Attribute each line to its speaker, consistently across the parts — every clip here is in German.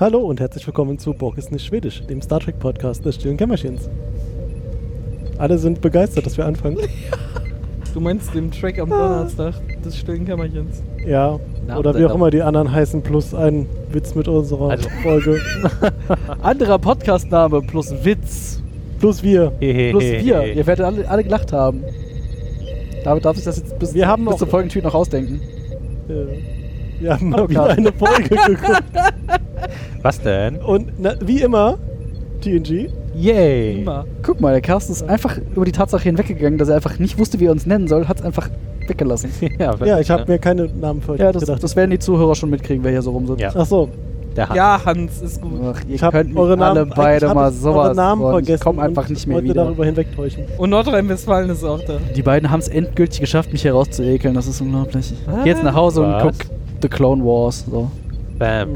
Speaker 1: Hallo und herzlich willkommen zu Borg ist nicht Schwedisch, dem Star Trek Podcast des stillen Kämmerchens. Alle sind begeistert, dass wir anfangen.
Speaker 2: Du meinst den Track am Donnerstag des stillen Kämmerchens.
Speaker 1: Ja,
Speaker 3: Na,
Speaker 1: oder
Speaker 3: da-
Speaker 1: wie auch
Speaker 3: da-
Speaker 1: immer die anderen heißen, plus ein Witz mit unserer
Speaker 3: Also-
Speaker 1: Folge.
Speaker 2: Anderer Podcastname plus Witz
Speaker 1: Plus wir.
Speaker 2: plus wir. Ihr werdet alle, alle gelacht haben. Damit darf ich das jetzt bis,
Speaker 1: Wir haben
Speaker 2: bis
Speaker 1: auch-
Speaker 2: zur Folgentür noch ausdenken.
Speaker 1: Äh, wir haben mal
Speaker 2: Podcast.
Speaker 1: wieder eine Folge geguckt.
Speaker 3: Was denn?
Speaker 1: Und na, wie immer, TNG.
Speaker 3: Yay!
Speaker 2: Guck mal, der Carsten ist einfach über die Tatsache hinweggegangen, dass er einfach nicht wusste, wie er uns nennen soll, hat es einfach weggelassen.
Speaker 3: Ja,
Speaker 1: Ja, ich
Speaker 3: ne?
Speaker 1: habe mir keine Namen für euch
Speaker 2: Ja, das,
Speaker 1: gedacht.
Speaker 2: das werden die Zuhörer schon mitkriegen, wer hier so rumsitzt.
Speaker 3: Ja.
Speaker 1: Ach so,
Speaker 3: Der Hans.
Speaker 4: Ja, Hans ist gut.
Speaker 2: Ach, ihr
Speaker 1: ich habe
Speaker 2: könnt mich
Speaker 1: eure Namen,
Speaker 2: alle beide
Speaker 1: ich hab
Speaker 2: mal
Speaker 1: eure
Speaker 2: sowas
Speaker 1: Namen
Speaker 2: von.
Speaker 1: vergessen.
Speaker 2: Ich komm einfach
Speaker 1: und
Speaker 2: nicht mehr
Speaker 1: wollte
Speaker 2: wieder.
Speaker 1: darüber hinwegtäuschen.
Speaker 4: Und Nordrhein-Westfalen ist auch da.
Speaker 2: Die beiden haben es endgültig geschafft, mich herauszuekeln. Das ist unglaublich.
Speaker 4: Was?
Speaker 2: Geh jetzt nach Hause
Speaker 3: Was?
Speaker 2: und guck The Clone Wars. So.
Speaker 3: Bam.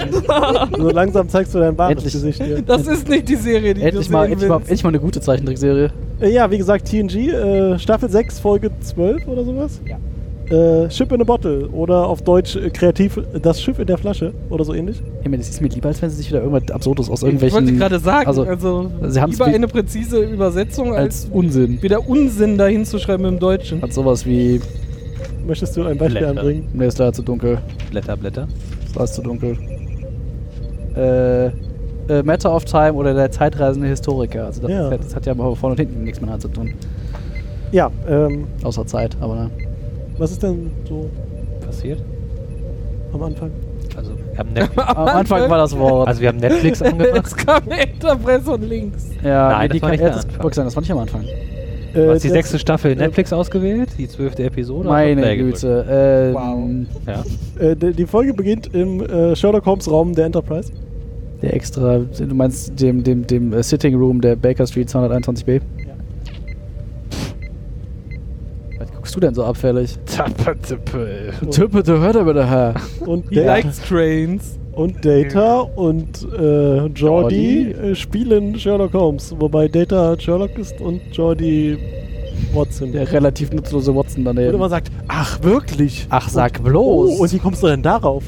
Speaker 1: So langsam zeigst du dein wahres
Speaker 2: Endlich.
Speaker 1: Gesicht hier.
Speaker 4: Das ist nicht die Serie, die
Speaker 2: Endlich,
Speaker 4: du
Speaker 2: mal,
Speaker 4: sehen
Speaker 2: endlich, mal,
Speaker 4: willst.
Speaker 2: endlich mal eine gute Zeichentrickserie.
Speaker 1: Äh, Ja, wie gesagt, TNG, äh, Staffel 6, Folge 12 oder sowas.
Speaker 2: Ja.
Speaker 1: Äh, Ship in a Bottle oder auf Deutsch äh, kreativ äh, das Schiff in der Flasche oder so ähnlich.
Speaker 2: Ey, man, das ist mir lieber, als wenn sie sich wieder irgendwas Absurdes aus
Speaker 4: ich
Speaker 2: irgendwelchen.
Speaker 4: wollte gerade sagen, also,
Speaker 2: Also, sie haben's
Speaker 4: lieber
Speaker 2: wie-
Speaker 4: eine präzise Übersetzung
Speaker 2: als
Speaker 4: als,
Speaker 2: Unsinn.
Speaker 4: wieder Unsinn dahin zu schreiben im Deutschen.
Speaker 2: Als sowas wie.
Speaker 1: Möchtest du ein Beispiel
Speaker 3: Blätter.
Speaker 1: anbringen?
Speaker 2: Ne, ist leider zu dunkel.
Speaker 3: Blätter, Blätter.
Speaker 2: Ist leider zu dunkel. Äh. Äh, Matter of Time oder der zeitreisende Historiker. Also das,
Speaker 1: Ja.
Speaker 2: ist ja- das hat ja mal vorne und hinten nichts mehr zu tun.
Speaker 1: Ja, ähm,
Speaker 2: Außer Zeit, aber ne.
Speaker 1: was ist denn so
Speaker 3: Passiert?
Speaker 1: am Anfang?
Speaker 3: Also, wir haben Netflix,
Speaker 2: Am Anfang war das Wort.
Speaker 3: also wir haben Netflix
Speaker 4: es
Speaker 3: angemacht.
Speaker 4: kam Enterprise und links.
Speaker 2: ja,
Speaker 3: Nein,
Speaker 2: nee,
Speaker 3: das
Speaker 2: die
Speaker 3: war
Speaker 2: kann-
Speaker 3: nicht
Speaker 2: ja,
Speaker 3: der
Speaker 2: das
Speaker 3: Anfang.
Speaker 2: wollte ich sagen, das war nicht am Anfang.
Speaker 1: Äh,
Speaker 3: Du hast die sechste
Speaker 1: das,
Speaker 3: Staffel Netflix ausgewählt, die zwölfte Episode. Na
Speaker 2: Meine
Speaker 3: gut.
Speaker 2: Güte. Ähm,
Speaker 4: Wow.
Speaker 3: Ja.
Speaker 1: äh, d- die Folge beginnt im äh, Sherlock Holmes Raum der Enterprise.
Speaker 2: Der extra, du meinst dem, dem, dem äh, Sitting Room der Baker Street 221b?
Speaker 1: Ja.
Speaker 2: Was guckst du denn so abfällig?
Speaker 1: Und-
Speaker 2: Tippe, du hört aber daher.
Speaker 1: Und,
Speaker 4: He
Speaker 1: Da-
Speaker 4: likes trains.
Speaker 1: und Data und äh, Jordi
Speaker 2: Jordi.
Speaker 1: äh, spielen Sherlock Holmes, wobei Data Sherlock ist und Jordi Watson.
Speaker 2: Der relativ nutzlose Watson
Speaker 1: Und
Speaker 2: daneben.
Speaker 1: immer sagt, ach wirklich?
Speaker 2: Ach,
Speaker 1: Oh,
Speaker 2: sag
Speaker 1: und
Speaker 2: bloß.
Speaker 1: wie kommst du denn darauf?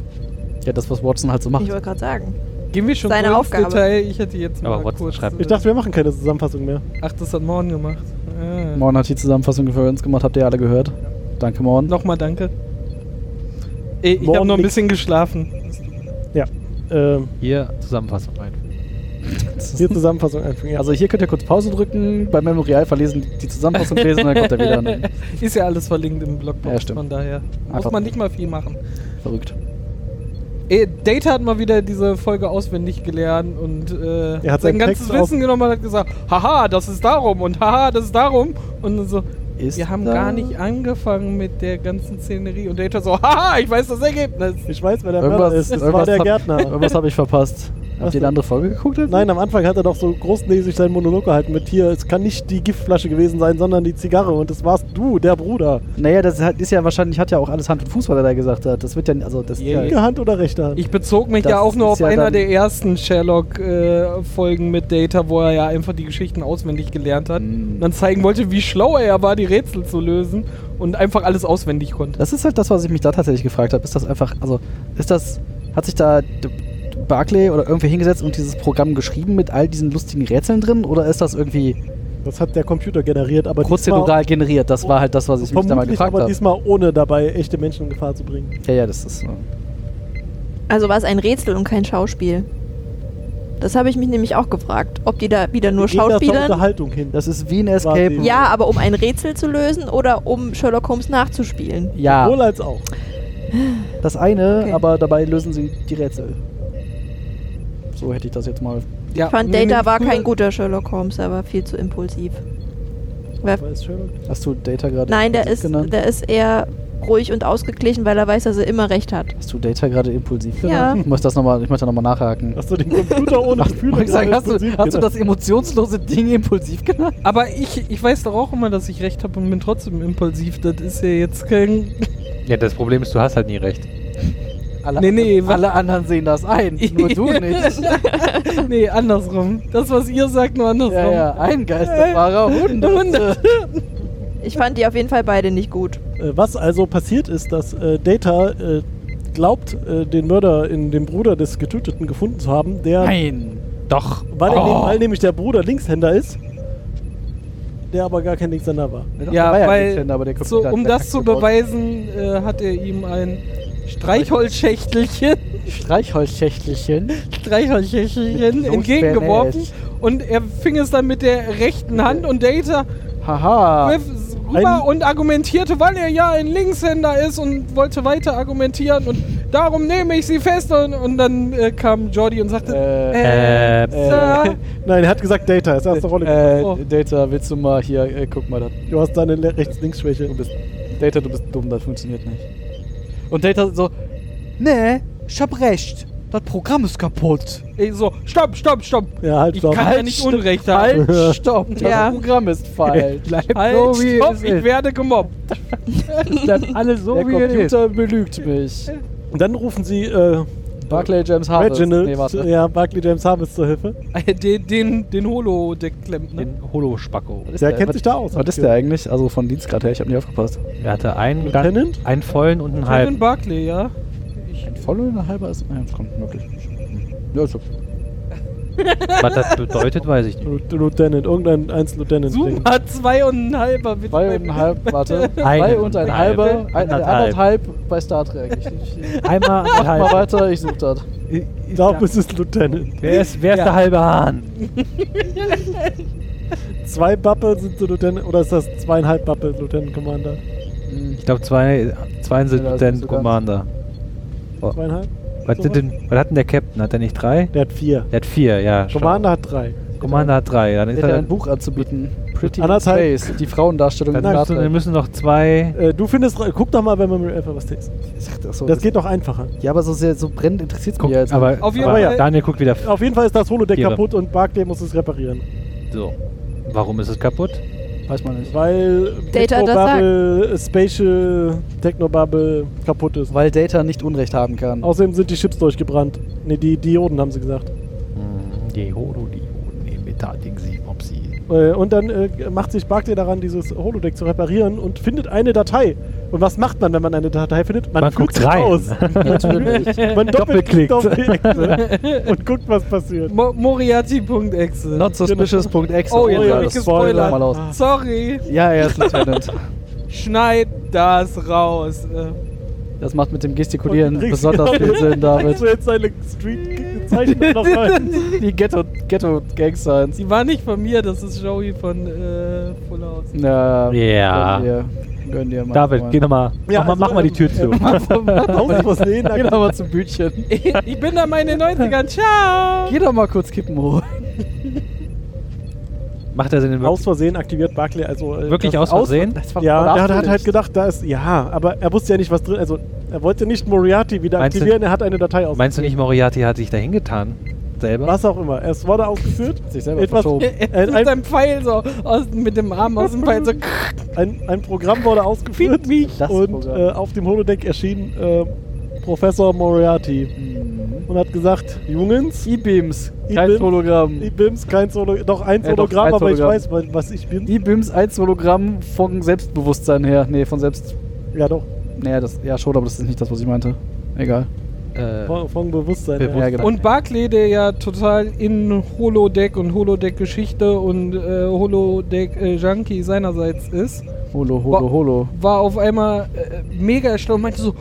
Speaker 2: ja, das, was Watson halt so macht.
Speaker 5: Ich wollte gerade sagen.
Speaker 4: Gehen wir schon
Speaker 5: Seine
Speaker 4: so ins
Speaker 5: Aufgabe.
Speaker 4: Detail. Ich hätte jetzt mal
Speaker 3: Aber Watson
Speaker 4: kurz...
Speaker 3: schreibt-
Speaker 4: äh,
Speaker 1: Ich dachte, wir machen keine Zusammenfassung mehr.
Speaker 4: Ach, das hat Morn gemacht. Ah.
Speaker 2: Morgen hat die Zusammenfassung für uns gemacht, habt ihr alle gehört. Danke, Morgen.
Speaker 4: Nochmal danke. Ey, Ich
Speaker 1: Morn
Speaker 4: habe noch ein
Speaker 1: nix.
Speaker 4: bisschen geschlafen.
Speaker 1: Ja. Ähm,
Speaker 3: Hier Zusammenfassung ein.
Speaker 1: hier Zusammenfassung einfügen. Ja.
Speaker 2: Also hier könnt ihr kurz Pause drücken, bei Memorial verlesen, die Zusammenfassung lesen, dann kommt er wieder. Dann-
Speaker 4: Ist ja alles verlinkt im Blogpost,
Speaker 2: Ja, stimmt.
Speaker 4: von daher
Speaker 2: Einfach-
Speaker 4: muss man nicht mal viel machen.
Speaker 2: Verrückt.
Speaker 4: Ey, Data hat mal wieder diese Folge auswendig gelernt und
Speaker 1: Er
Speaker 4: äh,
Speaker 1: hat seinen
Speaker 4: sein ganzes
Speaker 1: Text aus-
Speaker 4: Wissen genommen und hat gesagt, haha, das ist darum und haha, das ist darum. Und dann so,
Speaker 2: Ist
Speaker 4: wir haben
Speaker 2: da-
Speaker 4: gar nicht angefangen mit der ganzen Szenerie. Und Data so, haha, ich weiß das Ergebnis.
Speaker 1: ich weiß, wer der Mörder
Speaker 2: Irgendwas,
Speaker 1: ist. Das war
Speaker 2: irgendwas
Speaker 1: der
Speaker 2: hab-
Speaker 1: Gärtner.
Speaker 2: Irgendwas habe ich verpasst.
Speaker 1: Was
Speaker 2: Habt ihr
Speaker 1: denn?
Speaker 2: eine andere Folge geguckt? jetzt?
Speaker 1: Nein, am Anfang hat er doch so großnäsig seinen Monolog gehalten mit hier, es kann nicht die Giftflasche gewesen sein, sondern die Zigarre und es warst du, der Bruder.
Speaker 2: Naja, das hat- ist ja wahrscheinlich, hat ja auch alles Hand und Fuß, was er da gesagt hat. Das wird ja, also das
Speaker 4: Yeah.
Speaker 2: ist
Speaker 1: Linke
Speaker 2: ja,
Speaker 1: Hand oder rechte Hand?
Speaker 4: Ich bezog mich
Speaker 2: Das
Speaker 4: ja auch nur
Speaker 2: ist
Speaker 4: auf
Speaker 2: ja
Speaker 4: einer
Speaker 2: dann-
Speaker 4: der ersten Sherlock-Folgen mit Data, wo er ja einfach die Geschichten auswendig gelernt hat.
Speaker 2: Mm.
Speaker 4: Und dann zeigen wollte, wie schlau er ja war, die Rätsel zu lösen und einfach alles auswendig konnte.
Speaker 2: das ist halt das, was ich mich da tatsächlich gefragt habe. Ist das einfach, also ist das, hat sich da D- D- Barclay oder irgendwer hingesetzt und dieses Programm geschrieben mit all diesen lustigen Rätseln drin? Oder ist das irgendwie
Speaker 1: das hat der Computer generiert, aber diesmal,
Speaker 2: prozedural generiert? Das war halt das, was ich mich da mal
Speaker 1: vermutlich
Speaker 2: gefragt
Speaker 1: aber
Speaker 2: habe.
Speaker 1: diesmal ohne dabei echte Menschen in Gefahr zu bringen.
Speaker 2: Ja, ja, das ist. äh,
Speaker 5: Also war es ein Rätsel und kein Schauspiel. Das habe ich mich nämlich auch gefragt, ob die da wieder nur
Speaker 1: Geht das zur
Speaker 5: Schauspielern.
Speaker 1: Unterhaltung hin.
Speaker 2: Das ist wie ein Escape.
Speaker 1: Quasi.
Speaker 2: Room.
Speaker 5: Ja, aber um ein Rätsel zu lösen oder um Sherlock Holmes nachzuspielen.
Speaker 1: Wohl
Speaker 2: ja,
Speaker 1: als auch.
Speaker 2: das eine,
Speaker 5: Okay.
Speaker 2: aber dabei lösen sie die Rätsel. So hätte ich das jetzt mal.
Speaker 4: Ja,
Speaker 5: Ich fand,
Speaker 4: nee,
Speaker 5: Data
Speaker 4: nee,
Speaker 5: war
Speaker 4: früher-
Speaker 5: kein guter Sherlock Holmes, er war viel zu impulsiv. Weil,
Speaker 1: Weiß Sherlock.
Speaker 2: Hast du Data gerade
Speaker 5: nein, der
Speaker 2: impulsiv
Speaker 5: ist,
Speaker 4: Genau.
Speaker 2: genannt?
Speaker 5: der ist eher ruhig und ausgeglichen, weil er weiß, dass er immer recht hat.
Speaker 2: Hast du Data gerade impulsiv
Speaker 5: Ja.
Speaker 2: genannt? Ich muss das nochmal, ich möchte nochmal nachhaken.
Speaker 1: Hast du den Computer ohne Gefühle?
Speaker 2: ich sagen,
Speaker 1: gerade
Speaker 2: hast, du,
Speaker 1: impulsiv
Speaker 2: hast du
Speaker 1: genannt?
Speaker 2: das emotionslose Ding impulsiv genannt?
Speaker 4: Aber ich, ich weiß doch auch immer, dass ich recht habe und bin trotzdem impulsiv. Das ist ja jetzt kein.
Speaker 3: Ja, das Problem ist, du hast halt nie recht.
Speaker 2: Alle,
Speaker 4: Nee, nee, wa-
Speaker 2: alle anderen sehen das ein, nur du nicht.
Speaker 4: nee, andersrum. Das, was ihr sagt, nur andersrum.
Speaker 2: ja, ja, ein Geisterfahrer, Hunde.
Speaker 4: Hundert.
Speaker 5: Ich fand die auf jeden Fall beide nicht gut.
Speaker 1: Äh, Was also passiert ist, dass äh, Data äh, glaubt, äh, den Mörder in dem Bruder des Getöteten gefunden zu haben, der,
Speaker 4: Nein.
Speaker 3: Doch.
Speaker 1: weil, er
Speaker 3: Oh.
Speaker 1: ne- weil nämlich der Bruder Linkshänder ist, der aber gar kein Linkshänder war.
Speaker 4: Der
Speaker 6: Ja,
Speaker 4: war
Speaker 6: weil,
Speaker 4: Linkshänder, aber der Computer
Speaker 6: so,
Speaker 4: hat
Speaker 6: um
Speaker 4: verkackt
Speaker 6: das zu
Speaker 4: gebaut.
Speaker 6: beweisen, äh, hat er ihm ein Streichholzschächtelchen,
Speaker 4: Streichholzschächtelchen.
Speaker 6: Streichholzschächtelchen
Speaker 4: Mit
Speaker 6: entgegengeworfen
Speaker 4: Nussbernäs.
Speaker 6: und er fing es dann mit der rechten Hand und Data
Speaker 4: Haha.
Speaker 6: griff rüber
Speaker 1: Ein-
Speaker 6: und argumentierte, weil er ja ein Linkshänder ist und wollte weiter argumentieren und darum nehme ich sie fest und, und dann äh, kam Jordi und sagte, äh,
Speaker 3: Äh,
Speaker 6: Sir,
Speaker 1: Nein, er hat gesagt Data, ist erste Rolle.
Speaker 4: Äh,
Speaker 6: Oh.
Speaker 4: Data, willst du mal hier, äh, guck mal, das
Speaker 1: Du hast deine Le- Rechts-Links-Schwäche.
Speaker 4: Data, du bist dumm, das funktioniert nicht. Und Data so, nee, ich hab recht. Das Programm ist kaputt.
Speaker 6: Ey, äh, so, stopp, stopp, stopp.
Speaker 1: Ja, halt,
Speaker 6: Ich
Speaker 1: stopp.
Speaker 6: kann ja nicht
Speaker 4: stopp,
Speaker 6: Unrecht haben.
Speaker 4: Halt, stopp, das
Speaker 5: Ja.
Speaker 4: Programm ist falsch.
Speaker 3: Bleib
Speaker 6: Halt,
Speaker 3: so wie
Speaker 6: stopp,
Speaker 3: es
Speaker 6: ich
Speaker 3: ist.
Speaker 6: werde gemobbt.
Speaker 3: Bleib alles so
Speaker 4: Der
Speaker 3: wie es ist.
Speaker 4: Computer belügt mich.
Speaker 1: Und dann rufen sie äh,
Speaker 4: Barclay James Harvest.
Speaker 1: Reginald, äh,
Speaker 4: Nee, warte.
Speaker 1: ja, Barclay James Harvest zur Hilfe.
Speaker 6: Den, den, den Holodeck klemmt, ne?
Speaker 3: Den Holo-Spacko.
Speaker 4: Was ist
Speaker 1: Der kennt sich da aus.
Speaker 4: Was ist der eigentlich? Also von Dienstgrad her, ich habe nicht aufgepasst.
Speaker 3: Er hatte einen, ganz,
Speaker 1: Lieutenant?
Speaker 3: einen vollen und einen
Speaker 6: Kevin
Speaker 3: halben.
Speaker 6: Barclay, ja.
Speaker 4: Ein voller oder ein halber ist. Ja, das kommt möglich. Ja, ist okay.
Speaker 3: Was das bedeutet, weiß ich nicht.
Speaker 1: Lut- Lieutenant, irgendein Einzel-Lieutenant.
Speaker 6: Zoom hat zwei und ein halber. bitte.
Speaker 4: Zwei und ein halb, warte.
Speaker 3: Einen.
Speaker 4: Zwei und ein
Speaker 3: Halbe.
Speaker 4: halber, ein,
Speaker 3: Anderthalb.
Speaker 4: anderthalb bei Star Trek. Ich, ich,
Speaker 3: Einmal
Speaker 4: mach mal
Speaker 3: halb.
Speaker 4: weiter, ich such das.
Speaker 1: Ich glaube, es ist Lieutenant.
Speaker 3: Wer ist, wer ist
Speaker 6: Ja.
Speaker 3: der halbe Hahn?
Speaker 1: Zwei Bappe sind so Lieutenant, oder ist das zweieinhalb Bappe Lieutenant Commander?
Speaker 3: Ich glaube, zwei, zwei sind
Speaker 4: Ja, das ist
Speaker 3: Lieutenant
Speaker 4: so ganz-
Speaker 3: Commander.
Speaker 1: Zweieinhalb?
Speaker 3: Was,
Speaker 1: So
Speaker 3: sind denn, was hat denn der Captain? Hat er nicht drei?
Speaker 1: Der hat vier.
Speaker 3: Der hat vier, ja. stimmt.
Speaker 1: Commander hat drei.
Speaker 3: Commander hat drei. Dann ist
Speaker 4: Hätte
Speaker 3: er
Speaker 4: ein Buch anzubieten. Pretty
Speaker 1: Anderthalb.
Speaker 4: in Space, die Frauendarstellung
Speaker 3: Dann
Speaker 4: in Star
Speaker 3: müssen, dann
Speaker 4: Trek.
Speaker 3: müssen noch zwei.
Speaker 1: Äh, du findest, ra- guck doch mal bei Memory Alpha was tickst.
Speaker 4: Ich dachte, ach so,
Speaker 1: Das geht noch einfacher.
Speaker 4: Ja, aber so, sehr, so brennend interessiert es mich
Speaker 3: Guck,
Speaker 4: ja jetzt.
Speaker 3: aber,
Speaker 6: Auf jeden
Speaker 3: aber
Speaker 1: Fall-
Speaker 3: Daniel guckt wieder.
Speaker 1: Auf jeden Fall ist das Holodeck
Speaker 3: Tiere.
Speaker 1: kaputt und Barclay muss es reparieren.
Speaker 3: So. Warum ist es kaputt?
Speaker 4: nicht. weiß man nicht.
Speaker 1: Weil
Speaker 5: Data das
Speaker 1: Technobubble, äh, Spatial Technobubble kaputt ist.
Speaker 4: Weil Data nicht Unrecht haben kann.
Speaker 1: Außerdem sind die Chips durchgebrannt. Ne, die Dioden haben sie gesagt.
Speaker 3: Hm, Die Holo, die Holo, Metading, sie, Mopsi.
Speaker 1: Äh, und dann äh, macht sich Barclay daran, dieses Holodeck zu reparieren und findet eine Datei. Und was macht man, wenn man eine Datei findet?
Speaker 3: Man
Speaker 1: fühlt
Speaker 3: guckt
Speaker 1: sich
Speaker 3: rein.
Speaker 1: Aus.
Speaker 4: Natürlich.
Speaker 1: Man doppelklickt
Speaker 3: Doppelklickt.
Speaker 1: auf die Echse ne? und guckt, was passiert.
Speaker 6: Mo Moriarty.exe.
Speaker 4: Not suspicious.exe.
Speaker 6: Oh, jetzt
Speaker 1: Oh ja,
Speaker 6: hab ich
Speaker 1: das
Speaker 6: gespoilert. Ah.
Speaker 1: spoilert.
Speaker 4: Mal aus.
Speaker 6: Sorry,
Speaker 4: Ja, er ist Lieutenant.
Speaker 6: schneid das raus. Äh,
Speaker 4: Das macht mit dem Gestikulieren
Speaker 1: Und kriegst-
Speaker 4: besonders viel Sinn,
Speaker 1: Kriegst du
Speaker 4: David.
Speaker 1: jetzt seine Street-Zeichnung noch rein?
Speaker 4: Die Ghetto-Gangsigns. Ghetto Gangsigns.
Speaker 6: Die war nicht von mir, das ist Joey von äh, Full House.
Speaker 4: Na,
Speaker 3: Ja.
Speaker 4: Gönn dir, gönn dir mal.
Speaker 3: David, geh nochmal.
Speaker 1: Ja,
Speaker 3: mach, mal-
Speaker 1: also,
Speaker 3: mach mal die
Speaker 1: ähm,
Speaker 3: Tür zu.
Speaker 1: Aus Versehen.
Speaker 4: Geh
Speaker 3: Genau.
Speaker 4: doch mal zum Bütchen.
Speaker 6: Ich bin da meine 90ern, ciao!
Speaker 4: Geh doch mal kurz kippen holen.
Speaker 3: Macht er Sinn?
Speaker 1: Aus Versehen aktiviert Barclay also. äh,
Speaker 3: Wirklich
Speaker 1: das-
Speaker 3: aus Versehen?
Speaker 4: Das war
Speaker 1: Ja, der
Speaker 4: voll
Speaker 1: hat, hat halt
Speaker 4: abfällig.
Speaker 1: gedacht, da ist. Ja, aber er wusste ja nicht, was drin. Also, er wollte nicht Moriarty wieder
Speaker 3: Meinst du-
Speaker 1: aktivieren, er hat eine Datei aus.
Speaker 3: Meinst du nicht, Moriarty hat sich dahin getan? Selber?
Speaker 1: Was auch immer. Es wurde ausgeführt.
Speaker 4: Sich selber
Speaker 1: etwas,
Speaker 4: verschoben.
Speaker 1: äh,
Speaker 6: Mit
Speaker 1: ein,
Speaker 6: seinem Pfeil so, aus, mit dem Arm aus dem Pfeil so.
Speaker 1: ein, ein Programm wurde ausgeführt
Speaker 4: Das
Speaker 1: und
Speaker 4: Programm.
Speaker 1: äh, auf dem Holodeck erschien äh, Professor Moriarty
Speaker 4: Mhm.
Speaker 1: und hat gesagt, Jungens,
Speaker 4: E-Beams,
Speaker 1: E-Beams.
Speaker 4: kein Hologramm.
Speaker 1: ich bin's, kein Solo, doch ein
Speaker 4: Mhm. Ja, doch,
Speaker 1: Hologramm,
Speaker 4: ein
Speaker 1: aber ich
Speaker 4: Hologramm.
Speaker 1: weiß, wa- was ich bin.
Speaker 4: E-Beams als Hologramm von Selbstbewusstsein her. Nee, von Selbst.
Speaker 1: Ja doch,
Speaker 4: Naja, das, ja schon, aber das ist nicht das, was ich meinte. Egal.
Speaker 3: Äh,
Speaker 1: von, von Bewusstsein.
Speaker 3: Bewusst-
Speaker 1: her.
Speaker 4: Ja, genau.
Speaker 6: Und Barclay, der ja total in Holodeck und Holodeck-Geschichte und äh, Holodeck-Junkie seinerseits ist,
Speaker 4: Holo, holo,
Speaker 6: Wa-
Speaker 4: holo.
Speaker 6: war auf einmal äh, mega erstaunt und meinte so,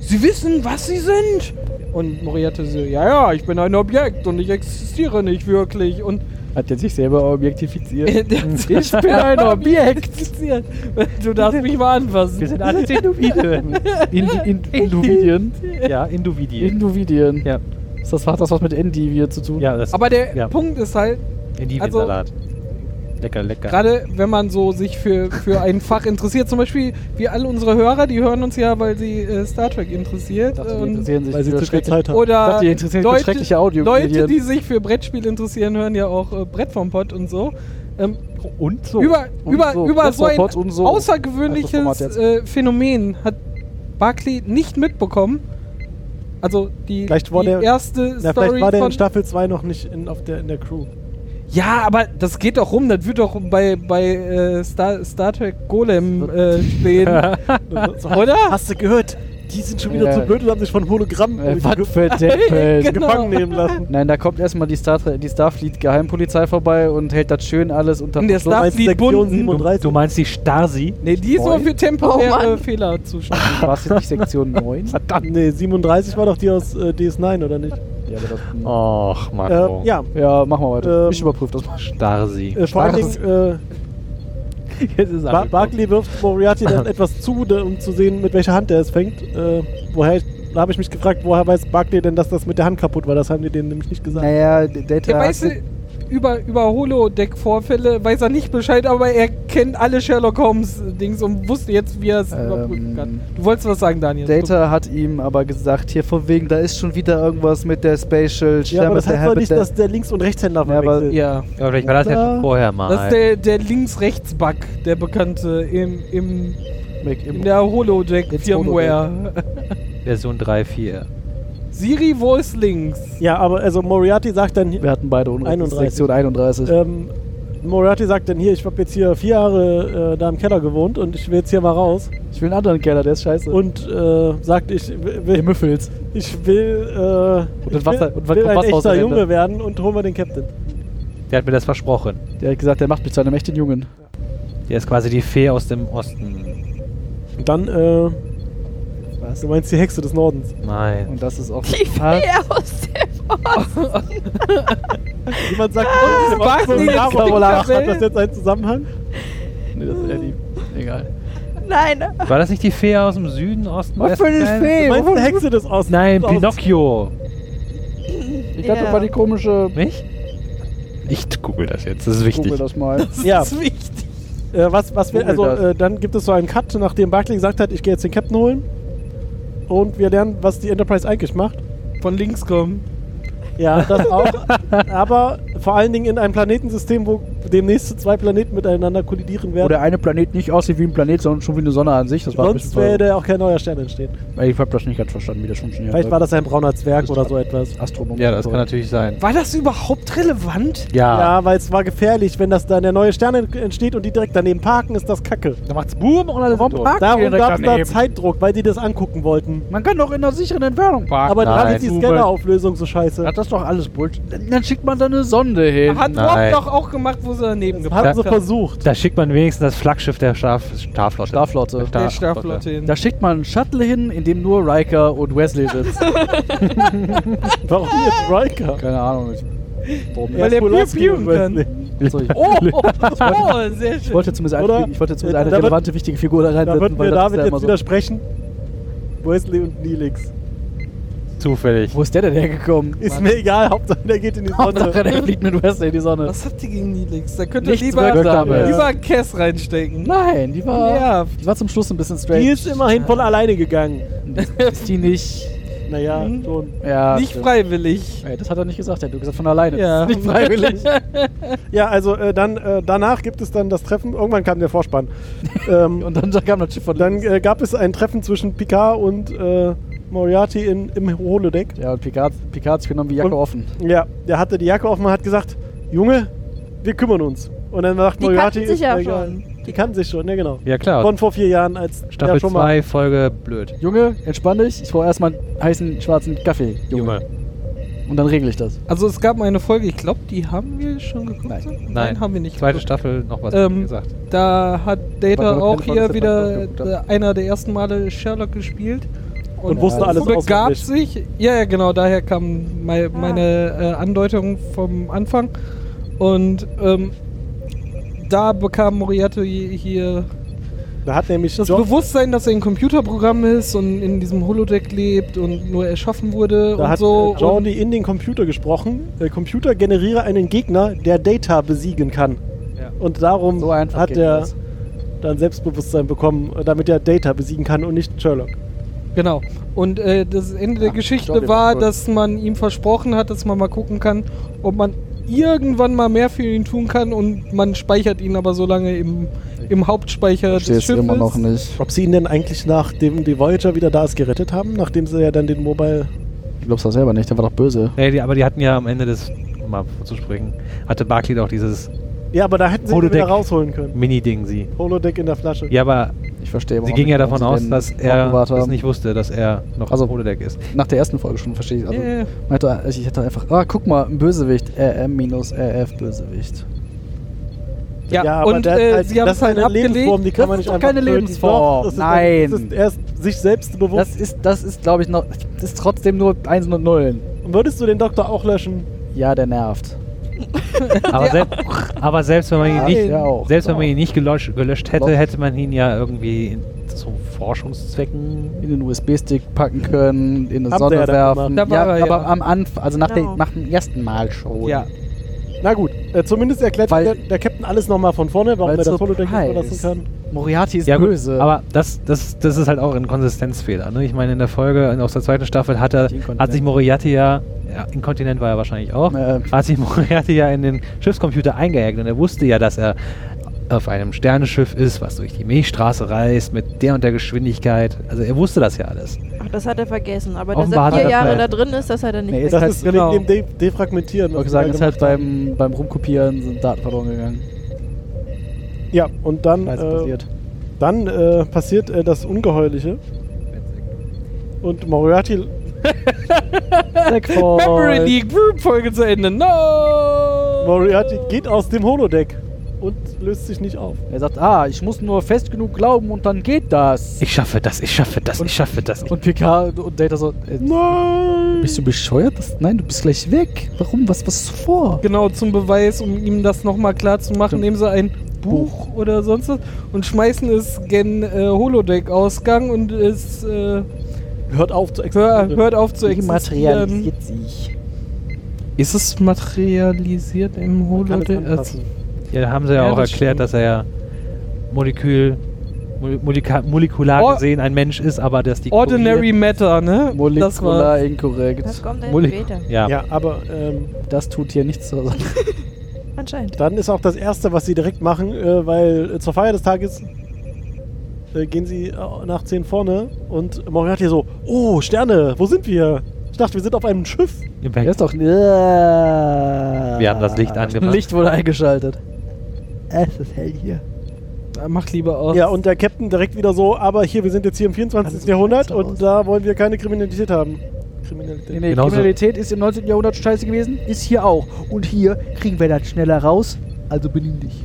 Speaker 6: Sie wissen, was Sie sind? Und Moriarty so, ja, ja, ich bin ein Objekt und ich existiere nicht wirklich. Und
Speaker 4: Hat jetzt sich selber objektifiziert. Hm.
Speaker 6: der hat sich
Speaker 4: ich bin ein Objekt.
Speaker 6: identifiziert. Du darfst mich mal
Speaker 3: wir
Speaker 6: anfassen.
Speaker 3: sind alle Individuen.
Speaker 4: In, in, Induvidien.
Speaker 3: ja, Individuen.
Speaker 4: Induvidien.
Speaker 3: Ja.
Speaker 4: Ist das, hat das was mit Endivir zu tun?
Speaker 3: ja, das
Speaker 6: Aber der
Speaker 3: ja.
Speaker 6: Punkt ist halt,
Speaker 3: Individensalat. lecker, lecker.
Speaker 6: gerade wenn man so sich für, für ein Fach interessiert, zum Beispiel wir alle unsere Hörer, die hören uns ja, weil sie äh, Star Trek interessiert.
Speaker 4: Ich dachte, die
Speaker 6: und-
Speaker 4: interessieren sich
Speaker 1: Weil sie
Speaker 4: für
Speaker 1: zu viel
Speaker 4: schreckliche-
Speaker 1: Zeit haben.
Speaker 6: Oder
Speaker 4: Ich dachte, die interessieren sich für schreckliche Audiomedien.
Speaker 6: Leute, die sich für Brettspiele interessieren, hören ja auch äh, Brett vom Pott und so. Ähm,
Speaker 3: und so.
Speaker 6: über
Speaker 4: und
Speaker 6: über,
Speaker 4: so.
Speaker 6: über
Speaker 4: Brett
Speaker 6: so
Speaker 4: vom
Speaker 6: ein
Speaker 4: Pott und so. Das ist das Format
Speaker 6: außergewöhnliches
Speaker 4: jetzt.
Speaker 6: äh, Phänomen hat Barclay nicht mitbekommen. Also die,
Speaker 1: Vielleicht war
Speaker 6: die
Speaker 1: der-
Speaker 6: erste
Speaker 1: Na,
Speaker 6: Story
Speaker 1: vielleicht war der in
Speaker 6: von
Speaker 1: Staffel 2 noch nicht in, auf der, in der Crew.
Speaker 6: Ja, aber das geht doch rum. Das wird doch bei, bei äh, Star, Star Trek Golem äh, stehen.
Speaker 1: Also, so,
Speaker 6: Oder?
Speaker 1: Hast du gehört? die sind schon wieder
Speaker 4: Ja.
Speaker 1: zu blöd und haben sich von Hologramm
Speaker 4: Äh,
Speaker 1: äh,
Speaker 4: was für Deppel.
Speaker 6: Genau.
Speaker 1: gefangen nehmen lassen.
Speaker 4: Nein, da kommt erstmal die, Star die Starfleet-Geheimpolizei vorbei und hält das schön alles unter
Speaker 6: Und der
Speaker 4: Verschluss.
Speaker 1: meinst
Speaker 6: Starfleet
Speaker 1: Sektion
Speaker 6: Bunden.
Speaker 1: 37?
Speaker 3: Du meinst die Stasi?
Speaker 6: Nee, die ist
Speaker 4: Moin.
Speaker 6: nur für
Speaker 5: Oh,
Speaker 6: temporäre
Speaker 5: Mann.
Speaker 6: Fehler zuständig.
Speaker 4: War es jetzt nicht Sektion 9?
Speaker 1: Verdammt. Nee, 37 war doch die aus äh, DS9, oder nicht?
Speaker 4: Ja, aber das,
Speaker 3: Och, Mann.
Speaker 1: Äh, ja,
Speaker 4: Ähm, ja, machen wir weiter.
Speaker 1: Ähm,
Speaker 4: ich überprüfe das mal.
Speaker 3: Stasi.
Speaker 1: äh, vor allen Dingen äh,
Speaker 3: Jetzt ist
Speaker 1: Bar
Speaker 3: angekommen.
Speaker 1: Barkley wirft Moriarty dann etwas zu, da, um zu sehen, mit welcher Hand er es fängt. Äh, woher, da habe ich mich gefragt, woher weiß Barkley denn, dass das mit der Hand kaputt war? Das haben die denen nämlich nicht gesagt.
Speaker 4: Naja, Data
Speaker 6: Der
Speaker 4: hat
Speaker 6: weiß äh, über, über Holodeck-Vorfälle weiß er nicht Bescheid, aber er kennt alle Sherlock Holmes-Dings und wusste jetzt, wie er es
Speaker 4: Ähm,
Speaker 6: überprüfen kann. Du wolltest was sagen, Daniel.
Speaker 4: Data hat ihm aber gesagt, hier von wegen, da ist schon wieder irgendwas mit der Spatial
Speaker 1: ja, aber
Speaker 4: mit
Speaker 1: das
Speaker 4: der
Speaker 1: heißt doch
Speaker 4: Habit-
Speaker 1: nicht, dass der Links- und Rechtshänder
Speaker 4: Ja, aber-
Speaker 1: verwechselt.
Speaker 6: Ja.
Speaker 3: Ja, vielleicht war das ja schon vorher mal.
Speaker 6: Das ist der, der Links-Rechts-Bug, der bekannte im, im,
Speaker 4: Mac im-
Speaker 6: in der
Speaker 4: Jetzt
Speaker 6: Holodeck-Firmware.
Speaker 3: Version 3.4.
Speaker 6: Siri, wo ist links?
Speaker 1: Ja, aber also Moriarty sagt dann,
Speaker 4: Wir hatten beide Unrecht.
Speaker 1: 31.
Speaker 4: Sektion 31.
Speaker 1: ähm, Moriarty sagt dann hier, ich habe jetzt hier vier Jahre äh, da im Keller gewohnt und ich will jetzt hier mal raus.
Speaker 4: ich will einen anderen Keller, der ist scheiße.
Speaker 1: Und äh, sagt, ich will,
Speaker 4: ihr
Speaker 1: will,
Speaker 4: müffelt.
Speaker 1: ich will, äh,
Speaker 4: dann
Speaker 1: ich
Speaker 4: Wasser-
Speaker 1: will,
Speaker 4: und dann
Speaker 1: will
Speaker 4: kommt
Speaker 1: ein
Speaker 4: Wasser aus
Speaker 1: echter
Speaker 4: der
Speaker 1: Junge
Speaker 4: Rinde.
Speaker 1: werden und holen wir den Captain.
Speaker 3: Der hat mir das versprochen.
Speaker 4: Der hat gesagt, der macht mich zu einem echten Jungen.
Speaker 3: Der ist quasi die Fee aus dem Osten.
Speaker 1: Und dann, äh,
Speaker 4: Was?
Speaker 1: du meinst die Hexe des Nordens.
Speaker 3: Nein.
Speaker 4: Und das ist auch.
Speaker 5: Die
Speaker 4: Ah,
Speaker 5: Fee aus dem Osten.
Speaker 1: Jemand sagt, oh,
Speaker 6: das war's
Speaker 1: Sebastian
Speaker 6: nicht, jetzt
Speaker 1: Jaro-
Speaker 6: kriegt
Speaker 1: Hat
Speaker 6: Kabel.
Speaker 1: das jetzt einen Zusammenhang?
Speaker 4: nee, das ist eher die. Egal.
Speaker 5: Nein.
Speaker 3: War das nicht die Fee aus dem Süden, Osten,
Speaker 4: Was für eine
Speaker 3: Westen?
Speaker 4: Fee?
Speaker 1: Du meinst die Hexe des Ostens?
Speaker 3: Nein,
Speaker 1: Aus-
Speaker 3: Pinocchio.
Speaker 4: Ich dachte,
Speaker 5: Ja.
Speaker 4: das war die komische.
Speaker 3: Mich? Ich google das jetzt, das ist wichtig.
Speaker 4: Google das mal.
Speaker 1: Ja.
Speaker 6: Das ist wichtig.
Speaker 1: Äh, was, was wir,
Speaker 4: Google
Speaker 1: also
Speaker 4: das.
Speaker 1: äh, dann gibt es so einen Cut, nachdem Barclay gesagt hat, ich gehe jetzt den Captain holen. Und wir lernen, was die Enterprise eigentlich macht.
Speaker 6: Von links kommen.
Speaker 1: Ja, das auch. aber vor allen Dingen in einem Planetensystem, wo demnächst zwei Planeten miteinander kollidieren
Speaker 4: Wo
Speaker 1: werden.
Speaker 4: der eine Planet nicht aussieht wie ein Planet, sondern schon wie eine Sonne an sich. Das war ein
Speaker 1: Sonst
Speaker 4: bisschen
Speaker 1: würde auch kein neuer Stern entstehen.
Speaker 4: verwirrend. Ich hab das nicht ganz verstanden, wie das funktioniert.
Speaker 1: Vielleicht war das ein brauner Zwerg oder so etwas.
Speaker 4: Astronom.
Speaker 3: Ja, das kann natürlich sein.
Speaker 6: War das überhaupt relevant?
Speaker 4: Ah.
Speaker 3: Ja.
Speaker 1: Ja, weil es war gefährlich, wenn das dann der neue Stern ent- entsteht und die direkt daneben parken, ist das Kacke.
Speaker 3: Da macht's Boom und alle
Speaker 4: Warum parken die
Speaker 1: Darum
Speaker 4: direkt
Speaker 1: gab es da
Speaker 4: daneben?
Speaker 1: Zeitdruck, weil die das angucken wollten.
Speaker 4: Man kann doch in einer sicheren Entfernung parken.
Speaker 1: Aber dann
Speaker 3: nein.
Speaker 1: ist die Scannerauflösung so scheiße.
Speaker 4: Hat das doch alles Bullshit. Dann schickt man da eine Sonde hin.
Speaker 6: Hat Rob
Speaker 3: Nein.
Speaker 6: doch auch gemacht, wo sie daneben
Speaker 1: Das
Speaker 6: geparkt
Speaker 1: haben sie
Speaker 6: haben.
Speaker 1: versucht.
Speaker 3: Da schickt man wenigstens das Flaggschiff der Schaf Starflotte.
Speaker 4: Starflotte.
Speaker 3: Der
Speaker 6: Der Starflotte hin.
Speaker 4: Da schickt man einen Shuttle hin, in dem nur Riker und Wesley sitzen.
Speaker 1: Warum jetzt Riker?
Speaker 4: Keine Ahnung. Ich, warum
Speaker 6: Weil
Speaker 4: nicht?
Speaker 6: der
Speaker 1: Pulaski
Speaker 6: Piu-Piu
Speaker 1: und Wesley.
Speaker 4: So, ich,
Speaker 6: Oh, oh, oh, sehr
Speaker 4: ich
Speaker 6: schön.
Speaker 4: wollte zumindest,
Speaker 1: Oder?
Speaker 4: eine, ich wollte zumindest eine
Speaker 1: Da wird-
Speaker 4: relevante, wichtige Figur da
Speaker 1: Da
Speaker 4: reinsetzen.
Speaker 1: würden
Speaker 4: weil
Speaker 1: wir
Speaker 4: das ist
Speaker 1: David
Speaker 4: ja
Speaker 1: jetzt
Speaker 4: immer so.
Speaker 1: widersprechen. Wesley und Nelix.
Speaker 3: Zufällig.
Speaker 4: Wo ist der denn hergekommen?
Speaker 1: Ist mir egal, Hauptsache der geht in die
Speaker 4: Hauptsache,
Speaker 1: Sonne.
Speaker 4: der fliegt mit Wesley in die Sonne.
Speaker 6: Was habt ihr gegen Nilix? Da könnt ihr
Speaker 4: Nichts
Speaker 6: lieber,
Speaker 4: Wirksames.
Speaker 6: lieber Cass reinstecken.
Speaker 4: Nein, die war,
Speaker 6: Nervt.
Speaker 4: die war zum Schluss ein bisschen strange.
Speaker 1: Die ist immerhin von alleine gegangen.
Speaker 4: ist die nicht.
Speaker 1: Naja,
Speaker 6: Mhm.
Speaker 1: schon.
Speaker 4: Ja,
Speaker 6: Nicht
Speaker 4: stimmt.
Speaker 6: freiwillig.
Speaker 4: Ey, das hat er nicht gesagt, er hat nur gesagt von alleine.
Speaker 6: Ja.
Speaker 4: Das ist nicht freiwillig.
Speaker 1: Ja, also äh, dann äh, danach gibt es dann das Treffen. Irgendwann kam der Vorspann. ähm,
Speaker 4: Und dann kam das Schiff von
Speaker 1: dann
Speaker 4: links.
Speaker 1: äh, gab es ein Treffen zwischen Picard und äh, Moriarty in, im Holodeck.
Speaker 4: Ja, und Picard, Picard hat sich genommen wie Jacke
Speaker 1: Und-
Speaker 4: offen.
Speaker 1: Ja, der hatte die Jacke offen und hat gesagt, Junge, wir kümmern uns. Und dann sagt
Speaker 5: Die
Speaker 1: Moriarty,
Speaker 5: kannten sich
Speaker 1: ist
Speaker 5: ja
Speaker 1: mir egal.
Speaker 5: schon.
Speaker 1: Die kannten sich schon, ja genau.
Speaker 3: Ja klar.
Speaker 1: Von vor vier Jahren als
Speaker 3: Staffel
Speaker 1: ja, schon mal.
Speaker 3: 2, Folge blöd.
Speaker 4: Junge, entspann dich, ich brauche erstmal einen heißen schwarzen Kaffee, Junge. Und dann regle ich das.
Speaker 6: Also es gab mal eine Folge, ich glaube, die haben wir schon geguckt.
Speaker 4: Nein.
Speaker 6: Nein,
Speaker 3: Nein,
Speaker 6: haben wir nicht
Speaker 3: Zweite
Speaker 6: geguckt.
Speaker 3: Staffel, noch was
Speaker 6: Ähm,
Speaker 3: gesagt.
Speaker 6: Da hat
Speaker 4: Warte,
Speaker 6: Data
Speaker 4: warte,
Speaker 6: auch
Speaker 4: keine Folge,
Speaker 6: hier
Speaker 4: das hat
Speaker 6: wieder
Speaker 4: man geguckt, ja.
Speaker 6: äh, einer der ersten Male Sherlock gespielt.
Speaker 1: Und wusste
Speaker 6: ja,
Speaker 1: alles
Speaker 6: begab
Speaker 1: auswendig.
Speaker 6: sich. Ja, ja, genau, daher kam mei- meine äh, Andeutung vom Anfang. Und ähm, da bekam Moriarty hier
Speaker 1: Da hat nämlich
Speaker 6: das
Speaker 1: John,
Speaker 6: Bewusstsein, dass er ein Computerprogramm ist und in diesem Holodeck lebt und nur erschaffen wurde
Speaker 1: da
Speaker 6: und
Speaker 1: hat
Speaker 6: so.
Speaker 1: äh, Jordi in den Computer gesprochen. Äh, Computer generiere einen Gegner, der Data besiegen kann.
Speaker 3: Ja.
Speaker 1: Und darum
Speaker 4: So einfach
Speaker 1: hat
Speaker 4: geht
Speaker 1: er
Speaker 4: das.
Speaker 1: dann Selbstbewusstsein bekommen, äh, damit er Data besiegen kann und nicht Sherlock.
Speaker 6: Genau. Und äh, das Ende der
Speaker 4: Ah,
Speaker 6: Geschichte
Speaker 4: Jordi
Speaker 6: war,
Speaker 4: war cool.
Speaker 6: dass man ihm versprochen hat, dass man mal gucken kann, ob man irgendwann mal mehr für ihn tun kann und man speichert ihn aber so lange im, im Hauptspeicher des Schiffes.
Speaker 4: nicht.
Speaker 1: Ob sie ihn denn eigentlich nachdem die Voyager wieder da ist gerettet haben, nachdem sie ja dann den Mobile
Speaker 4: Ich glaub's doch selber nicht, der war doch böse.
Speaker 3: Nee, die, aber die hatten ja am Ende des, um mal vorzuspringen, hatte Barclay doch dieses
Speaker 1: Ja, aber da hätten sie ihn
Speaker 3: Holodeck.
Speaker 1: wieder rausholen können.
Speaker 3: Mini-Ding sie.
Speaker 1: Holodeck in der Flasche.
Speaker 3: Ja, aber
Speaker 4: Ich verstehe
Speaker 3: Sie
Speaker 4: überhaupt
Speaker 3: ging ja
Speaker 4: nicht, warum
Speaker 3: davon
Speaker 4: sie
Speaker 3: aus,
Speaker 4: den
Speaker 3: dass er
Speaker 4: Overwater-
Speaker 3: das nicht wusste, dass er noch
Speaker 4: Also-
Speaker 3: also, Holodeck ist.
Speaker 4: Nach der ersten Folge schon, verstehe ich. Also,
Speaker 6: Ja, ja.
Speaker 4: meinte, er- ich hätte einfach, ah, guck mal, ein Bösewicht. RM-RF Bösewicht.
Speaker 6: Ja,
Speaker 1: aber
Speaker 6: und
Speaker 1: der-
Speaker 6: äh,
Speaker 1: als-
Speaker 6: sie haben
Speaker 1: das
Speaker 6: es
Speaker 1: ist
Speaker 6: halt
Speaker 1: eine
Speaker 6: abgelegt.
Speaker 1: Lebensform, die kann
Speaker 4: Das
Speaker 1: man
Speaker 4: ist
Speaker 1: nicht
Speaker 4: doch
Speaker 1: einfach
Speaker 4: keine
Speaker 1: töten.
Speaker 4: Lebensform.
Speaker 1: Doch, das ist-
Speaker 4: Nein.
Speaker 1: Das ist erst sich selbst bewusst.
Speaker 4: Das ist, das ist glaube ich, noch. Das ist trotzdem nur Einsen und Nullen.
Speaker 1: Würdest du den Doktor auch löschen?
Speaker 4: Ja, der nervt.
Speaker 3: Aber, sel aber selbst wenn man ihn
Speaker 4: Ja,
Speaker 3: nicht,
Speaker 4: ja auch,
Speaker 3: selbst wenn man
Speaker 4: genau.
Speaker 3: ihn nicht gelöscht, gelöscht
Speaker 4: Doch.
Speaker 3: hätte, hätte man ihn ja irgendwie in- zu Forschungszwecken.
Speaker 4: In den USB-Stick packen können, in eine
Speaker 1: Haben
Speaker 4: Sonne
Speaker 1: sie ja dann
Speaker 4: werfen.
Speaker 6: gemacht. Da war
Speaker 4: ja,
Speaker 6: er ja.
Speaker 4: aber am Anfang, also nach,
Speaker 5: Genau.
Speaker 4: der, nach dem ersten Mal schon.
Speaker 6: Ja,
Speaker 1: Na gut, äh, zumindest erklärt
Speaker 4: Weil-
Speaker 1: der, der Captain alles nochmal von vorne, warum
Speaker 4: Weil
Speaker 1: er das Holodeck nicht
Speaker 4: Surprise.
Speaker 1: verlassen kann.
Speaker 4: Moriarty ist
Speaker 3: Ja, gut,
Speaker 4: böse.
Speaker 3: aber das, das, das ist halt auch ein Konsistenzfehler. Ne? Ich meine, in der Folge aus der zweiten Staffel hat, er,
Speaker 4: Die Inkontinent.
Speaker 3: hat sich Moriarty ja, ja, inkontinent war er wahrscheinlich auch,
Speaker 4: Ja.
Speaker 3: hat sich Moriarty ja in den Schiffscomputer eingehackt und er wusste ja, dass er auf einem Sternenschiff ist, was durch die Milchstraße reist, mit der und der Geschwindigkeit. Also er wusste das ja alles.
Speaker 5: Ach, das hat er vergessen. Aber dass
Speaker 3: Offenbar hat
Speaker 5: er
Speaker 3: er
Speaker 5: vier
Speaker 3: das
Speaker 5: Jahre da
Speaker 3: vergessen.
Speaker 5: drin ist, das hat er nicht.
Speaker 4: Nee,
Speaker 5: Nee,
Speaker 4: ist
Speaker 1: Das
Speaker 4: halt-
Speaker 1: ist
Speaker 6: genau.
Speaker 1: wegen dem De Defragmentieren.
Speaker 4: ich wollte
Speaker 1: was
Speaker 4: sagen,
Speaker 1: wir da
Speaker 4: ist halt
Speaker 1: gemacht haben.
Speaker 4: beim, beim Rumkopieren sind Daten verloren gegangen.
Speaker 1: Ja, und dann,
Speaker 4: Scheiße
Speaker 1: äh,
Speaker 4: passiert.
Speaker 1: dann äh, passiert äh, das Ungeheuerliche. Und Moriarty
Speaker 6: Memory League Group Folge zu Ende. No!
Speaker 1: Moriarty geht aus dem Holodeck und löst sich nicht auf.
Speaker 4: Er sagt, ah, ich muss nur fest genug glauben und dann geht das.
Speaker 3: Ich schaffe das, ich schaffe das,
Speaker 4: Und-
Speaker 3: ich schaffe das. Ich
Speaker 4: und Picard und Data so, äh,
Speaker 1: Nein!
Speaker 4: bist du bescheuert? Das, nein, du bist gleich weg. Warum? Was was hast du vor?
Speaker 6: Genau, zum Beweis, um ihm das nochmal klar zu machen, nehmen sie ein Buch oder sonst was und schmeißen es gen äh, Holodeck-Ausgang und es äh,
Speaker 1: Hört auf zu
Speaker 6: hör,
Speaker 1: existieren.
Speaker 6: hört auf zu
Speaker 4: Die
Speaker 6: existieren.
Speaker 4: materialisiert sich.
Speaker 6: Ist es materialisiert im
Speaker 1: Kann es
Speaker 6: Holodeck? Also,
Speaker 1: anpassen.
Speaker 3: Ja, da haben sie ja,
Speaker 6: Ja,
Speaker 3: auch
Speaker 6: das
Speaker 3: erklärt,
Speaker 6: stimmt.
Speaker 3: dass er ja Molekül, Mol- Molika, molekular
Speaker 4: Oh.
Speaker 6: Or-
Speaker 3: gesehen ein Mensch ist, aber dass die
Speaker 6: Ordinary Matter, ne? Das
Speaker 4: Molekular
Speaker 6: war
Speaker 5: das
Speaker 4: inkorrekt.
Speaker 3: Kurier-
Speaker 5: kommt erst
Speaker 3: Mole
Speaker 5: später.
Speaker 3: ja.
Speaker 1: Ja, aber ähm,
Speaker 4: Das tut hier nichts Also, zur Sache.
Speaker 5: Anscheinend.
Speaker 1: dann ist auch das Erste, was sie direkt machen, äh, weil äh, zur Feier des Tages äh, gehen sie äh, nach 10 vorne und Moriarty so, oh, Sterne, wo sind wir? Ich dachte, wir sind auf einem Schiff.
Speaker 3: Im
Speaker 4: Er
Speaker 3: Weg.
Speaker 4: ist doch. Wir
Speaker 3: haben das Licht angemacht.
Speaker 4: Licht wurde eingeschaltet. Es ist hell hier.
Speaker 6: Mach lieber aus.
Speaker 1: Ja, und der Captain direkt wieder so, aber hier, wir sind jetzt hier im 24.
Speaker 4: Also,
Speaker 1: Jahrhundert
Speaker 4: so aus.
Speaker 1: und da wollen wir keine Kriminalität haben. Kriminalität.
Speaker 4: Nee, nee,
Speaker 3: Genauso.
Speaker 4: Kriminalität ist im 19. Jahrhundert scheiße gewesen, ist hier auch. Und hier kriegen wir das schneller raus, also benimm dich.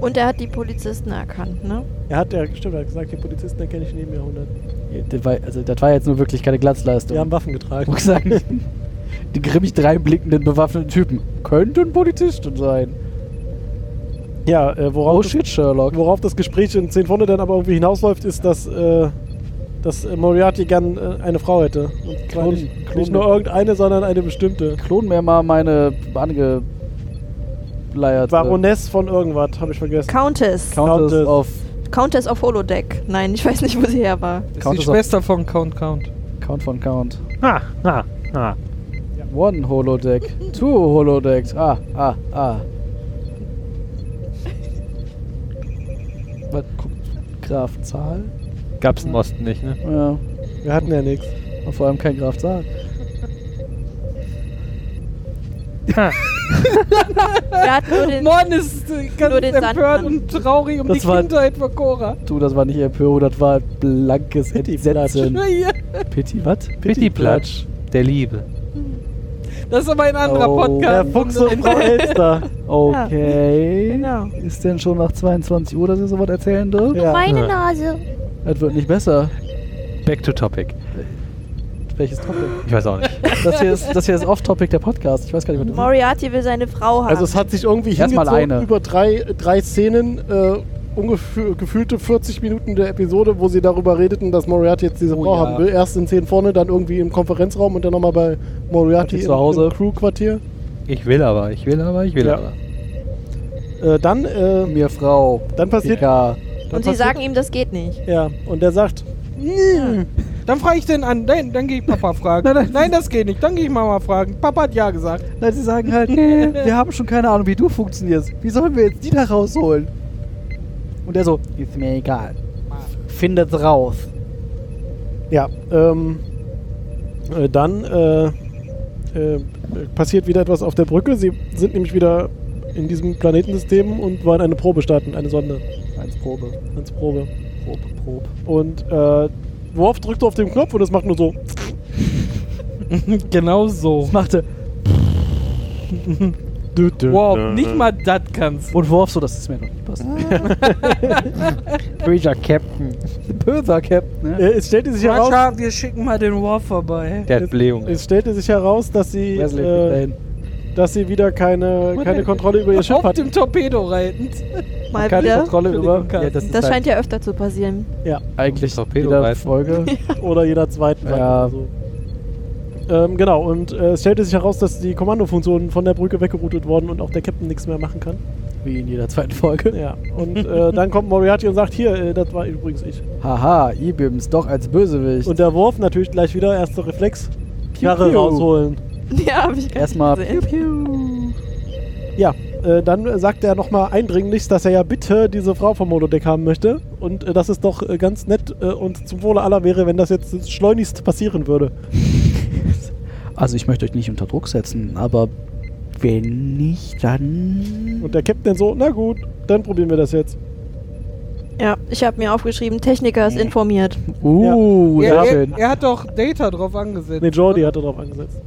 Speaker 5: Und er hat die Polizisten erkannt, ne?
Speaker 1: Er hat ja, stimmt, er hat gesagt, die Polizisten erkenne ich in jedem Jahrhundert.
Speaker 4: Ja, Das war, also, das war jetzt nur wirklich keine Glatzleistung.
Speaker 1: Die haben Waffen
Speaker 4: Ich muss
Speaker 1: getragen.
Speaker 4: sagen, die grimmig dreinblickenden bewaffneten Typen könnten Polizisten sein.
Speaker 1: Ja, äh, worauf,
Speaker 4: Oh shit, Sherlock.
Speaker 1: worauf das Gespräch in 10 vorne dann aber irgendwie hinausläuft, ist, dass, äh, dass äh, Moriarty gern äh, eine Frau hätte. Und zwar
Speaker 4: Klon-
Speaker 1: nicht,
Speaker 4: Klon-
Speaker 1: nicht nur irgendeine, sondern eine bestimmte.
Speaker 4: Klon mir mal meine angeleierte
Speaker 1: Baroness von irgendwas, habe ich vergessen.
Speaker 5: Countess.
Speaker 4: Countess
Speaker 1: Countess.
Speaker 4: of
Speaker 5: Countess auf Holodeck. Nein, ich weiß nicht, wo sie her war.
Speaker 6: ist die
Speaker 4: Countess of-
Speaker 6: Schwester von Count Count.
Speaker 4: Count von Count.
Speaker 3: Ah, ah, ah.
Speaker 4: One Holodeck, two Holodecks. Ah, ah, ah. Was guckt Graf Zahl?
Speaker 3: Gab's im Osten nicht, ne?
Speaker 4: Ja,
Speaker 1: Wir hatten ja nichts.
Speaker 4: und vor allem kein Graf Zahl.
Speaker 5: Er hat nur den.
Speaker 6: Morn ist äh, ganz
Speaker 5: Nur den
Speaker 6: empört
Speaker 5: Sandmann.
Speaker 6: und traurig um
Speaker 4: Das
Speaker 6: die
Speaker 4: war-
Speaker 6: Kindheit von Cora.
Speaker 4: Du, das war nicht Empörung, das war blankes
Speaker 1: Pity
Speaker 4: Entsetzen.
Speaker 6: Hier.
Speaker 4: Pitti, was?
Speaker 3: Pittiplatsch. Der Liebe.
Speaker 6: Das ist aber ein anderer
Speaker 4: Oh.
Speaker 1: Der
Speaker 6: Podcast.
Speaker 1: Fuchs und Frau Elster.
Speaker 4: Okay.
Speaker 5: Genau.
Speaker 4: Ist denn schon nach 22 Uhr, dass ihr sowas erzählen dürft?
Speaker 1: Ja.
Speaker 3: Ja.
Speaker 2: Meine Nase.
Speaker 4: Das wird nicht besser.
Speaker 3: Back to topic.
Speaker 4: Welches Topic?
Speaker 3: Ich weiß auch nicht.
Speaker 4: Das hier ist, das hier ist Off-Topic der Podcast. Ich weiß gar nicht, was du
Speaker 5: Moriarty will seine Frau haben.
Speaker 1: Also es hat sich irgendwie
Speaker 4: Erstmal
Speaker 1: hingezogen
Speaker 4: eine.
Speaker 1: über drei, drei Szenen, äh, ungefähr, gefühlte 40 Minuten der Episode, wo sie darüber redeten, dass Moriarty jetzt diese
Speaker 4: Oh
Speaker 1: Frau
Speaker 4: ja.
Speaker 1: haben will. Erst in 10 vorne, dann irgendwie im Konferenzraum und dann nochmal bei Moriarty
Speaker 4: Moriarty
Speaker 1: im-
Speaker 4: zu Hause.
Speaker 1: im Crewquartier.
Speaker 3: Ich will aber, ich will aber, ich will
Speaker 1: Ja.
Speaker 3: aber.
Speaker 1: Äh, dann, äh,
Speaker 4: Mir Frau.
Speaker 1: dann passiert... Dann
Speaker 4: PK.
Speaker 5: und sie
Speaker 1: passiert-
Speaker 5: sagen ihm, das geht nicht.
Speaker 1: Ja, und der sagt,
Speaker 6: Dann frage ich den an. Nein, dann gehe ich Papa fragen. nein, das geht nicht. Dann gehe ich Mama fragen. Papa hat ja gesagt.
Speaker 4: Nein, sie sagen halt, nee, wir haben schon keine Ahnung, wie du funktionierst. Wie sollen wir jetzt die da rausholen? Und er so, ist mir egal. Findet raus.
Speaker 1: ja, ähm, äh, dann äh, äh, passiert wieder etwas auf der Brücke. Sie sind nämlich wieder in diesem Planetensystem und wollen eine Probe starten, eine Sonde
Speaker 4: Eins Probe.
Speaker 1: als Probe.
Speaker 6: Prob, Prob.
Speaker 1: Und äh, Worf drückt auf den Knopf und es macht nur so.
Speaker 6: genau so.
Speaker 4: Das machte
Speaker 6: Wow, nicht mal das kannst
Speaker 4: und Worf so, dass es mir noch nicht passt.
Speaker 3: Böser Captain.
Speaker 4: Böser Captain. Ne?
Speaker 1: Äh, es stellte sich heraus,
Speaker 6: Sascha, wir schicken mal den War vorbei.
Speaker 3: Der hat Blähung.
Speaker 1: es stellte sich heraus, dass sie,
Speaker 4: Wesley fliegt
Speaker 1: äh,
Speaker 4: dahin.
Speaker 1: dass sie wieder keine, keine Kontrolle über ihr Schiff
Speaker 6: Auf
Speaker 1: hat.
Speaker 6: dem Torpedo reitend.
Speaker 5: Mal
Speaker 4: Keine
Speaker 5: wieder.
Speaker 4: Kontrolle über.
Speaker 6: Entschuldigung,
Speaker 4: das ist
Speaker 5: Das
Speaker 4: halt
Speaker 5: scheint ja öfter zu passieren.
Speaker 4: eigentlich
Speaker 3: Torpedo
Speaker 4: jeder
Speaker 3: reißen.
Speaker 4: Folge.
Speaker 1: Oder jeder zweiten.
Speaker 4: Ja.
Speaker 1: Wand oder so. Ähm, genau, und äh, es stellte sich heraus, dass die Kommandofunktionen von der Brücke weggeroutet wurden und auch der Captain nichts mehr machen kann.
Speaker 4: Wie in jeder zweiten Folge.
Speaker 1: Ja, und äh, dann kommt Moriarty und sagt, hier, äh, das war übrigens ich.
Speaker 4: Haha, Ibims doch als Bösewicht.
Speaker 1: Und der Wurf natürlich gleich wieder, erster Reflex, Knarre
Speaker 4: piu.
Speaker 1: rausholen.
Speaker 5: Ja, habe ich gar
Speaker 4: Erstmal
Speaker 5: nicht gesehen.
Speaker 1: Ja, äh, dann äh, sagt er nochmal eindringlich, dass er ja bitte diese Frau vom Monodeck haben möchte und äh, dass es doch äh, ganz nett äh, und zum Wohle aller wäre, wenn das jetzt schleunigst passieren würde.
Speaker 4: Also ich möchte euch nicht unter Druck setzen, aber wenn nicht, dann.
Speaker 1: Und der Captain so, na gut, dann probieren wir das jetzt.
Speaker 5: Ja, ich habe mir aufgeschrieben, Techniker ist informiert.
Speaker 4: Uh,
Speaker 6: er,
Speaker 4: sehr
Speaker 6: er,
Speaker 4: schön.
Speaker 6: er hat doch Data drauf angesetzt.
Speaker 1: Ne, Jordi hatte drauf angesetzt.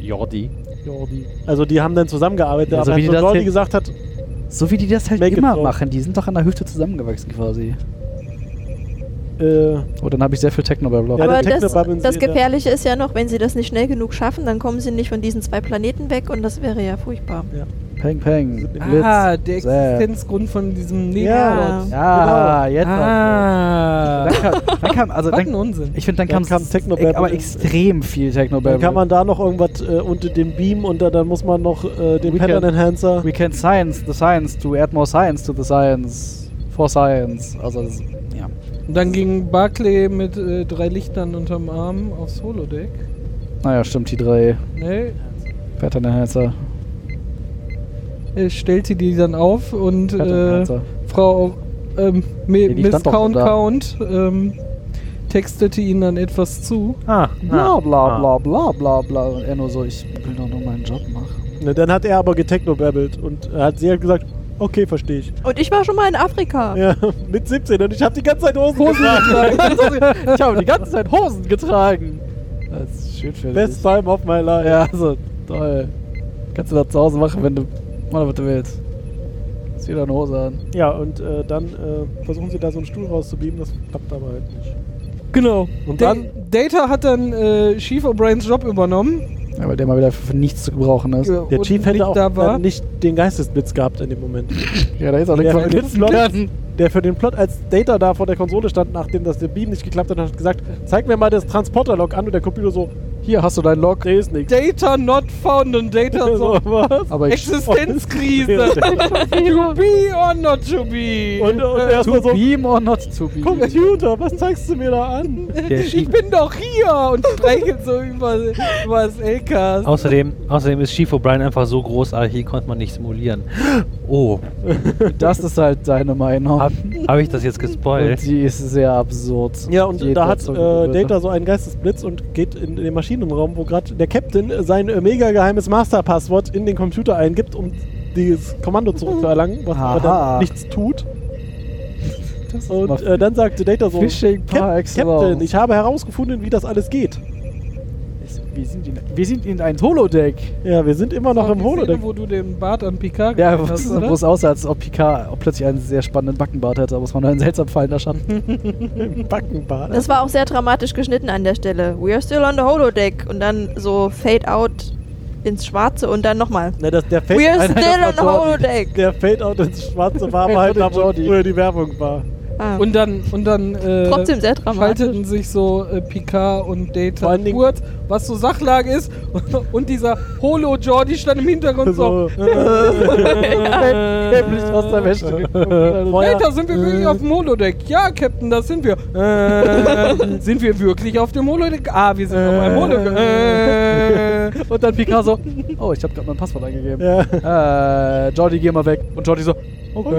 Speaker 3: Jordi.
Speaker 1: Jordi. Also die haben dann zusammengearbeitet,
Speaker 4: Also
Speaker 1: aber
Speaker 4: wie die
Speaker 1: als
Speaker 4: das
Speaker 1: Jordi
Speaker 4: hin-
Speaker 1: gesagt hat,
Speaker 4: So wie die das halt
Speaker 1: Make it
Speaker 4: immer
Speaker 1: so.
Speaker 4: machen. Die sind doch an der Hüfte zusammengewachsen quasi.
Speaker 1: äh,
Speaker 4: Oh, dann habe ich sehr viel Techno bei Blog.
Speaker 1: Ja,
Speaker 5: Aber
Speaker 1: der
Speaker 5: das,
Speaker 1: Technobabbeln
Speaker 5: das
Speaker 1: sie in der-
Speaker 5: Gefährliche ist ja noch, wenn sie das nicht schnell genug schaffen, dann kommen sie nicht von diesen zwei Planeten weg und das wäre ja furchtbar.
Speaker 4: Peng, peng. Blitz.
Speaker 6: ah, der
Speaker 4: Zap.
Speaker 6: Existenzgrund von
Speaker 1: Ja.
Speaker 6: diesem Nebelort.
Speaker 1: genau.
Speaker 4: Ja, jetzt
Speaker 6: Ah.
Speaker 4: noch. Dann kam, dann kam also
Speaker 6: Was ein
Speaker 4: dann,
Speaker 6: Unsinn.
Speaker 4: ich finde, dann,
Speaker 1: Dann
Speaker 4: kam
Speaker 1: kam
Speaker 4: es
Speaker 1: Technobabble.
Speaker 4: aber extrem viel techno
Speaker 1: dann kann man da noch irgendwas äh, unter dem Beam und da, dann muss man noch äh, den
Speaker 4: We can-
Speaker 1: Pattern Enhancer.
Speaker 4: We can science the science to add more science to the science for science. Also das, ja.
Speaker 6: Und dann ging Barclay mit äh, drei Lichtern unterm Arm aufs Holodeck.
Speaker 4: Naja, stimmt, die drei
Speaker 6: Ne?
Speaker 4: Pattern Enhancer.
Speaker 6: Er stellte äh, die dann auf und
Speaker 4: Pattern
Speaker 6: äh,
Speaker 4: Enhancer.
Speaker 6: Frau ähm, Mi-
Speaker 4: Nee, die
Speaker 6: Miss
Speaker 4: stand doch
Speaker 6: Count
Speaker 4: da.
Speaker 6: Count ähm, textete ihnen dann etwas zu.
Speaker 3: Ah.
Speaker 4: Bla bla bla bla bla bla. Und er nur so, ich will doch nur meinen Job machen.
Speaker 1: Ne, dann hat er aber getechnobabbelt und hat sie hat gesagt, okay, verstehe ich.
Speaker 5: Und ich war schon mal in Afrika.
Speaker 1: Ja, mit 17 und ich habe die ganze Zeit Hosen getragen.
Speaker 6: genau.
Speaker 4: ich habe die ganze Zeit Hosen getragen. Das ist schön für dich.
Speaker 1: Best time of my life.
Speaker 4: Ja, so toll. Kannst du das zu Hause machen, wenn du mal was du willst. Zieh deine Hose an.
Speaker 1: Ja, und äh, dann äh, versuchen sie da so einen Stuhl rauszubieben, das klappt aber halt nicht.
Speaker 6: Genau.
Speaker 1: Und
Speaker 6: Da
Speaker 1: dann-
Speaker 6: Data hat dann äh, Chief O'Briens Job übernommen.
Speaker 4: Ja, weil der mal wieder für nichts zu gebrauchen ist.
Speaker 6: äh,
Speaker 1: Der
Speaker 6: und
Speaker 1: Chief hätte
Speaker 6: nicht
Speaker 1: auch
Speaker 6: da war.
Speaker 1: dann nicht den Geistesblitz gehabt in dem Moment.
Speaker 4: Ja, da ist auch nichts
Speaker 1: Ja,
Speaker 4: mehr
Speaker 1: den
Speaker 4: nützen
Speaker 1: Plot-
Speaker 4: kann.
Speaker 1: Der für den Plot, als Data da vor der Konsole stand, nachdem das der Beam nicht geklappt hat, hat gesagt, zeig mir mal das Transporter-Log an und der Computer so,
Speaker 4: Hier hast du deinen Log.
Speaker 1: der ist nichts.
Speaker 6: Data not found und Data so.
Speaker 1: So, was?
Speaker 4: Aber ich
Speaker 6: Existenzkrise. to be or not to be.
Speaker 1: Und, und er ist
Speaker 4: to
Speaker 1: nur so,
Speaker 4: beam or not to beam.
Speaker 1: Computer, was zeigst du mir da an?
Speaker 3: Der
Speaker 6: ich
Speaker 3: Chief.
Speaker 6: bin doch hier und streichelt so über, über das LKs.
Speaker 3: Außerdem, außerdem ist Chief O'Brien einfach so großartig, den konnte man nicht simulieren. Oh,
Speaker 4: Das ist halt deine Meinung.
Speaker 3: habe hab ich das jetzt
Speaker 4: und
Speaker 3: gespoilt?
Speaker 4: die ist sehr absurd.
Speaker 1: Ja, und
Speaker 4: Jeder
Speaker 1: da hat äh,
Speaker 4: Zunge würde.
Speaker 1: Data so einen Geistesblitz und geht in den Maschinenraum, wo gerade der Captain äh, sein äh, mega geheimes Masterpasswort in den Computer eingibt, um dieses Kommando zurückzuerlangen, was aber
Speaker 4: Aha.
Speaker 1: dann nichts tut.
Speaker 4: Das ist mal
Speaker 1: Und äh, dann sagte Data so: "Cap-
Speaker 4: Phishing par
Speaker 1: Captain,
Speaker 4: excellence.
Speaker 1: ich habe herausgefunden, wie das alles geht.
Speaker 4: Wir sind, in, wir sind in ein Holodeck.
Speaker 1: Ja, wir sind immer noch
Speaker 6: Auch die
Speaker 1: im Holodeck.
Speaker 6: Szene, wo du den Bart an Picard
Speaker 4: Ja,
Speaker 6: gegeben
Speaker 4: wo
Speaker 6: hast,
Speaker 4: es
Speaker 6: oder?
Speaker 4: wo es aussah, als ob Picard ob plötzlich einen sehr spannenden Backenbart hätte, aber es war nur ein seltsam fallender Schatten.
Speaker 1: Im Backenbad.
Speaker 5: Das war auch sehr dramatisch geschnitten an der Stelle. We are still on the holodeck. Und dann so Fade out ins Schwarze und dann nochmal.
Speaker 1: Na, ne, das, der Fade,
Speaker 5: We are
Speaker 1: Nein, nein,
Speaker 5: still on
Speaker 1: das
Speaker 5: the
Speaker 1: war Jordi.
Speaker 5: holodeck.
Speaker 1: Der Fade-Out ins Schwarze war aber halt da, wo
Speaker 4: Jordi.
Speaker 1: früher die Werbung war.
Speaker 5: Ah.
Speaker 6: Und dann, und dann äh,
Speaker 5: Trotzdem sehr dramatisch.
Speaker 6: schalteten sich so äh, Picard und
Speaker 1: Vor
Speaker 6: Data
Speaker 1: allen Dingen-
Speaker 6: kurz, was so Sachlage ist. Und dieser Holo-Jordi stand im Hintergrund so.
Speaker 1: So, äh,
Speaker 4: Nämlich aus der Wäsche geguckt.
Speaker 1: vorher-
Speaker 6: Data, sind wir wirklich auf dem Holodeck? Ja, Captain, das sind wir. Äh, sind wir wirklich auf dem Holodeck? Ah, wir sind auf einem Holodeck. Äh,
Speaker 4: Und dann Picard so, oh, ich habe gerade mein Passwort eingegeben.
Speaker 1: ja.
Speaker 4: Äh, Jordi, geh mal weg. Und Jordi so, okay.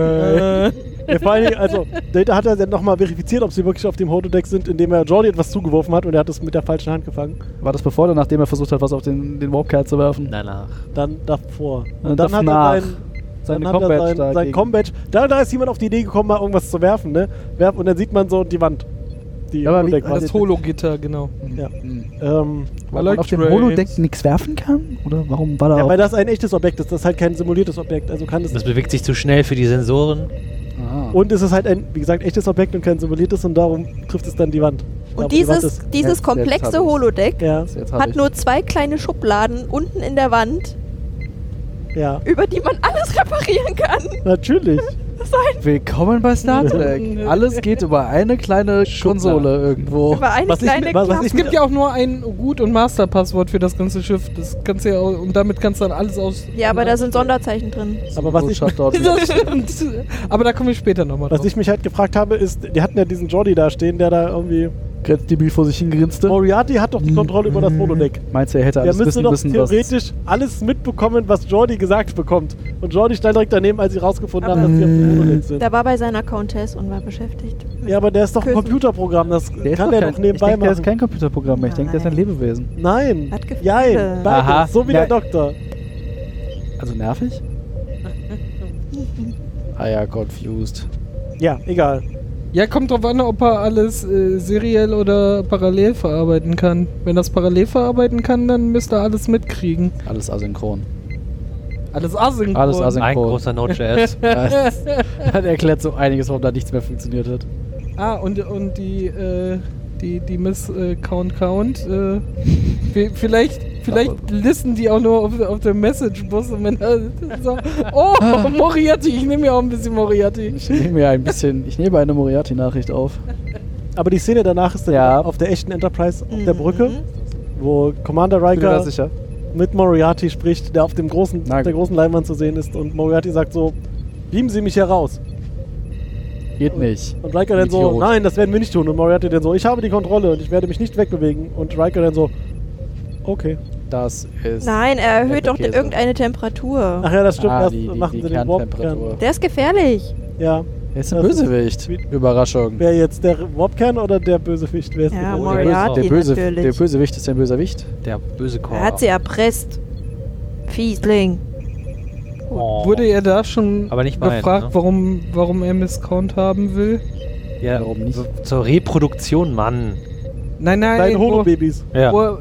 Speaker 1: Äh. Ja, vor allen Dingen, also, Data hat ja dann nochmal verifiziert, ob sie wirklich auf dem Holodeck sind, indem er Jordi etwas zugeworfen hat und er hat es mit der falschen Hand gefangen.
Speaker 4: War das bevor oder nachdem er versucht hat, was auf den, den Warpcat zu werfen?
Speaker 3: Danach.
Speaker 1: Dann davor. Und
Speaker 4: Und
Speaker 1: dann hat er
Speaker 4: danach.
Speaker 1: seinen Dann
Speaker 4: seine
Speaker 1: hat
Speaker 4: Combat
Speaker 1: er sein, sein
Speaker 4: dagegen.
Speaker 1: Combat. Da, da ist jemand auf die Idee gekommen, mal irgendwas zu werfen, ne? Werf, und dann sieht man so die Wand. Die
Speaker 4: Ja, aber wie-
Speaker 1: Holodeck-
Speaker 4: also-
Speaker 6: Das Hologitter, genau.
Speaker 1: Ja.
Speaker 4: Mhm.
Speaker 1: ähm,
Speaker 4: Weil man auf dem
Speaker 6: Electrails.
Speaker 4: Holodeck nichts werfen kann? Oder warum war da
Speaker 1: ja,
Speaker 4: auf-
Speaker 1: weil das ein echtes Objekt ist. Das ist halt kein simuliertes Objekt. Also kann das.
Speaker 2: Das bewegt sich zu schnell für die Sensoren.
Speaker 4: Ah.
Speaker 1: Und es ist halt ein, wie gesagt, echtes Objekt und kein simuliertes und darum trifft es dann die Wand. Da, wo
Speaker 5: Und
Speaker 1: die Wand
Speaker 5: dieses,
Speaker 1: ist.
Speaker 5: dieses
Speaker 4: Jetzt- jetzt hab
Speaker 5: komplexe
Speaker 4: ich's.
Speaker 5: Holodeck
Speaker 1: Ja,
Speaker 4: Jetzt hab
Speaker 5: hat
Speaker 4: ich-
Speaker 5: nur zwei kleine Schubladen unten in der Wand,
Speaker 1: ja.
Speaker 5: über die man alles reparieren
Speaker 1: Oh,
Speaker 5: kann.
Speaker 1: Natürlich.
Speaker 5: Das ist ein
Speaker 4: Willkommen bei Star Trek. Alles geht über eine kleine Konsole irgendwo.
Speaker 5: über eine
Speaker 1: Was ich-
Speaker 5: kleine
Speaker 1: was- was
Speaker 5: Klappe.
Speaker 1: ich-
Speaker 6: Es gibt ja auch nur ein Gut- und Masterpasswort für das ganze Schiff. Das kannst du ja, auch- und damit kannst du dann alles aus.
Speaker 5: Ja, aber da sind Sonderzeichen drin.
Speaker 1: Aber was ich,
Speaker 4: dort
Speaker 6: Das stimmt. Aber da kommen wir später nochmal
Speaker 1: was
Speaker 6: drauf.
Speaker 1: ich mich halt gefragt habe, ist, die hatten ja diesen Jordi da stehen, der da irgendwie.
Speaker 4: Kretzdebüt vor sich hingrinste.
Speaker 1: Moriarty hat doch die Oh, Kontrolle über
Speaker 4: Mhm.
Speaker 1: das Holodeck.
Speaker 4: Meinst du, er hätte
Speaker 1: Der
Speaker 4: alles
Speaker 1: müsste
Speaker 4: wissen
Speaker 1: doch
Speaker 4: müssen, was...
Speaker 1: theoretisch alles mitbekommen, was Jordi gesagt bekommt. Und Jordi stand direkt daneben, als sie rausgefunden
Speaker 5: Aber-
Speaker 1: haben, dass sie auf
Speaker 4: Mhm.
Speaker 1: dem Holodeck sind.
Speaker 5: Der war bei seiner Countess und war beschäftigt.
Speaker 1: Ja, aber der ist doch ein
Speaker 5: Küssen.
Speaker 1: Computerprogramm, das
Speaker 4: ist
Speaker 1: kann der
Speaker 4: kein-
Speaker 1: doch nebenbei
Speaker 4: ich denk, Der
Speaker 1: machen.
Speaker 4: ist kein Computerprogramm mehr. Ich denke, der ist ein
Speaker 5: Nein.
Speaker 4: Lebewesen.
Speaker 1: Nein,
Speaker 5: Hat Gefühle.
Speaker 1: nein, beides,
Speaker 3: Aha.
Speaker 1: so wie
Speaker 4: Ja.
Speaker 1: der Doktor.
Speaker 4: Also nervig? ah ja, confused.
Speaker 1: Ja, egal.
Speaker 6: Ja, kommt drauf an, ob er alles äh, seriell oder parallel verarbeiten kann. Wenn er es parallel verarbeiten kann, dann müsste er alles mitkriegen.
Speaker 4: Alles asynchron.
Speaker 6: Alles asynchron.
Speaker 4: Alles asynchron.
Speaker 2: Ein großer Node.js.
Speaker 4: Das das erklärt so einiges, warum da nichts mehr funktioniert hat.
Speaker 6: Ah, und, und die, äh, die, die Miss äh, Count Count, äh, vi- vielleicht, vielleicht listen die auch nur auf, auf dem Message-Bus und wenn er so, oh, Moriarty, ich nehme ja auch ein bisschen Moriarty.
Speaker 4: Ich nehme mir ein bisschen... Ich nehme eine Moriarty-Nachricht auf.
Speaker 1: Aber die Szene danach ist dann
Speaker 4: Ja.
Speaker 1: auf der echten Enterprise auf der
Speaker 5: Mhm.
Speaker 1: Brücke, wo Commander
Speaker 4: Bin mir da
Speaker 1: Riker
Speaker 4: sicher?
Speaker 1: mit Moriarty spricht, der auf dem großen,
Speaker 4: Na
Speaker 1: auf der
Speaker 4: gut.
Speaker 1: großen Leinwand zu sehen ist und Moriarty sagt so, beamen Sie mich hier raus.
Speaker 4: Geht nicht.
Speaker 1: Und Riker dann so,
Speaker 4: Idiot.
Speaker 1: nein, das werden wir nicht tun. Und Moriarty dann so, ich habe die Kontrolle und ich werde mich nicht wegbewegen. Und Riker dann so, okay.
Speaker 4: Das ist...
Speaker 5: Nein, er erhöht doch
Speaker 4: Käse.
Speaker 5: irgendeine Temperatur.
Speaker 1: Ach ja, das stimmt,
Speaker 4: Ah,
Speaker 1: das
Speaker 4: die, die,
Speaker 1: machen
Speaker 4: die
Speaker 1: sie den Warp
Speaker 4: Kerntemperatur. Hm.
Speaker 5: Der ist gefährlich.
Speaker 1: Ja,
Speaker 4: Er ist ein
Speaker 1: Das ist-
Speaker 4: Bösewicht. Überraschung.
Speaker 1: wer jetzt, der Warpkern oder der Bösewicht? Wer ist
Speaker 5: Ja,
Speaker 1: der
Speaker 5: Moriarty.
Speaker 4: der,
Speaker 5: Moriarty
Speaker 4: Böse,
Speaker 5: natürlich.
Speaker 4: der Bösewicht ist ein Bösewicht.
Speaker 2: Der böse Korb.
Speaker 5: Er hat sie erpresst. Fiesling.
Speaker 2: Oh.
Speaker 6: Wurde er da schon
Speaker 2: Aber nicht mein,
Speaker 6: gefragt,
Speaker 2: ne?
Speaker 6: warum, warum er Miss Count haben will?
Speaker 2: ja,
Speaker 4: Warum nicht?
Speaker 2: so- Zur Reproduktion, Mann.
Speaker 6: Nein, nein,
Speaker 1: Dein
Speaker 6: wo-
Speaker 1: Holobabys.
Speaker 2: Ja.
Speaker 6: Wo,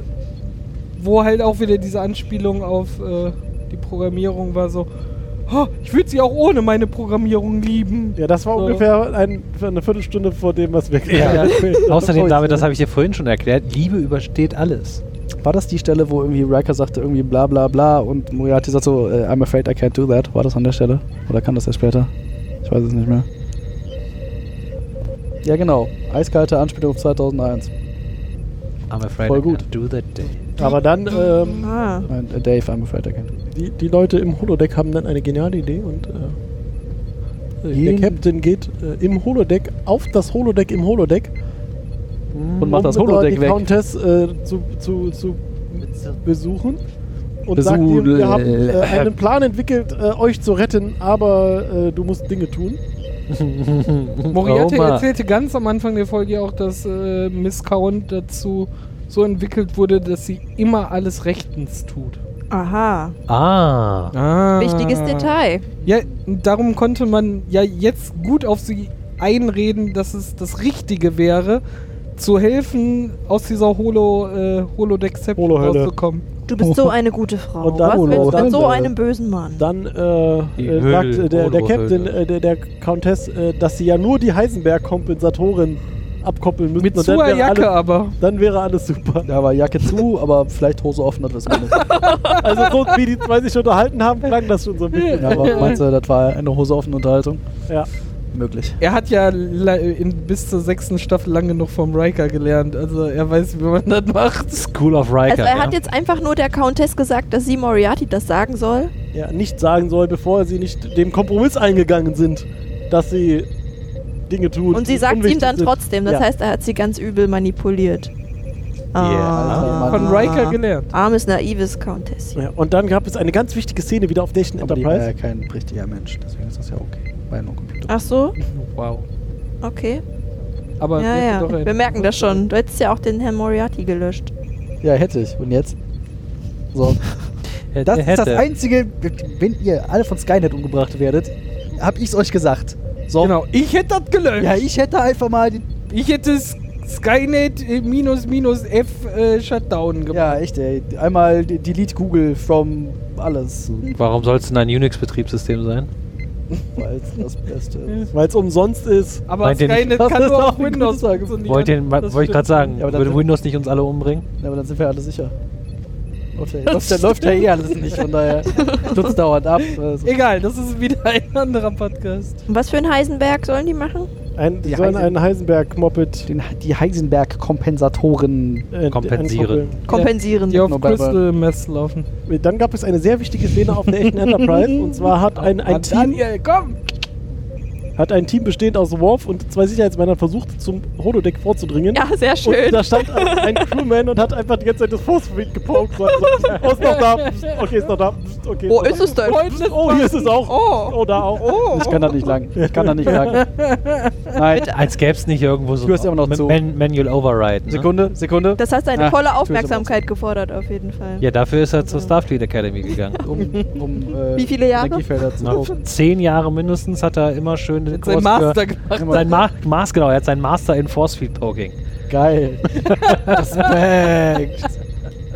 Speaker 6: wo halt auch wieder diese Anspielung auf äh, die Programmierung war so, oh, ich würde sie auch ohne meine Programmierung lieben.
Speaker 1: Ja, das war
Speaker 6: So.
Speaker 1: ungefähr ein, eine Viertelstunde vor dem, was wir
Speaker 2: Ja.
Speaker 1: gerade erzählt haben.
Speaker 2: Außerdem, damit, das habe ich dir vorhin schon erklärt, Liebe übersteht alles.
Speaker 4: War das die Stelle, wo irgendwie Riker sagte irgendwie bla bla bla und Moriarty sagt so, äh, I'm afraid I can't do that. War das an der Stelle? Oder kam das erst später? Ich weiß es nicht mehr. Ja genau, eiskalte Anspielung auf 2001.
Speaker 2: I'm afraid
Speaker 4: Voll
Speaker 2: I
Speaker 4: gut.
Speaker 2: can't do that day.
Speaker 1: Aber dann, ähm,
Speaker 5: Ah.
Speaker 4: Nein, äh, Dave, I'm afraid I can't do that.
Speaker 1: die, die Leute im Holodeck haben dann eine geniale Idee und äh, der
Speaker 4: Jeden-
Speaker 1: Captain geht äh, im Holodeck auf das Holodeck im Holodeck
Speaker 4: Und macht das
Speaker 1: um
Speaker 4: Holodeck
Speaker 1: die
Speaker 4: weg.
Speaker 1: Countess äh, zu, zu, zu besuchen und
Speaker 4: Besudel-
Speaker 1: sagt ihm, wir haben äh, einen Plan entwickelt, äh, euch zu retten, aber äh, du musst Dinge tun.
Speaker 6: Moriarty
Speaker 2: Oma.
Speaker 6: erzählte ganz am Anfang der Folge auch, dass äh, Miss Count dazu so entwickelt wurde, dass sie immer alles rechtens tut.
Speaker 5: Aha.
Speaker 2: Ah.
Speaker 6: Ah.
Speaker 5: Wichtiges Detail.
Speaker 6: Ja, darum konnte man ja jetzt gut auf sie einreden, dass es das Richtige wäre, zu helfen, aus dieser Holo, äh, Holodeck-Seption
Speaker 1: Holohölle.
Speaker 6: rauszukommen.
Speaker 5: Du bist so eine gute Frau.
Speaker 1: Und dann-
Speaker 5: Was willst du
Speaker 1: dann-
Speaker 5: mit so einem bösen Mann?
Speaker 1: Dann äh,
Speaker 2: Die
Speaker 1: äh,
Speaker 2: Höhle,
Speaker 1: sagt äh, der, der
Speaker 2: Holo-
Speaker 1: Captain,
Speaker 2: Höhle.
Speaker 1: äh, der, der Countess, äh, dass sie ja nur die Heisenberg-Kompensatoren abkoppeln müssen.
Speaker 6: Mit
Speaker 1: und dann
Speaker 6: zur
Speaker 1: wäre
Speaker 6: Jacke
Speaker 1: alles,
Speaker 6: aber.
Speaker 1: Dann wäre alles super.
Speaker 4: Da war Jacke zu, aber vielleicht Hose offen, das wissen wir nicht.
Speaker 1: Also so wie die zwei sich unterhalten haben, klang das schon so ein bisschen.
Speaker 4: Ja, aber meinst du, das war eine Hose offen Unterhaltung?
Speaker 1: Ja.
Speaker 4: Möglich.
Speaker 6: Er hat ja le- in, bis zur sechsten Staffel lang genug vom Riker gelernt. Also er weiß, wie man das macht.
Speaker 2: School of Riker.
Speaker 5: also er hat
Speaker 2: ja.
Speaker 5: jetzt einfach nur der Countess gesagt, dass sie Moriarty das sagen soll.
Speaker 1: ja, nicht sagen soll, bevor sie nicht dem Kompromiss eingegangen sind, dass sie Dinge tun.
Speaker 5: Und sie
Speaker 1: die
Speaker 5: sagt ihm
Speaker 1: unwichtig
Speaker 5: dann
Speaker 1: sind.
Speaker 5: trotzdem. Das
Speaker 1: ja.
Speaker 5: heißt, er hat sie ganz übel manipuliert.
Speaker 4: Ja,
Speaker 5: Ah.
Speaker 4: Alter,
Speaker 6: Von Riker gelernt.
Speaker 5: Armes, naives Countess.
Speaker 1: Ja, und dann gab es eine ganz wichtige Szene wieder auf der echten
Speaker 4: Aber die war ja
Speaker 1: Enterprise.
Speaker 4: kein richtiger Mensch, deswegen ist das ja okay. War ja nur ein Computer.
Speaker 5: Ach so,
Speaker 6: Wow.
Speaker 5: okay.
Speaker 6: Aber
Speaker 5: Ja,
Speaker 6: wir
Speaker 5: ja.
Speaker 6: sind doch ein-
Speaker 5: Wir merken das schon. Du hättest ja auch den Herrn Moriarty gelöscht.
Speaker 4: Ja, hätte ich. Und jetzt? So.
Speaker 2: Hätte,
Speaker 4: Das ist das
Speaker 2: hätte.
Speaker 4: Einzige, wenn ihr alle von Skynet umgebracht werdet, hab ich's euch gesagt. So.
Speaker 6: Genau, ich hätte das gelöscht.
Speaker 4: Ja, ich hätte einfach mal die.
Speaker 6: Ich hätte S- Skynet äh, minus minus F äh, Shutdown gemacht.
Speaker 4: Ja, echt, ey. Einmal de- delete Google from alles,
Speaker 2: Warum soll es denn ein Unix-Betriebssystem sein?
Speaker 4: weil's das Beste ist.
Speaker 1: Weil es umsonst ist.
Speaker 6: Aber
Speaker 2: Meint ihr nicht,
Speaker 6: Skynet
Speaker 4: dass
Speaker 6: kann
Speaker 4: das
Speaker 6: nur
Speaker 4: auch
Speaker 6: auf
Speaker 4: eine gute
Speaker 6: Windows
Speaker 4: Frage
Speaker 6: funktionieren.
Speaker 2: Wollt ihr-
Speaker 6: Das
Speaker 2: Wollte ich gerade
Speaker 6: stimmt.
Speaker 2: sagen,
Speaker 4: Ja, aber dann
Speaker 2: würde
Speaker 4: sind-
Speaker 2: Windows nicht uns alle umbringen?
Speaker 4: Ja, aber dann sind wir alle sicher. Läuft ja, läuft ja, läuft ja eh alles nicht, von daher. Tut's dauernd ab. Also.
Speaker 6: Egal, das ist wieder ein anderer Podcast.
Speaker 5: Und was für ein Heisenberg sollen die machen?
Speaker 1: Ein, die
Speaker 4: Die
Speaker 1: sollen
Speaker 4: Heisen-
Speaker 1: einen Heisenberg-Moped
Speaker 4: Den, die Heisenberg-Kompensatoren.
Speaker 1: äh,
Speaker 2: Kompensieren.
Speaker 1: entkoppeln.
Speaker 5: Kompensieren.
Speaker 6: Die auf
Speaker 4: Nur bei-
Speaker 6: Crystal Mess laufen.
Speaker 1: Dann gab es eine sehr wichtige Szene auf der echten Enterprise. Und zwar hat ein, ein,
Speaker 6: Ah,
Speaker 1: Team,
Speaker 6: Daniel, komm!
Speaker 1: hat ein Team bestehend aus Worf und zwei Sicherheitsmännern versucht, zum Holodeck vorzudringen.
Speaker 5: Ja, sehr schön.
Speaker 1: Und da stand ein, ein Crewman und hat einfach die ganze Zeit das Forcefield gepokt. So, so, oh, ist noch da. Okay, ist noch da. Okay,
Speaker 5: Wo
Speaker 1: noch
Speaker 5: ist es denn?
Speaker 1: da. Oh, hier ist es auch.
Speaker 5: Oh.
Speaker 1: da auch.
Speaker 4: Ich kann da nicht lang. Ich kann da nicht lang. Nein.
Speaker 2: Als gäbe es nicht irgendwo so
Speaker 4: Du hörst ja immer noch
Speaker 2: Man-
Speaker 4: zu.
Speaker 2: Man Manual Override. Ne?
Speaker 4: Sekunde, Sekunde.
Speaker 5: Das hat seine
Speaker 4: Ah,
Speaker 5: volle
Speaker 4: tue ich
Speaker 5: Aufmerksamkeit gefordert, auf jeden Fall.
Speaker 2: Ja, dafür ist er zur Starfleet Academy gegangen.
Speaker 4: immer so, Um, um, äh,
Speaker 5: Wie viele Jahre?
Speaker 4: Energiefelder zu
Speaker 2: Na,
Speaker 4: gucken.
Speaker 2: zehn Jahre mindestens hat er immer schön den
Speaker 6: Hat sein
Speaker 2: Kurs
Speaker 6: Master
Speaker 2: für-
Speaker 6: gemacht.
Speaker 2: Sein Ma Master, genau, er hat seinen Master in Force Field Poking.
Speaker 4: Geil. Respekt.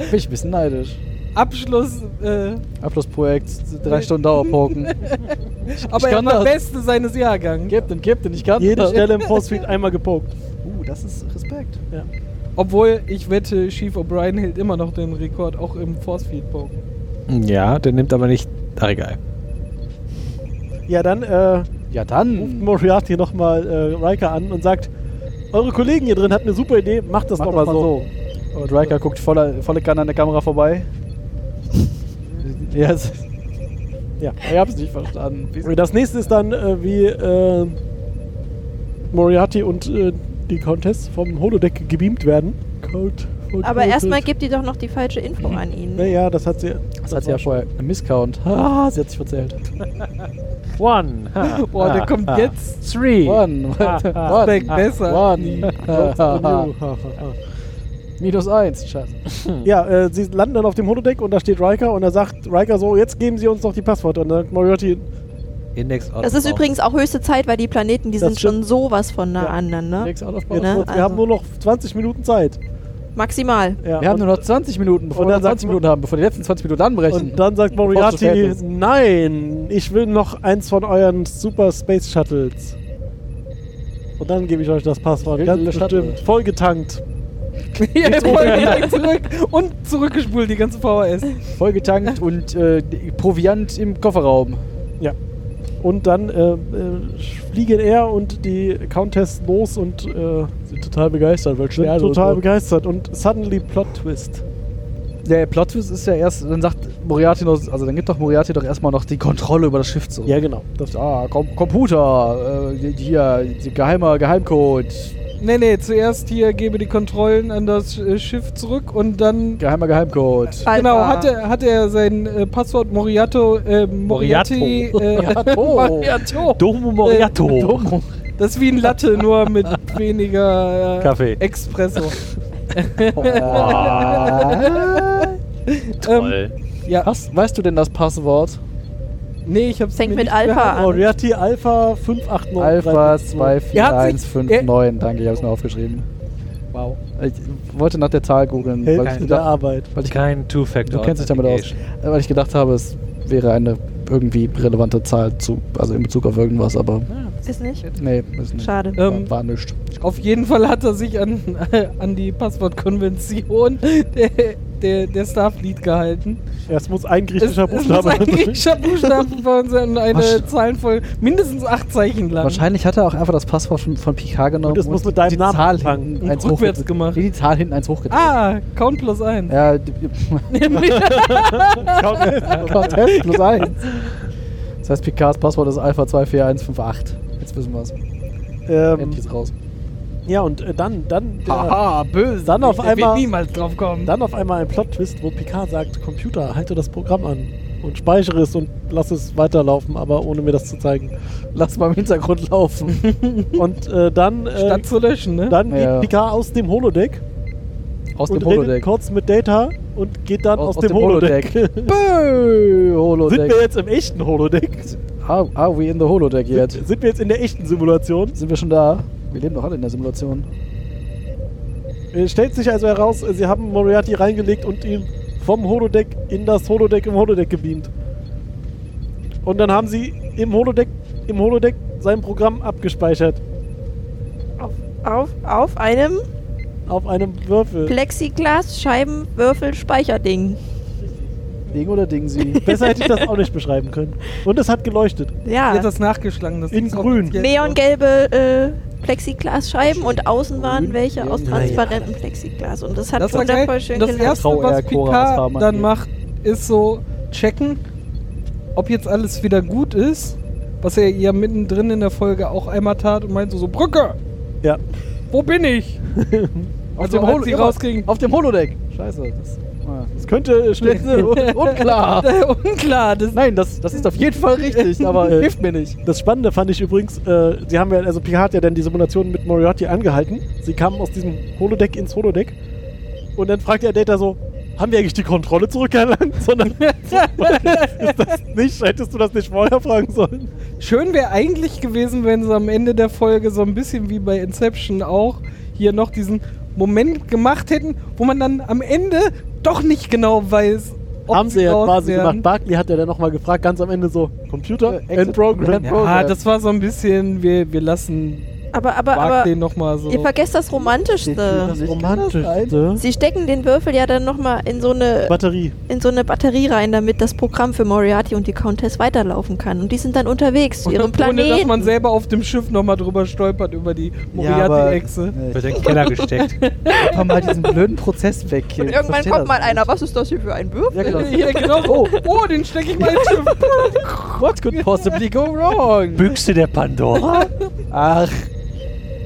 Speaker 4: Bin ich ein bisschen neidisch.
Speaker 6: Abschluss. Äh,
Speaker 4: Abschlussprojekt, drei Stunden Dauerpoken.
Speaker 6: aber er
Speaker 4: kann
Speaker 6: war
Speaker 4: das.
Speaker 6: Beste seines Jahrgangs.
Speaker 4: Captain, Captain, ich kann
Speaker 1: Jede
Speaker 4: das.
Speaker 1: Stelle im Forcefield einmal gepokt.
Speaker 4: Uh, das ist Respekt.
Speaker 6: Obwohl, ich wette, Chief O'Brien hält immer noch den Rekord, auch im Force Feed Poken.
Speaker 2: Ja, der nimmt aber nicht. Ach, egal.
Speaker 1: Ja, dann äh,
Speaker 4: Ja,
Speaker 1: ruft
Speaker 4: dann.
Speaker 1: Moriarty nochmal äh, Riker an und sagt, eure Kollegen hier drin hatten eine super Idee, macht das
Speaker 4: Mach
Speaker 1: doch mal so.
Speaker 4: Und Riker guckt voller, volle Kanne an der Kamera vorbei. ja, es-
Speaker 1: Ja.
Speaker 4: ich hab's nicht verstanden.
Speaker 1: Das nächste ist dann, äh, wie äh, Moriarty und äh, die Countess vom Holodeck gebeamt werden. Cold, cold,
Speaker 5: Aber
Speaker 1: cold,
Speaker 5: erstmal
Speaker 1: cold.
Speaker 5: gibt die doch noch die falsche Info
Speaker 6: Mhm.
Speaker 5: an ihn.
Speaker 1: Naja, das hat sie.
Speaker 4: Das hat sie ja vorher. Ein Misscount. Ah, sie hat sich verzählt. Ah,
Speaker 2: One. ha,
Speaker 6: Boah, der
Speaker 2: ha,
Speaker 6: kommt
Speaker 2: ha.
Speaker 6: jetzt.
Speaker 2: Three.
Speaker 4: One. One.
Speaker 6: Back besser.
Speaker 4: One. Minus eins. Scheiße.
Speaker 1: ja, äh, sie landen dann auf dem Holodeck und da steht Riker und er sagt Riker so, jetzt geben sie uns noch die Passwörter. Und dann sagt Moriarty,
Speaker 2: Index out
Speaker 5: Das
Speaker 2: of bounds.
Speaker 5: ist
Speaker 6: genau.
Speaker 5: übrigens auch höchste Zeit, weil die Planeten, die
Speaker 1: Das
Speaker 5: sind schon
Speaker 1: stimmt.
Speaker 5: sowas von nah
Speaker 1: Ja.
Speaker 5: anderen, ne?
Speaker 4: Next out of
Speaker 1: jetzt,
Speaker 4: bounds.
Speaker 5: Ja,
Speaker 1: wir
Speaker 5: also-
Speaker 1: haben nur noch 20 Minuten Zeit.
Speaker 5: Maximal.
Speaker 1: Ja,
Speaker 4: Wir haben
Speaker 1: und-
Speaker 4: nur noch 20 Minuten, bevor
Speaker 1: und
Speaker 4: wir
Speaker 1: dann
Speaker 4: noch 20
Speaker 1: sagt-
Speaker 4: Minuten haben, bevor die letzten 20 Minuten anbrechen.
Speaker 1: Und dann sagt
Speaker 4: Bevor es zu
Speaker 1: Moriarty,
Speaker 4: spät ist.
Speaker 1: nein, ich will noch eins von euren Super Space Shuttles. Und dann gebe ich euch das Passwort,
Speaker 4: Ich will
Speaker 1: ganz
Speaker 4: eine
Speaker 1: bestimmt.
Speaker 4: Shuttle.
Speaker 1: Vollgetankt.
Speaker 6: Ja, er wollte direkt zurück und zurückgespult, die ganze VHS.
Speaker 4: Vollgetankt und äh, Proviant im Kofferraum.
Speaker 1: Und dann äh, äh, fliegen er und die Countess los und äh,
Speaker 4: Sind total begeistert, weil
Speaker 1: sind total begeistert. Und suddenly Plot Twist.
Speaker 4: Der Plot Twist ist ja erst, dann sagt Moriarty noch, also dann gibt doch Moriarty doch erstmal noch die Kontrolle über das Schiff zurück.
Speaker 1: Ja, genau. Das
Speaker 4: Ah, Com Computer, äh, hier, geheimer Geheimcode,
Speaker 6: Nee, nee, zuerst hier gebe die Kontrollen an das äh, Schiff zurück und dann.
Speaker 4: geheimer Geheimcode.
Speaker 5: Alpha.
Speaker 6: Genau, hat er, hat er sein äh, Passwort Moriato, äh, Moriarty. Äh, Moriato.
Speaker 2: Domo Moriato.
Speaker 4: Domo.
Speaker 6: Das ist wie ein Latte, nur mit weniger äh,
Speaker 2: Kaffee.
Speaker 6: Espresso.
Speaker 4: Oh.
Speaker 2: Toll.
Speaker 4: Ähm,
Speaker 6: Ja,
Speaker 4: Hast, weißt du denn das Passwort?
Speaker 6: nee, ich hab's
Speaker 5: Fängt
Speaker 6: mir
Speaker 5: mit
Speaker 6: nicht
Speaker 5: Alpha
Speaker 6: behalten.
Speaker 5: an.
Speaker 1: Moriarty Alpha 589.
Speaker 4: Alpha
Speaker 6: Er hat sich-
Speaker 4: 24159, danke, ich hab's mir aufgeschrieben. Wow. Ich wollte nach der Zahl googeln, weil ich,
Speaker 1: Hälfte der
Speaker 4: gedacht,
Speaker 1: Arbeit.
Speaker 4: weil ich
Speaker 2: Kein Two-Factor.
Speaker 4: Du kennst dich damit aus. Äh, Weil ich gedacht habe, es wäre eine irgendwie relevante Zahl zu, also in Bezug auf irgendwas, aber
Speaker 6: genau.
Speaker 5: Ist nicht?
Speaker 4: nee, ist nicht.
Speaker 5: Schade.
Speaker 4: War,
Speaker 6: Ähm,
Speaker 4: war nichts.
Speaker 6: Auf jeden Fall hat er sich an, an die Passwortkonvention der, der, der Starfleet gehalten.
Speaker 1: Ja, es muss ein griechischer
Speaker 6: es
Speaker 1: Buchstabe
Speaker 6: muss ein griechischer Buchstaben von sein, eine
Speaker 4: Wahrsch-
Speaker 6: Zahlenfolge, mindestens acht Zeichen lang.
Speaker 4: Wahrscheinlich hat er auch einfach das Passwort von, von PK genommen
Speaker 1: Und es muss mit deinem
Speaker 4: die
Speaker 1: Namen
Speaker 4: Zahl
Speaker 1: anfangen.
Speaker 4: hinten
Speaker 6: Und
Speaker 4: eins
Speaker 6: rückwärts
Speaker 4: hochgedrückt.
Speaker 6: gemacht.
Speaker 4: Nee, die Zahl hinten eins hochgedrückt.
Speaker 6: Ah, Count plus eins.
Speaker 4: Ja, die- die- Contest plus eins. Das heißt, PKs Passwort ist Alpha 24158. Jetzt wissen wir es. Endlich
Speaker 1: ähm,
Speaker 4: ist raus.
Speaker 1: Ja, und äh, dann, dann, der,
Speaker 6: Haha, böse.
Speaker 1: Dann auf
Speaker 6: Der
Speaker 1: einmal-
Speaker 6: Wird niemals drauf kommen.
Speaker 1: dann auf einmal ein Plot-Twist, wo Picard sagt, Computer, halte das Programm an und speichere es und lass es weiterlaufen, aber ohne mir das zu zeigen.
Speaker 4: Lass mal im Hintergrund laufen.
Speaker 1: Und äh, dann, äh,
Speaker 6: Statt zu löschen, ne?
Speaker 1: dann
Speaker 4: Ja.
Speaker 1: geht Picard aus dem Holodeck
Speaker 4: Aus
Speaker 1: und
Speaker 4: dem
Speaker 1: redet
Speaker 4: Holodeck.
Speaker 1: kurz mit Data und geht dann aus,
Speaker 4: Aus- aus
Speaker 1: dem,
Speaker 4: dem
Speaker 1: Holodeck.
Speaker 4: Bö,
Speaker 1: Sind
Speaker 4: Holodeck.
Speaker 1: wir jetzt im echten Holodeck?
Speaker 4: Are, are we in the Holodeck yet?
Speaker 1: Sind wir jetzt in der echten Simulation?
Speaker 4: Sind wir schon da? Wir leben doch alle in der Simulation.
Speaker 1: Äh, stellt sich also heraus, äh, sie haben Moriarty reingelegt und ihn vom Holodeck in das Holodeck im Holodeck gebeamt. Und dann haben sie im Holodeck, im Holodeck sein Programm abgespeichert.
Speaker 5: Auf, auf, auf einem
Speaker 1: Auf einem Würfel.
Speaker 5: Plexiglas-Scheibenwürfel-Speicherding.
Speaker 4: Ding oder Ding sie?
Speaker 1: Besser hätte ich das auch nicht beschreiben können. Und es hat geleuchtet.
Speaker 5: Ja.
Speaker 6: Jetzt das nachgeschlagen. Das
Speaker 1: In
Speaker 6: ist auch
Speaker 1: grün.
Speaker 6: jetzt-
Speaker 5: neongelbe äh, Plexiglasscheiben und außen waren welche aus
Speaker 4: Nein.
Speaker 5: transparentem Plexiglas. Und das hat
Speaker 6: Das war geil.
Speaker 5: wundervoll schön
Speaker 6: Das
Speaker 5: gelangt.
Speaker 6: erste,
Speaker 4: Trau eher
Speaker 6: was
Speaker 4: Cora als
Speaker 6: Picard
Speaker 4: Farben
Speaker 6: dann
Speaker 4: angeht.
Speaker 6: macht, ist so checken, ob jetzt alles wieder gut ist. Was er ja mittendrin in der Folge auch einmal tat und meinte so, Brücke,
Speaker 1: Ja.
Speaker 6: wo bin ich?
Speaker 4: Auf
Speaker 6: Also
Speaker 4: dem
Speaker 6: als sie
Speaker 4: Holodeck.
Speaker 6: rausgingen.
Speaker 4: Auf dem Holodeck. Scheiße. Das, ah.
Speaker 1: Es könnte schlecht
Speaker 4: Un- unklar.
Speaker 6: Unklar, das
Speaker 4: Nein, das, das ist auf jeden Fall richtig, aber
Speaker 1: Äh.
Speaker 4: hilft mir nicht.
Speaker 1: Das Spannende fand ich übrigens, äh, sie haben ja, also Picard hat ja dann die Simulation mit Moriarty angehalten. Sie kamen aus diesem Holodeck ins Holodeck. Und dann fragt er Data so, haben wir eigentlich die Kontrolle zurückerlangt? Sondern ist das nicht, hättest du das nicht vorher fragen sollen?
Speaker 6: Schön wäre eigentlich gewesen, wenn sie am Ende der Folge so ein bisschen wie bei Inception auch hier noch diesen Moment gemacht hätten, wo man dann am Ende doch nicht genau weiß, ob
Speaker 1: haben sie ja
Speaker 6: raus
Speaker 1: quasi
Speaker 6: wären.
Speaker 1: gemacht. Barclay hat ja dann nochmal gefragt, ganz am Ende so, Computer
Speaker 4: Äh,
Speaker 1: and
Speaker 4: Exit-
Speaker 1: Program.
Speaker 4: Ja.
Speaker 6: Ja, das war so ein bisschen, wir, wir lassen
Speaker 5: Aber, aber, aber
Speaker 6: Barclay nochmal so.
Speaker 5: ihr vergesst das Romantischste.
Speaker 4: Ich kann das sein.
Speaker 1: Romantischste
Speaker 5: Sie stecken den Würfel ja dann nochmal in so eine
Speaker 1: Batterie.
Speaker 5: in so eine Batterie rein, damit das Programm für Moriarty und die Countess weiterlaufen kann. Und die sind dann unterwegs zu ihrem
Speaker 6: Ohne, dass man
Speaker 5: Planeten.
Speaker 6: selber auf dem Schiff nochmal drüber stolpert, über die Moriarty-Echse.
Speaker 4: Äh,
Speaker 2: Wird in den Keller gesteckt.
Speaker 4: einfach mal diesen blöden Prozess weg. hier.
Speaker 5: Und irgendwann
Speaker 4: Ich versteh
Speaker 5: kommt
Speaker 4: das
Speaker 5: mal einer, was ist das hier für ein Würfel?
Speaker 4: Ja, genau.
Speaker 6: ja, genau. Oh, oh den stecke ich mal ins Schiff.
Speaker 4: nicht. What could possibly go wrong?
Speaker 2: Büchse der Pandora?
Speaker 4: Ach,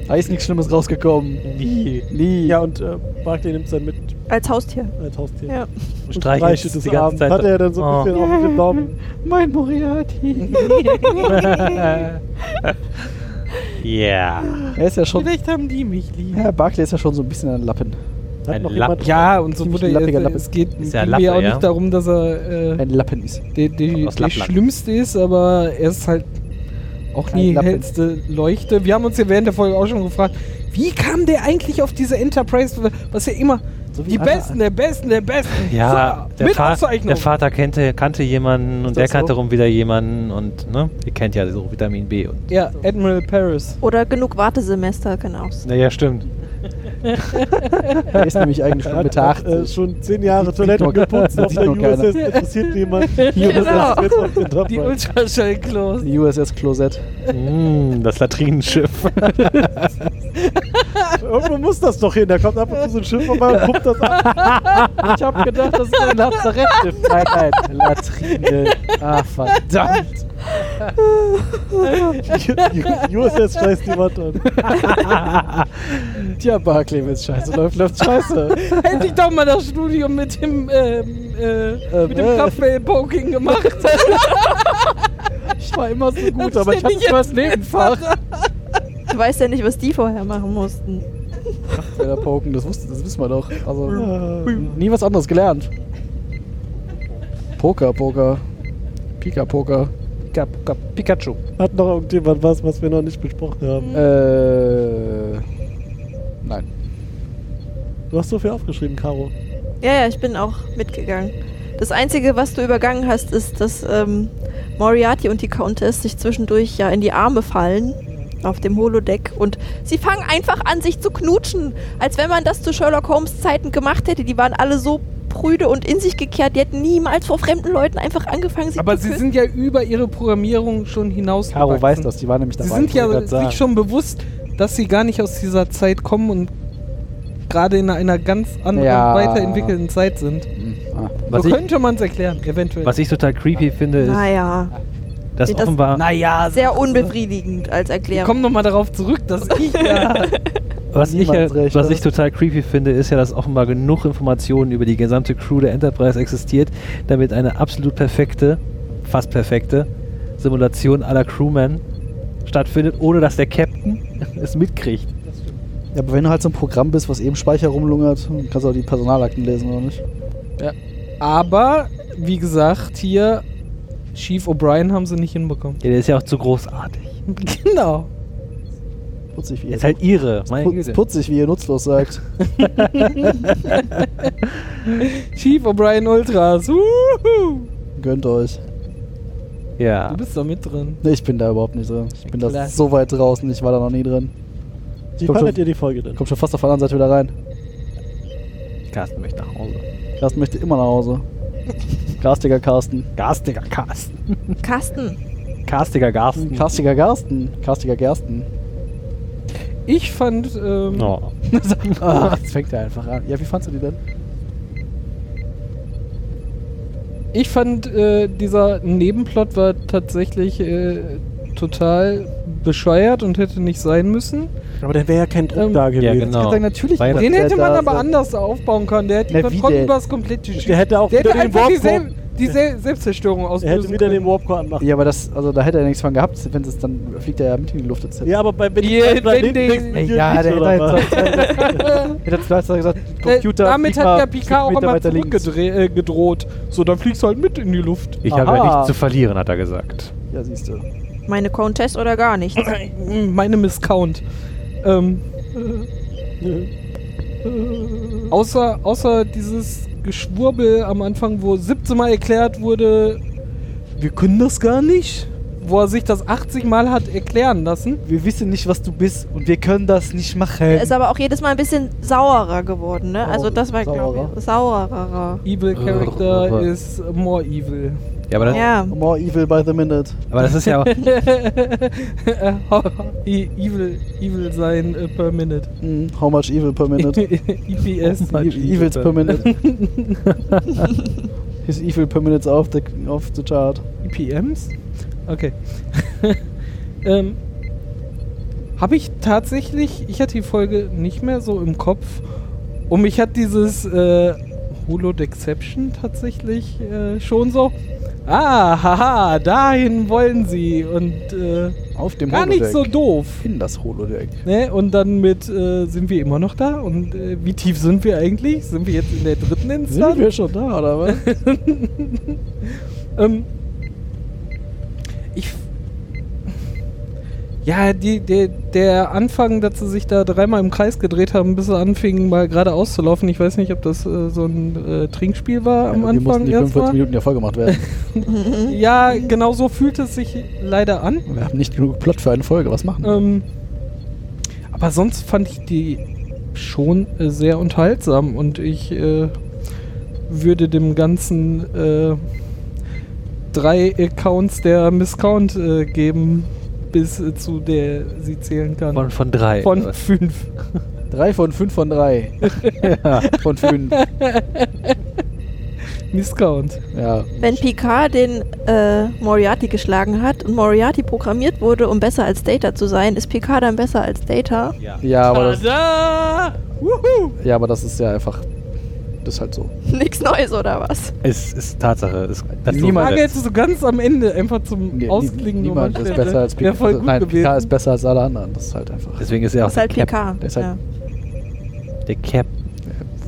Speaker 4: da ist nichts Schlimmes rausgekommen.
Speaker 2: Nie.
Speaker 4: Nie.
Speaker 1: Ja, und äh, Barclay nimmt es dann mit
Speaker 5: Als Haustier.
Speaker 1: als Haustier.
Speaker 5: Ja.
Speaker 1: Und
Speaker 2: Streichelt
Speaker 1: streichelt
Speaker 2: es
Speaker 1: es
Speaker 2: die ganze
Speaker 1: abends.
Speaker 2: Zeit.
Speaker 1: Hat er ja dann so ein
Speaker 2: Oh.
Speaker 1: bisschen auch mit dem Daumen.
Speaker 4: mein Moriarty.
Speaker 2: Ja.
Speaker 4: Er ist ja schon.
Speaker 6: Vielleicht haben die mich lieb.
Speaker 4: Herr Barclay ist ja schon so ein bisschen ein Lappen.
Speaker 1: Hat
Speaker 2: Ein
Speaker 1: noch
Speaker 2: Lapp-
Speaker 1: jemand-
Speaker 6: Ja, und so
Speaker 4: Ziemlich
Speaker 6: wurde
Speaker 4: lappiger
Speaker 6: er,
Speaker 4: Lappe.
Speaker 6: es geht
Speaker 2: Ist ja
Speaker 6: ging
Speaker 2: Lappe,
Speaker 6: mir auch
Speaker 2: ja?
Speaker 6: nicht darum, dass er äh,
Speaker 4: Ein Lappen ist.
Speaker 6: der, der,
Speaker 2: Aus
Speaker 6: der
Speaker 2: Lappland.
Speaker 6: schlimmste ist, aber er ist halt auch nie
Speaker 4: Ein Lappen.
Speaker 6: hellste Leuchte. Wir haben uns ja während der Folge auch schon gefragt, wie kam der eigentlich auf diese Enterprise, was ja immer
Speaker 4: So wie
Speaker 6: die
Speaker 4: alle-
Speaker 6: Besten, der Besten, der Besten.
Speaker 2: Ja,
Speaker 6: So,
Speaker 2: der,
Speaker 6: mit
Speaker 2: Fa
Speaker 6: Auszeichnung.
Speaker 2: der Vater kannte, kannte jemanden und
Speaker 4: Ist
Speaker 2: der
Speaker 4: das so?
Speaker 2: kannte rum wieder jemanden und ne, ihr kennt ja so Vitamin B und.
Speaker 6: ja, Admiral Paris.
Speaker 5: Oder genug Wartesemester genau. kann auch sein.
Speaker 2: Naja, stimmt.
Speaker 4: Er ist nämlich eigentlich
Speaker 1: Er
Speaker 4: schon
Speaker 1: hat
Speaker 4: mit
Speaker 1: auch, äh,
Speaker 4: 80.
Speaker 1: schon zehn Jahre Toiletten
Speaker 4: doch-
Speaker 1: geputzt auf
Speaker 4: sieht
Speaker 1: der
Speaker 4: doch keiner.
Speaker 1: USS, interessiert niemand.
Speaker 6: Genau.
Speaker 1: USS ist jetzt auf der
Speaker 6: Die
Speaker 1: Enterprise.
Speaker 6: Ultraschallklos.
Speaker 4: Die USS Klosett.
Speaker 2: Mm, das Latrinenschiff.
Speaker 1: Irgendwo muss das doch hin. Da kommt ab und zu so ein Schiff vorbei und guckt das an.
Speaker 4: Ich hab gedacht, das ist ein Lazarett. Nein, nein, Latrine. Ah, verdammt.
Speaker 1: Die USS scheißt niemand an.
Speaker 4: Tja, Barclay, wenn's scheiße läuft, läuft scheiße.
Speaker 6: Endlich doch mal das Studium mit dem, ähm, äh, mit
Speaker 4: äh.
Speaker 6: dem Kaffee-Poking gemacht.
Speaker 4: Ich war immer so gut,
Speaker 6: Das
Speaker 4: aber ich
Speaker 6: stell
Speaker 4: hatte
Speaker 6: ich
Speaker 4: nur das Nebenfach.
Speaker 5: Du weißt ja nicht, was die vorher machen mussten.
Speaker 4: Zelda Poken, das, wusste, das wissen wir doch. Also,
Speaker 1: Ah.
Speaker 4: nie was anderes gelernt. Poker, Poker. Pika, Poker.
Speaker 2: Pika- Pika- Pikachu.
Speaker 1: Hat noch irgendjemand was, was wir noch nicht besprochen haben?
Speaker 4: Äh. Nein.
Speaker 1: Du hast so viel aufgeschrieben, Caro.
Speaker 5: Ja, ja, ich bin auch mitgegangen. Das Einzige, was du übergangen hast, ist, dass ähm, Moriarty und die Countess sich zwischendurch ja in die Arme fallen auf dem Holodeck und sie fangen einfach an, sich zu knutschen, als wenn man das zu Sherlock Holmes Zeiten gemacht hätte. Die waren alle so prüde und in sich gekehrt, die hätten niemals vor fremden Leuten einfach angefangen, sich
Speaker 6: Aber
Speaker 5: zu
Speaker 6: sie
Speaker 5: küssen.
Speaker 6: sind ja über ihre Programmierung schon hinaus.
Speaker 4: Caro weiß das, die war nämlich
Speaker 6: Sie
Speaker 4: dabei.
Speaker 6: sind
Speaker 4: wollte
Speaker 6: ja
Speaker 4: grad sagen.
Speaker 6: sich schon bewusst, dass sie gar nicht aus dieser Zeit kommen und gerade in einer ganz anderen,
Speaker 4: Ja.
Speaker 6: weiterentwickelten Zeit sind.
Speaker 4: Hm, ah.
Speaker 2: Was
Speaker 6: so
Speaker 2: ich,
Speaker 6: könnte man es erklären, eventuell.
Speaker 2: was ich total creepy finde, ist,
Speaker 5: Naja,
Speaker 2: dass
Speaker 5: das-
Speaker 2: offenbar
Speaker 6: naja,
Speaker 5: sehr unbefriedigend als
Speaker 6: ich
Speaker 5: Erklärung.
Speaker 6: komm noch nochmal darauf zurück, dass ich ja.
Speaker 2: Was ich, ja,
Speaker 4: Niemals recht,
Speaker 2: was
Speaker 4: oder?
Speaker 2: ich total creepy finde, ist ja, dass offenbar genug Informationen über die gesamte Crew der Enterprise existiert, damit eine absolut perfekte, fast perfekte Simulation aller Crewmen stattfindet, ohne dass der Captain es mitkriegt.
Speaker 4: Ja, aber wenn du halt so ein Programm bist, was eben Speicher rumlungert, kannst du auch die Personalakten lesen, oder nicht?
Speaker 6: Aber, wie gesagt, hier Chief O'Brien haben sie nicht hinbekommen.
Speaker 2: Ja, der ist ja auch zu großartig.
Speaker 6: genau.
Speaker 4: Putzig, wie
Speaker 2: Der
Speaker 4: ihr,
Speaker 2: ist halt ihre. Meine
Speaker 4: putz,
Speaker 2: Güte.
Speaker 4: putzig, wie ihr nutzlos sagt.
Speaker 6: Chief O'Brien Ultras. Wuhu.
Speaker 4: Gönnt euch.
Speaker 2: Ja.
Speaker 6: Du bist da mit drin.
Speaker 4: Nee, ich bin da überhaupt nicht drin. Ich bin da
Speaker 6: Klar.
Speaker 4: so weit draußen, ich war da noch nie drin.
Speaker 1: Wie
Speaker 4: Komm schon.
Speaker 1: fandet ihr die Folge denn?
Speaker 4: Kommt schon fast auf der anderen Seite wieder rein.
Speaker 2: Carsten möchte nach Hause.
Speaker 4: Carsten möchte immer nach Hause. Garstiger Carsten.
Speaker 2: Garstiger Carsten.
Speaker 5: Carsten,
Speaker 2: Garstiger Garsten.
Speaker 4: Garstiger Garsten. Garstiger Gersten.
Speaker 6: Ich fand, ähm,
Speaker 2: No.
Speaker 4: Ah, jetzt fängt er einfach an. Ja, wie fandst du die denn?
Speaker 6: ich fand äh, dieser Nebenplot war tatsächlich äh, total bescheuert und hätte nicht sein müssen.
Speaker 1: Aber dann wäre ja kein Druck
Speaker 6: Ähm,
Speaker 1: da
Speaker 2: Ja,
Speaker 1: gewesen.
Speaker 2: genau.
Speaker 4: Ich sag, natürlich
Speaker 2: Weil-
Speaker 4: muss
Speaker 6: Den
Speaker 4: der
Speaker 6: hätte man
Speaker 4: da
Speaker 6: aber
Speaker 4: sein.
Speaker 6: anders aufbauen können. Der hätte
Speaker 4: Na,
Speaker 6: die
Speaker 4: wie
Speaker 6: Kontrollen
Speaker 4: denn?
Speaker 6: über das komplette Schiff.
Speaker 1: Der hätte auch
Speaker 6: Der hätte
Speaker 1: wieder den
Speaker 6: einfach die,
Speaker 1: Warpcore.
Speaker 6: Sel die Sel Selbstzerstörung
Speaker 1: Er
Speaker 6: auslösen
Speaker 1: hätte wieder
Speaker 6: können.
Speaker 1: den Warpcore anmachen.
Speaker 4: Ja, aber das, also da hätte er nichts von gehabt, wenn es dann fliegt er ja mit in die Luft. Jetzt.
Speaker 1: Ja, aber bei, wenn
Speaker 6: Ja,
Speaker 1: die Planeten
Speaker 6: wenn die-
Speaker 1: nächsten
Speaker 4: Ey,
Speaker 1: Jahr
Speaker 4: ja,
Speaker 1: nicht,
Speaker 4: der
Speaker 1: oder was?
Speaker 4: hätte jetzt vielleicht gesagt, Computer.
Speaker 6: Äh, Damit
Speaker 4: flieg
Speaker 6: hat ja
Speaker 4: mal
Speaker 6: Picard auch
Speaker 4: 5 Meter
Speaker 6: einmal
Speaker 4: weiter links.
Speaker 6: zurückgedreht- äh, gedroht. So, dann fliegst du halt mit in die Luft.
Speaker 2: Ich habe
Speaker 4: Aha.
Speaker 2: ja nichts zu verlieren, hat er gesagt.
Speaker 4: Ja, siehst du.
Speaker 5: meine Countess oder gar nichts.
Speaker 6: Äh, Meine Misscount. Ähm, außer, außer dieses Geschwurbel am Anfang, wo 17 Mal erklärt wurde, wir können das gar nicht. Wo er sich das 80 Mal hat erklären lassen.
Speaker 4: Wir wissen nicht, was du bist und wir können das nicht machen.
Speaker 5: Er ist aber auch jedes Mal ein bisschen saurer geworden, ne? Also das war,
Speaker 4: Saurer.
Speaker 5: glaube ich, saurerer.
Speaker 6: Evil Character
Speaker 2: aber-
Speaker 6: is more evil.
Speaker 2: Ja, aber das,
Speaker 5: Ja,
Speaker 4: More evil by the minute.
Speaker 2: aber das ist ja.
Speaker 6: E- evil, evil sein äh, per minute.
Speaker 4: Hm, how much evil per minute?
Speaker 6: EPS.
Speaker 4: E- Evils per minute. His evil per minute off the, off the chart.
Speaker 6: EPMs? Okay. ähm, Habe ich tatsächlich, ich hatte die Folge nicht mehr so im Kopf und mich hat dieses äh, Holodeception tatsächlich äh, schon so, ah, haha, dahin wollen sie und äh,
Speaker 4: Auf dem
Speaker 6: gar nicht so doof.
Speaker 4: In das Holodeck.
Speaker 6: Ne? Und dann mit, äh, sind wir immer noch da und äh, wie tief sind wir eigentlich? Sind wir jetzt in der dritten Instanz?
Speaker 4: Sind wir schon da, oder was?
Speaker 6: Ähm, ich. f- Ja, die, der, der Anfang, dass sie sich da dreimal im Kreis gedreht haben, bis sie anfingen, mal geradeaus zu laufen. Ich weiß nicht, ob das äh, so ein äh, Trinkspiel war am
Speaker 4: wir mussten
Speaker 6: Anfang
Speaker 4: die 45
Speaker 6: erstmal.
Speaker 4: Minuten ja voll gemacht werden.
Speaker 6: Ja, genau so fühlt es sich leider an.
Speaker 4: Wir haben nicht genug Plot für eine Folge, was machen wir?
Speaker 6: Ähm, aber sonst fand ich die schon äh, sehr unterhaltsam und ich äh, würde dem ganzen äh, drei Accounts der Misscount äh, geben, bis äh, zu der sie zählen kann.
Speaker 2: Von, von drei.
Speaker 6: Von fünf.
Speaker 4: Drei von fünf von drei. Von fünf.
Speaker 6: Misscount.
Speaker 4: Ja.
Speaker 5: wenn Picard den äh, Moriarty geschlagen hat und Moriarty programmiert wurde, um besser als Data zu sein, ist Picard dann besser als Data?
Speaker 2: Ja.
Speaker 4: Ja, aber das,
Speaker 6: Tada! Wuhu!
Speaker 4: ja, aber das ist ja einfach. Das ist halt so.
Speaker 5: Nix Neues oder was?
Speaker 2: Es ist Tatsache. Es, das
Speaker 6: Die
Speaker 4: Niemand-
Speaker 6: Frage hättest du so ganz am Ende einfach zum
Speaker 4: Nee, nie-
Speaker 6: Ausklingen
Speaker 4: niemand
Speaker 6: nochmal
Speaker 4: ist
Speaker 6: stellen.
Speaker 4: besser als
Speaker 6: Wär
Speaker 4: Picard.
Speaker 6: voll gut
Speaker 4: Nein,
Speaker 6: gewesen.
Speaker 4: Picard ist besser als alle anderen. Das ist halt einfach.
Speaker 2: Deswegen ist er auch
Speaker 5: Das ist halt
Speaker 2: der, Cap,
Speaker 5: Picard.
Speaker 4: der ist halt-
Speaker 5: ja.
Speaker 2: der Cap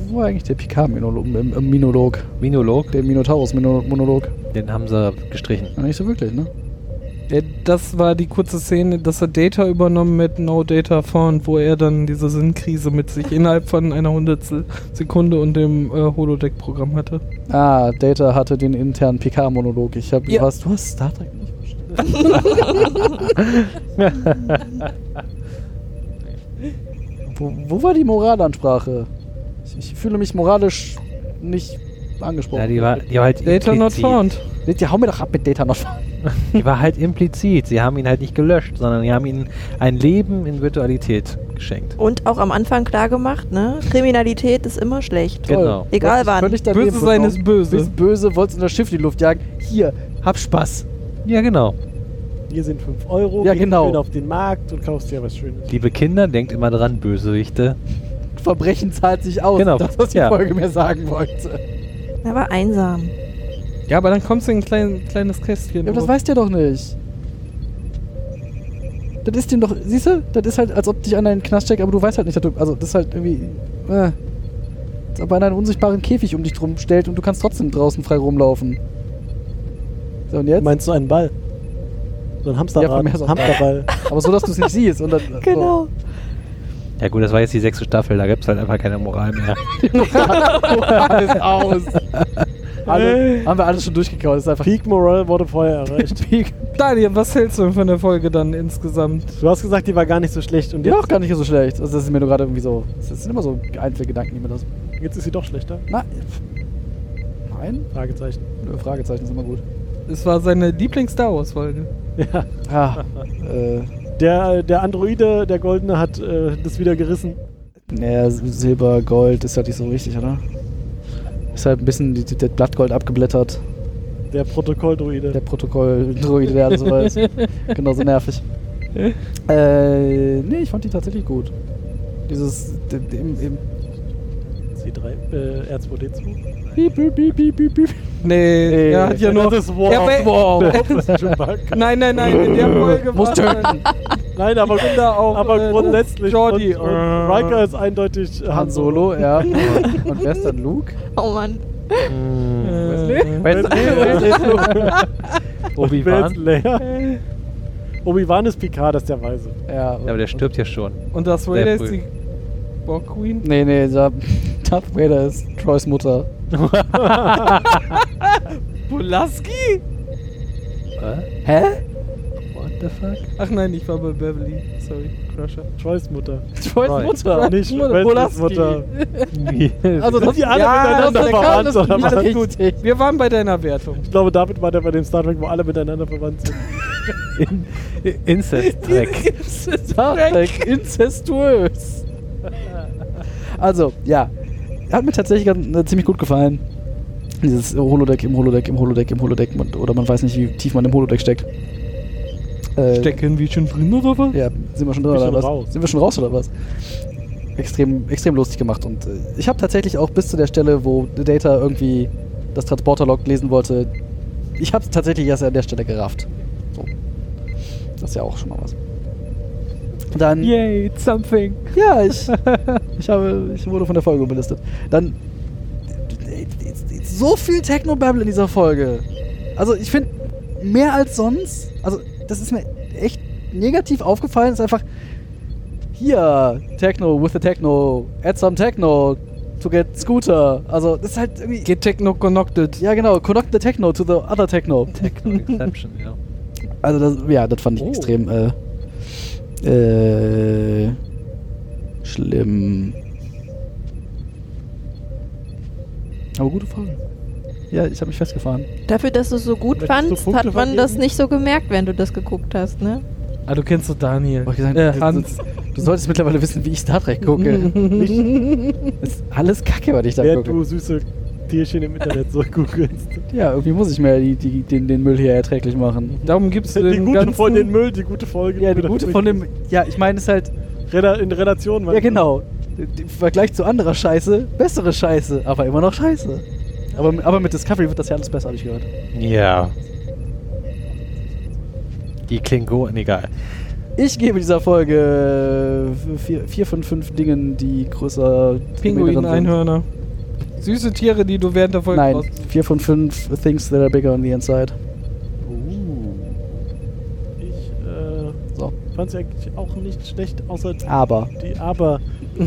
Speaker 4: Wo war eigentlich der Picard-Monolog? Im, im Minolog.
Speaker 2: Minolog.
Speaker 4: Der Minotaurus-Monolog.
Speaker 2: Den haben sie gestrichen.
Speaker 4: Ja, nicht so wirklich, ne?
Speaker 6: Ja, Äh, das war die kurze Szene, dass er Data übernommen mit No Data Found, wo er dann diese Sinnkrise mit sich innerhalb von einer Hundertstel Sekunde und dem äh, Holodeck-Programm hatte.
Speaker 4: Ah, Data hatte den internen Picard-Monolog. Ich hab.
Speaker 6: Ja.
Speaker 4: Was, du hast Star Trek nicht verstanden. wo, wo war die Moralansprache? Ich, ich fühle mich moralisch nicht angesprochen.
Speaker 2: Ja, die war, die war halt
Speaker 6: Data Not
Speaker 2: implizit.
Speaker 6: Found.
Speaker 4: Jetzt, hau mir doch ab mit Data noch.
Speaker 2: Die war halt implizit. Sie haben ihn halt nicht gelöscht, sondern sie haben ihm ein Leben in Virtualität geschenkt.
Speaker 5: Und auch am Anfang klar gemacht, ne? Kriminalität ist immer schlecht.
Speaker 2: Genau.
Speaker 5: Egal
Speaker 4: Du hast dich
Speaker 5: wann.
Speaker 4: Völlig daneben
Speaker 6: Böse sein ist
Speaker 4: benommen.
Speaker 6: böse.
Speaker 4: Bist böse, wolltest unter Schiff in die Luft jagen. Hier, hab Spaß.
Speaker 2: Ja, genau.
Speaker 1: Hier sind 5 Euro,
Speaker 4: Ja,
Speaker 1: geh
Speaker 4: genau.
Speaker 1: schön auf den Markt und kaufst dir was Schönes.
Speaker 2: Liebe Kinder, denkt immer dran, Bösewichte.
Speaker 4: Verbrechen zahlt sich aus.
Speaker 2: Genau,
Speaker 4: Das, was die
Speaker 2: ja.
Speaker 4: Folge mir sagen wollte.
Speaker 5: Er war einsam.
Speaker 6: Ja, aber dann kommst du in ein klein, kleines Kästchen.
Speaker 4: Ja, aber das
Speaker 6: wo-
Speaker 4: weißt ihr doch nicht. das ist dem doch, siehst du, das ist halt, als ob dich einer in den Knast steckt, aber du weißt halt nicht, dass du, also das ist halt irgendwie, äh, als ob einer einen unsichtbaren Käfig um dich drum stellt und du kannst trotzdem draußen frei rumlaufen. So, und jetzt?
Speaker 1: Meinst du einen Ball? So ein
Speaker 4: Ja, von
Speaker 1: Hamsterrad,
Speaker 4: mir aus auch.
Speaker 1: Hamsterball.
Speaker 4: Aber so, dass du es nicht siehst. Und dann,
Speaker 5: Genau.
Speaker 2: Ja gut, das war jetzt die sechste Staffel, da gibt's halt einfach keine Moral mehr.
Speaker 4: alles aus. Alle, haben wir alles schon durchgekaut. Das ist einfach
Speaker 1: Peak Moral wurde vorher erreicht.
Speaker 4: Peak.
Speaker 6: Daniel, was hältst du denn von der Folge dann insgesamt?
Speaker 1: Du hast gesagt, die war gar nicht so schlecht und
Speaker 4: Die
Speaker 1: jetzt,
Speaker 4: war auch gar nicht so schlecht. Also das ist mir nur gerade irgendwie so. Das sind immer so einzelne Gedanken, die mir das.
Speaker 1: jetzt ist sie doch schlechter.
Speaker 4: Na, pff. nein?
Speaker 1: Fragezeichen.
Speaker 4: Nö, Fragezeichen ist immer gut.
Speaker 6: Es war seine Lieblings-Star Wars-Folge.
Speaker 1: Ja.
Speaker 4: Ah, äh,
Speaker 1: Der, der Androide, der Goldene, hat äh, das wieder gerissen.
Speaker 4: naja, Silber, Gold ist halt nicht so richtig, oder? Ist halt ein bisschen die, die, das Blattgold abgeblättert.
Speaker 1: Der Protokolldroide.
Speaker 4: Der Protokoll-Druide, der alles weiß. Genauso nervig. äh, nee, ich fand die tatsächlich gut. Dieses. d- d- Im, im,
Speaker 1: C3, äh, R2D2.
Speaker 4: piep, piep, piep, piep, piep, piep.
Speaker 6: Nee,
Speaker 4: Nee,
Speaker 6: er hat ja nur.
Speaker 1: Das ist
Speaker 6: Ja,
Speaker 1: Warp.
Speaker 6: aber-
Speaker 1: Warp. Das ist Chewbacca.
Speaker 6: Nein, nein, nein, in der Folge
Speaker 4: Muss
Speaker 6: war
Speaker 4: töten.
Speaker 1: Nein, aber,
Speaker 6: Da auch,
Speaker 1: aber
Speaker 6: äh,
Speaker 1: grundsätzlich.
Speaker 6: Jordi,
Speaker 1: Und, und Riker ist eindeutig äh,
Speaker 4: Han Solo, ja. Und wer ist dann Luke?
Speaker 5: Oh Mann.
Speaker 6: Äh,
Speaker 1: Obi-Wan.
Speaker 2: Obi-Wan?
Speaker 1: Leia. Obi-Wan ist Picard, das ist der Weise.
Speaker 4: Ja.
Speaker 2: Ja, aber der stirbt ja schon.
Speaker 6: Und das Vader
Speaker 2: früh.
Speaker 6: ist die Borg Queen.
Speaker 4: Nee, nee, da, Darth Vader ist Troys Mutter.
Speaker 6: Pulaski?
Speaker 2: Äh?
Speaker 4: Hä?
Speaker 2: What the fuck?
Speaker 6: Ach nein, ich war bei Beverly. Sorry, Crusher.
Speaker 1: Troys Mutter.
Speaker 4: Troys Mutter?
Speaker 1: Nicht
Speaker 6: Mutter,
Speaker 1: Wesley's
Speaker 6: Pulaski.
Speaker 1: Mutter.
Speaker 4: Also
Speaker 1: Sind die alle miteinander
Speaker 4: der
Speaker 1: verwandt,
Speaker 4: Kern
Speaker 1: oder
Speaker 4: ist
Speaker 1: was?
Speaker 4: nicht richtig.
Speaker 6: Wir waren bei deiner Wertung.
Speaker 1: Ich glaube, damit war der bei dem Star Trek, wo alle miteinander verwandt sind.
Speaker 2: In Incest-Track.
Speaker 4: Star Trek incestuös. Also, ja. Hat mir tatsächlich ganz, äh, ziemlich gut gefallen. Dieses Holodeck im Holodeck im Holodeck im Holodeck. Man, oder man weiß nicht, wie tief man im Holodeck steckt. Äh,
Speaker 6: Stecken wir schon drin oder was?
Speaker 4: Ja, sind wir schon drin
Speaker 1: Bist
Speaker 4: oder
Speaker 1: schon
Speaker 4: was?
Speaker 1: raus.
Speaker 4: Sind wir schon raus oder was? Extrem, extrem lustig gemacht. Und äh, ich habe tatsächlich auch bis zu der Stelle, wo Data irgendwie das Transporterlog lesen wollte, ich habe es tatsächlich erst an der Stelle gerafft. So. Das ist ja auch schon mal was. Dann.
Speaker 6: Yay, it's something.
Speaker 4: Ja, ich, ich, habe, ich wurde von der Folge belistet. Dann. So viel Technobabble in dieser Folge. Also, ich finde, mehr als sonst. Also, das ist mir echt negativ aufgefallen. Ist einfach. Hier, Techno with the Techno. Add some Techno to get Scooter. Also, das ist halt irgendwie.
Speaker 6: Get techno connected.
Speaker 4: ja, genau. Connect the Techno to the other Techno.
Speaker 2: Exception, ja.
Speaker 4: Also das, ja, das fand ich
Speaker 2: Oh.
Speaker 4: extrem äh, äh, schlimm. Aber gute Frage. Ja, ich habe mich festgefahren.
Speaker 5: Dafür, dass du es so gut
Speaker 1: Möchtest du
Speaker 5: fandst,
Speaker 1: Punkte
Speaker 5: hat man
Speaker 1: vergeben?
Speaker 5: das nicht so gemerkt, wenn du das geguckt hast, ne?
Speaker 6: Ah, du kennst doch Daniel.
Speaker 4: Hab ich gesagt,
Speaker 6: Äh,
Speaker 4: du-
Speaker 6: Hans.
Speaker 4: Du, du solltest mittlerweile wissen, wie ich Star Trek gucke. Das ist alles Kacke, was ich da
Speaker 1: Während
Speaker 4: gucke.
Speaker 1: du süße Tierchen im Internet so googelst.
Speaker 4: Ja, irgendwie muss ich mir die, die, den, den Müll hier erträglich machen.
Speaker 6: Darum gibst du
Speaker 1: Die
Speaker 6: dem
Speaker 1: gute
Speaker 6: ganzen...
Speaker 1: von den Müll, die gute Folge.
Speaker 4: Ja, die gute von dem. Ja, ich meine, es ist halt.
Speaker 1: Rela in Relation,
Speaker 4: Ja, genau. Im Vergleich zu anderer Scheiße, bessere Scheiße, aber immer noch Scheiße. Aber, aber mit Discovery wird das ja alles besser, habe ich gehört.
Speaker 2: Ja. Die Klingonen, egal.
Speaker 4: Ich gebe dieser Folge äh, vier, vier von fünf Dingen, die größer.
Speaker 6: Pinguin,
Speaker 4: kleineren sind.
Speaker 6: Einhörner. Süße Tiere, die du während der Folge
Speaker 4: Nein,
Speaker 6: brauchst.
Speaker 4: vier von fünf Things that are bigger on the inside.
Speaker 1: Ich äh,
Speaker 4: So.
Speaker 1: fand sie eigentlich auch nicht schlecht, außer
Speaker 4: Aber.
Speaker 1: die Aber.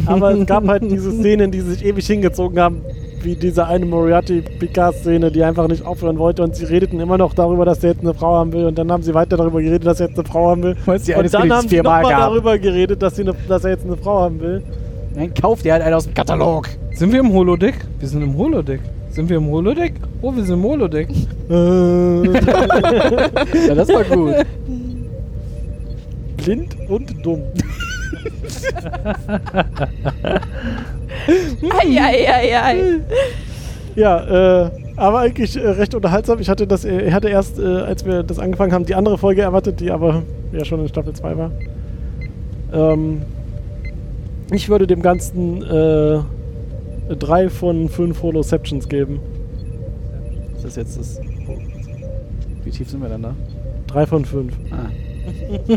Speaker 1: Aber es gab halt diese Szenen, die sich ewig hingezogen haben, wie diese eine Moriarty-Picard-Szene, die einfach nicht aufhören wollte und sie redeten immer noch darüber, dass er jetzt eine Frau haben will und dann haben sie weiter darüber geredet, dass er jetzt eine Frau haben will.
Speaker 4: Meinst du, die eine
Speaker 1: und dann
Speaker 4: Szene, die es
Speaker 1: haben sie
Speaker 4: viermal
Speaker 1: nochmal
Speaker 4: gab?
Speaker 1: darüber geredet, dass, sie eine, dass er jetzt eine Frau haben will.
Speaker 4: Nein, kauft ihr halt einen aus dem Katalog.
Speaker 6: Sind wir im Holodeck? Wir sind im Holodeck. Sind wir im Holodeck? Oh, wir sind im Holodeck.
Speaker 4: Ja, das war gut.
Speaker 1: Blind und dumm.
Speaker 5: Eieieiei.
Speaker 1: Ja, äh, aber eigentlich äh, recht unterhaltsam. Ich hatte das, äh, ich hatte erst, äh, als wir das angefangen haben, die andere Folge erwartet, die aber ja schon in Staffel 2 war. Ähm, ich würde dem Ganzen äh, drei von fünf Holoceptions geben.
Speaker 4: Ist das jetzt das. oh. Wie tief sind wir denn da?
Speaker 1: Drei von fünf.
Speaker 4: Ah.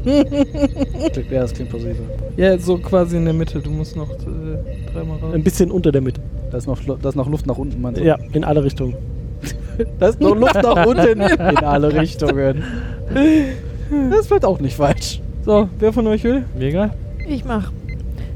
Speaker 4: Klingt- Ja, das klingt plausibel.
Speaker 6: Ja, so quasi in der Mitte. Du musst noch äh, dreimal raus.
Speaker 1: Ein bisschen unter der Mitte.
Speaker 4: Da ist noch, Lu- da ist noch Luft nach unten, meinst du?
Speaker 1: Ja, in alle Richtungen.
Speaker 4: Da ist noch Luft nach unten in alle Richtungen. Das ist vielleicht auch nicht falsch.
Speaker 6: So, wer von euch will?
Speaker 3: Mega.
Speaker 5: Ich mach.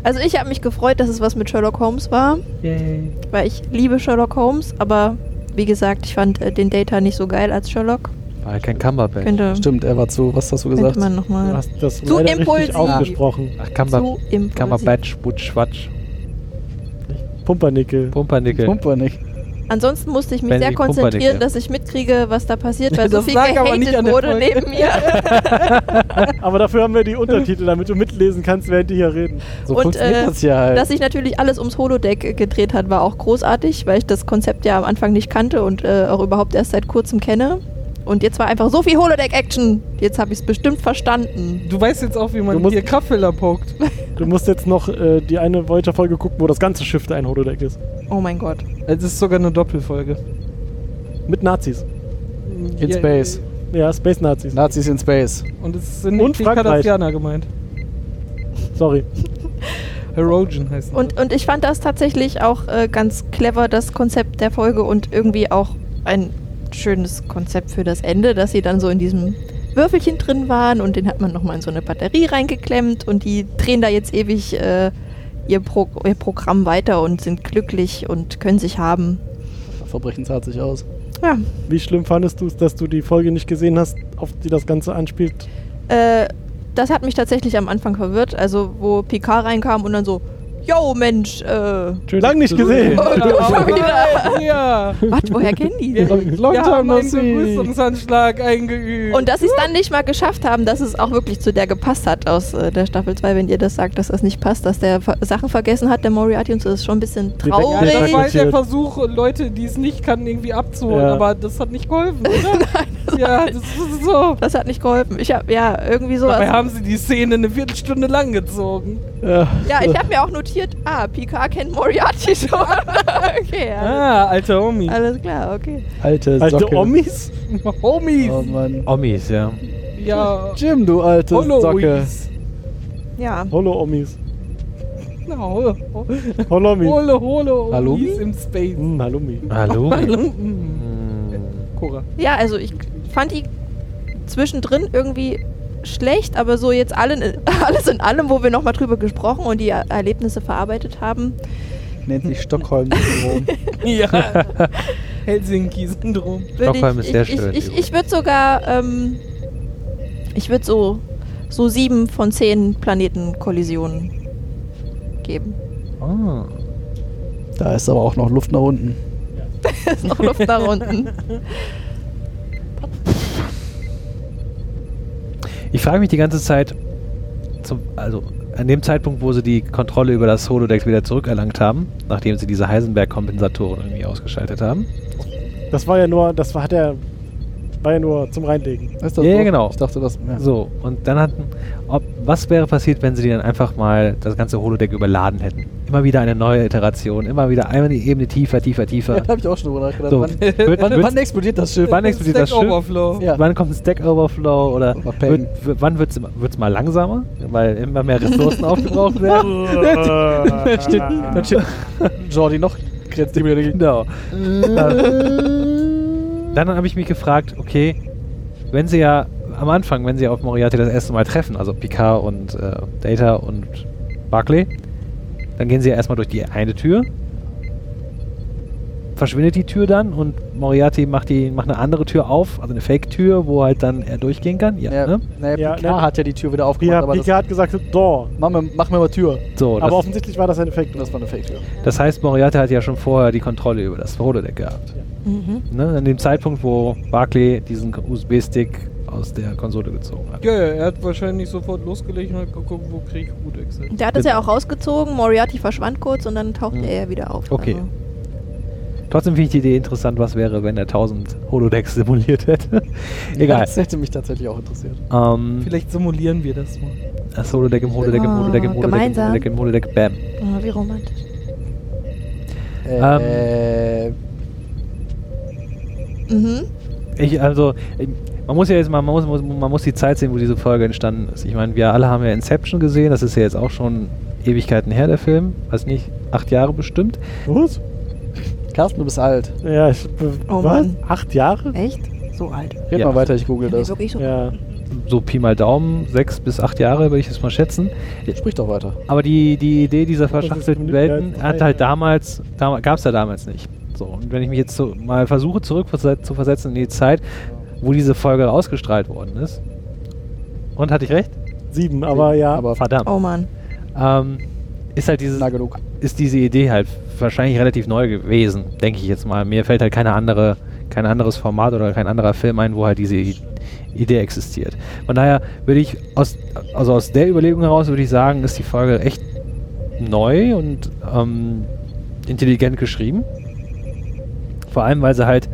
Speaker 5: Also ich habe mich gefreut, dass es was mit Sherlock Holmes war,
Speaker 3: Yay.
Speaker 5: weil ich liebe Sherlock Holmes, aber wie gesagt, ich fand äh, den Data nicht so geil als Sherlock.
Speaker 3: War halt kein Cumberbatch.
Speaker 5: Könnte,
Speaker 4: Stimmt, er war zu. Was hast du gesagt?
Speaker 5: könnte man
Speaker 1: Du
Speaker 5: nochmal
Speaker 1: hast das
Speaker 5: Ah. Zu
Speaker 1: leider richtig
Speaker 5: impulsiv.
Speaker 1: aufgesprochen.
Speaker 3: Ach, Cumber
Speaker 5: so im
Speaker 3: Cumberbatch, Butch, Schwatsch,
Speaker 1: Pumpernickel.
Speaker 3: Pumpernickel.
Speaker 4: Pumpernickel.
Speaker 5: Ansonsten musste ich mich
Speaker 3: Benedikt
Speaker 5: sehr konzentrieren,
Speaker 3: Pumpernickel.
Speaker 5: dass ich mitkriege, was da passiert, weil so
Speaker 6: Das
Speaker 5: viel
Speaker 6: lag aber nicht an
Speaker 5: gehatet
Speaker 6: der
Speaker 5: wurde
Speaker 6: Folge.
Speaker 5: neben mir.
Speaker 1: Aber dafür haben wir die Untertitel, damit du mitlesen kannst, während die hier reden.
Speaker 4: So
Speaker 5: Und,
Speaker 4: funktioniert
Speaker 5: äh,
Speaker 4: das ja halt.
Speaker 5: Dass sich natürlich alles ums Holodeck äh, gedreht hat, war auch großartig, weil ich das Konzept ja am Anfang nicht kannte und äh, auch überhaupt erst seit kurzem kenne. Und jetzt war einfach so viel Holodeck-Action. Jetzt habe ich es bestimmt verstanden.
Speaker 6: Du weißt jetzt auch, wie
Speaker 1: Du
Speaker 6: man
Speaker 1: musst-
Speaker 6: hier Kraftfelder pokt.
Speaker 1: Du musst jetzt noch äh, die eine Voyager-Folge gucken, wo das ganze Schiff ein Holodeck ist.
Speaker 5: Oh mein Gott.
Speaker 6: Es ist sogar eine Doppelfolge.
Speaker 1: Mit Nazis.
Speaker 4: in
Speaker 6: Ja,
Speaker 4: Space.
Speaker 1: Ja, Space-Nazis.
Speaker 4: Nazis in Space.
Speaker 6: Und es sind
Speaker 1: Und
Speaker 6: nicht die
Speaker 1: Frankreich.
Speaker 6: Kardassianer gemeint.
Speaker 1: Sorry.
Speaker 6: Erosion heißt es.
Speaker 5: Und, und ich fand das tatsächlich auch äh, ganz clever, das Konzept der Folge und irgendwie auch ein schönes Konzept für das Ende, dass sie dann so in diesem Würfelchen drin waren und den hat man nochmal in so eine Batterie reingeklemmt und die drehen da jetzt ewig äh, ihr, Pro ihr Programm weiter und sind glücklich und können sich haben.
Speaker 4: Verbrechen zahlt sich aus.
Speaker 5: Ja,
Speaker 1: Wie schlimm fandest du es, dass du die Folge nicht gesehen hast, auf die das Ganze anspielt?
Speaker 5: äh, das hat mich tatsächlich am Anfang verwirrt, also wo Picard reinkam und dann so, yo Mensch, äh,
Speaker 1: Lang nicht gesehen.
Speaker 5: Oh, du schon wieder.
Speaker 6: Ja.
Speaker 5: was, woher kennen die?
Speaker 6: Wir,
Speaker 4: Long
Speaker 6: wir
Speaker 4: time
Speaker 6: haben
Speaker 4: no
Speaker 6: einen
Speaker 4: see.
Speaker 6: Begrüßungsanschlag eingeübt.
Speaker 5: Und dass sie es dann nicht mal geschafft haben, dass es auch wirklich zu der gepasst hat aus äh, der Staffel 2, wenn ihr das sagt, dass das nicht passt, dass der ver- Sachen vergessen hat, der Moriarty und so, das ist schon ein bisschen
Speaker 1: Die
Speaker 6: ja,
Speaker 1: weg-
Speaker 6: das
Speaker 5: traurig.
Speaker 6: war halt der
Speaker 1: Interpretiert.
Speaker 6: Versuch, Leute, die es nicht kannten, irgendwie abzuholen.
Speaker 1: Ja.
Speaker 6: Aber das hat nicht geholfen, oder? ja, das ist so.
Speaker 5: Das hat nicht geholfen. Ich habe ja irgendwie so.
Speaker 6: Dabei haben sie die Szene eine Viertelstunde lang gezogen.
Speaker 5: ja, ich habe mir auch notiert, ah, Picard kennt Moriarty schon. okay, ja.
Speaker 6: Ah, alter Homie.
Speaker 5: alles klar, okay.
Speaker 4: Alte
Speaker 1: Alte
Speaker 4: Socke.
Speaker 1: Omis?
Speaker 6: Äh, Homies.
Speaker 4: Oh Mann.
Speaker 3: Omis, ja.
Speaker 6: Ja.
Speaker 4: Jim, du alte Socke.
Speaker 6: Holois.
Speaker 5: Ja.
Speaker 1: Holo-Omis.
Speaker 6: Genau.
Speaker 1: Holomi.
Speaker 6: Holo, holo,
Speaker 4: Hallo?
Speaker 6: Homies im Space.
Speaker 1: Hm, Halloumi.
Speaker 3: Hallo?
Speaker 6: Hallo. Mhm.
Speaker 3: Hm.
Speaker 6: Cora.
Speaker 5: Ja, also ich fand die zwischendrin irgendwie schlecht, aber so jetzt allen, alles in allem, wo wir nochmal drüber gesprochen und die Er- Erlebnisse verarbeitet haben,
Speaker 4: Nennt sich Stockholm-Syndrom.
Speaker 6: Ja. Helsinki-Syndrom.
Speaker 5: würd
Speaker 3: Stockholm
Speaker 5: ich,
Speaker 3: ist sehr
Speaker 5: ich,
Speaker 3: schön
Speaker 5: Ich, ich,
Speaker 3: übrigens.
Speaker 5: ich würde sogar, ähm, ich würde so, so sieben von zehn Planetenkollisionen geben.
Speaker 3: Ah.
Speaker 4: da ist aber auch noch Luft nach unten.
Speaker 5: ist noch Luft nach unten.
Speaker 3: Ich frage mich die ganze Zeit, zum, also an dem Zeitpunkt, wo sie die Kontrolle über das Holodeck wieder zurückerlangt haben, nachdem sie diese Heisenberg-Kompensatoren irgendwie ausgeschaltet haben.
Speaker 1: Das war ja nur, das war, hat er, war ja nur zum Reinlegen.
Speaker 4: Ist
Speaker 3: Ja, genau.
Speaker 4: Ich dachte, das. Ja.
Speaker 3: So, und dann hatten, ob, was wäre passiert, wenn sie die dann einfach mal das ganze Holodeck überladen hätten? Immer wieder eine neue Iteration, immer wieder einmal die Ebene tiefer, tiefer,
Speaker 4: Ja,
Speaker 3: tiefer.
Speaker 4: da habe ich auch schon drüber nachgedacht.
Speaker 3: So.
Speaker 4: Wann,
Speaker 3: Wird-
Speaker 4: wann,
Speaker 3: wird's-
Speaker 4: wann explodiert das Schiff?
Speaker 3: Wann explodiert das
Speaker 6: Stack
Speaker 3: Schiff?
Speaker 6: Overflow.
Speaker 4: Ja.
Speaker 3: Wann kommt ein Stack Overflow oder
Speaker 4: Mal pennen.
Speaker 3: wird, wird, wann wird es mal langsamer, weil immer mehr Ressourcen aufgebraucht werden?
Speaker 4: dann steht, dann steht Jordi noch grenzt ihm wieder gegen.
Speaker 3: Genau. dann dann habe ich mich gefragt, okay, wenn sie ja am Anfang, wenn sie auf Moriarty das erste Mal treffen, also Picard und äh, Data und Barclay, dann gehen sie ja erstmal durch die eine Tür. Verschwindet die Tür dann und Moriarty macht, die, macht eine andere Tür auf, also eine Fake-Tür, wo halt dann er durchgehen kann. Ja,
Speaker 4: Ja,
Speaker 3: Ne?
Speaker 4: naja,
Speaker 1: Ja,
Speaker 4: Picard
Speaker 1: ne?
Speaker 4: hat ja die Tür wieder aufgemacht,
Speaker 1: Ja,
Speaker 4: aber
Speaker 1: Pika hat gesagt, Door.
Speaker 4: das, mach, mir, mach mir mal Tür.
Speaker 3: So,
Speaker 1: Aber
Speaker 3: Oh, das,
Speaker 1: offensichtlich war das ein Effekt.
Speaker 4: Das war eine Fake-Tür.
Speaker 3: das heißt, Moriarty hat ja schon vorher die Kontrolle über das Holodeck gehabt.
Speaker 5: Mhm.
Speaker 3: Ne? An dem Zeitpunkt, wo Barclay diesen USB-Stick aus der Konsole gezogen hat.
Speaker 6: Ja, ja, er hat wahrscheinlich sofort losgelegt und hat geguckt, wo krieg ich gut Excel.
Speaker 5: Der hat das ja auch rausgezogen, Moriarty verschwand kurz und dann tauchte
Speaker 3: Mhm.
Speaker 5: er ja wieder auf. Also,
Speaker 3: Okay. Trotzdem finde ich die Idee interessant, was wäre, wenn er 1000 Holodecks simuliert hätte. Egal.
Speaker 4: Das hätte mich tatsächlich auch interessiert.
Speaker 3: Ähm,
Speaker 6: Vielleicht simulieren wir das mal.
Speaker 3: das Holodeck im Holodeck im
Speaker 5: Ah,
Speaker 3: Holodeck im Holodeck im
Speaker 5: gemeinsam.
Speaker 3: Holodeck im Holodeck, bam.
Speaker 5: Also, ah, wie romantisch.
Speaker 4: Äh,
Speaker 5: Mhm.
Speaker 3: Ich, also, ähm, Man muss ja jetzt mal, man muss, muss- man muss die Zeit sehen, wo diese Folge entstanden ist. Ich meine, wir alle haben ja Inception gesehen, das ist ja jetzt auch schon Ewigkeiten her, der Film. Weiß nicht, acht Jahre bestimmt.
Speaker 1: Was?
Speaker 4: Carsten, du bist alt.
Speaker 1: Ja, ich, äh, was?
Speaker 5: Oh Mann.
Speaker 1: Acht Jahre?
Speaker 5: Echt? So alt.
Speaker 4: Red
Speaker 3: Ja.
Speaker 4: mal weiter, ich google
Speaker 5: Haben die
Speaker 4: das.
Speaker 5: Wirklich so
Speaker 1: Ja.
Speaker 3: So Pi mal Daumen, sechs bis acht Jahre würde ich es mal schätzen.
Speaker 4: Sprich doch weiter.
Speaker 3: Aber die, die Idee dieser
Speaker 1: Das ist
Speaker 3: verschachtelten
Speaker 1: mit Sicherheit
Speaker 3: Welten
Speaker 1: frei,
Speaker 3: hat
Speaker 1: ja.
Speaker 3: halt damals, dam, gab es ja damals nicht. So, und wenn ich mich jetzt so mal versuche, zurück zu versetzen in die Zeit, wo diese Folge ausgestrahlt worden ist. Und hatte ich recht?
Speaker 1: Sieben, aber ja.
Speaker 4: Aber
Speaker 3: Verdammt.
Speaker 5: Oh Mann.
Speaker 3: Ähm, ist halt dieses,
Speaker 4: na genug.
Speaker 3: ist diese Idee halt wahrscheinlich relativ neu gewesen, denke ich jetzt mal. Mir fällt halt keine andere, kein anderes Format oder kein anderer Film ein, wo halt diese I Idee existiert. Von daher würde ich aus, also aus der Überlegung heraus würde ich sagen, ist die Folge echt neu und ähm, intelligent geschrieben. Vor allem, weil sie halt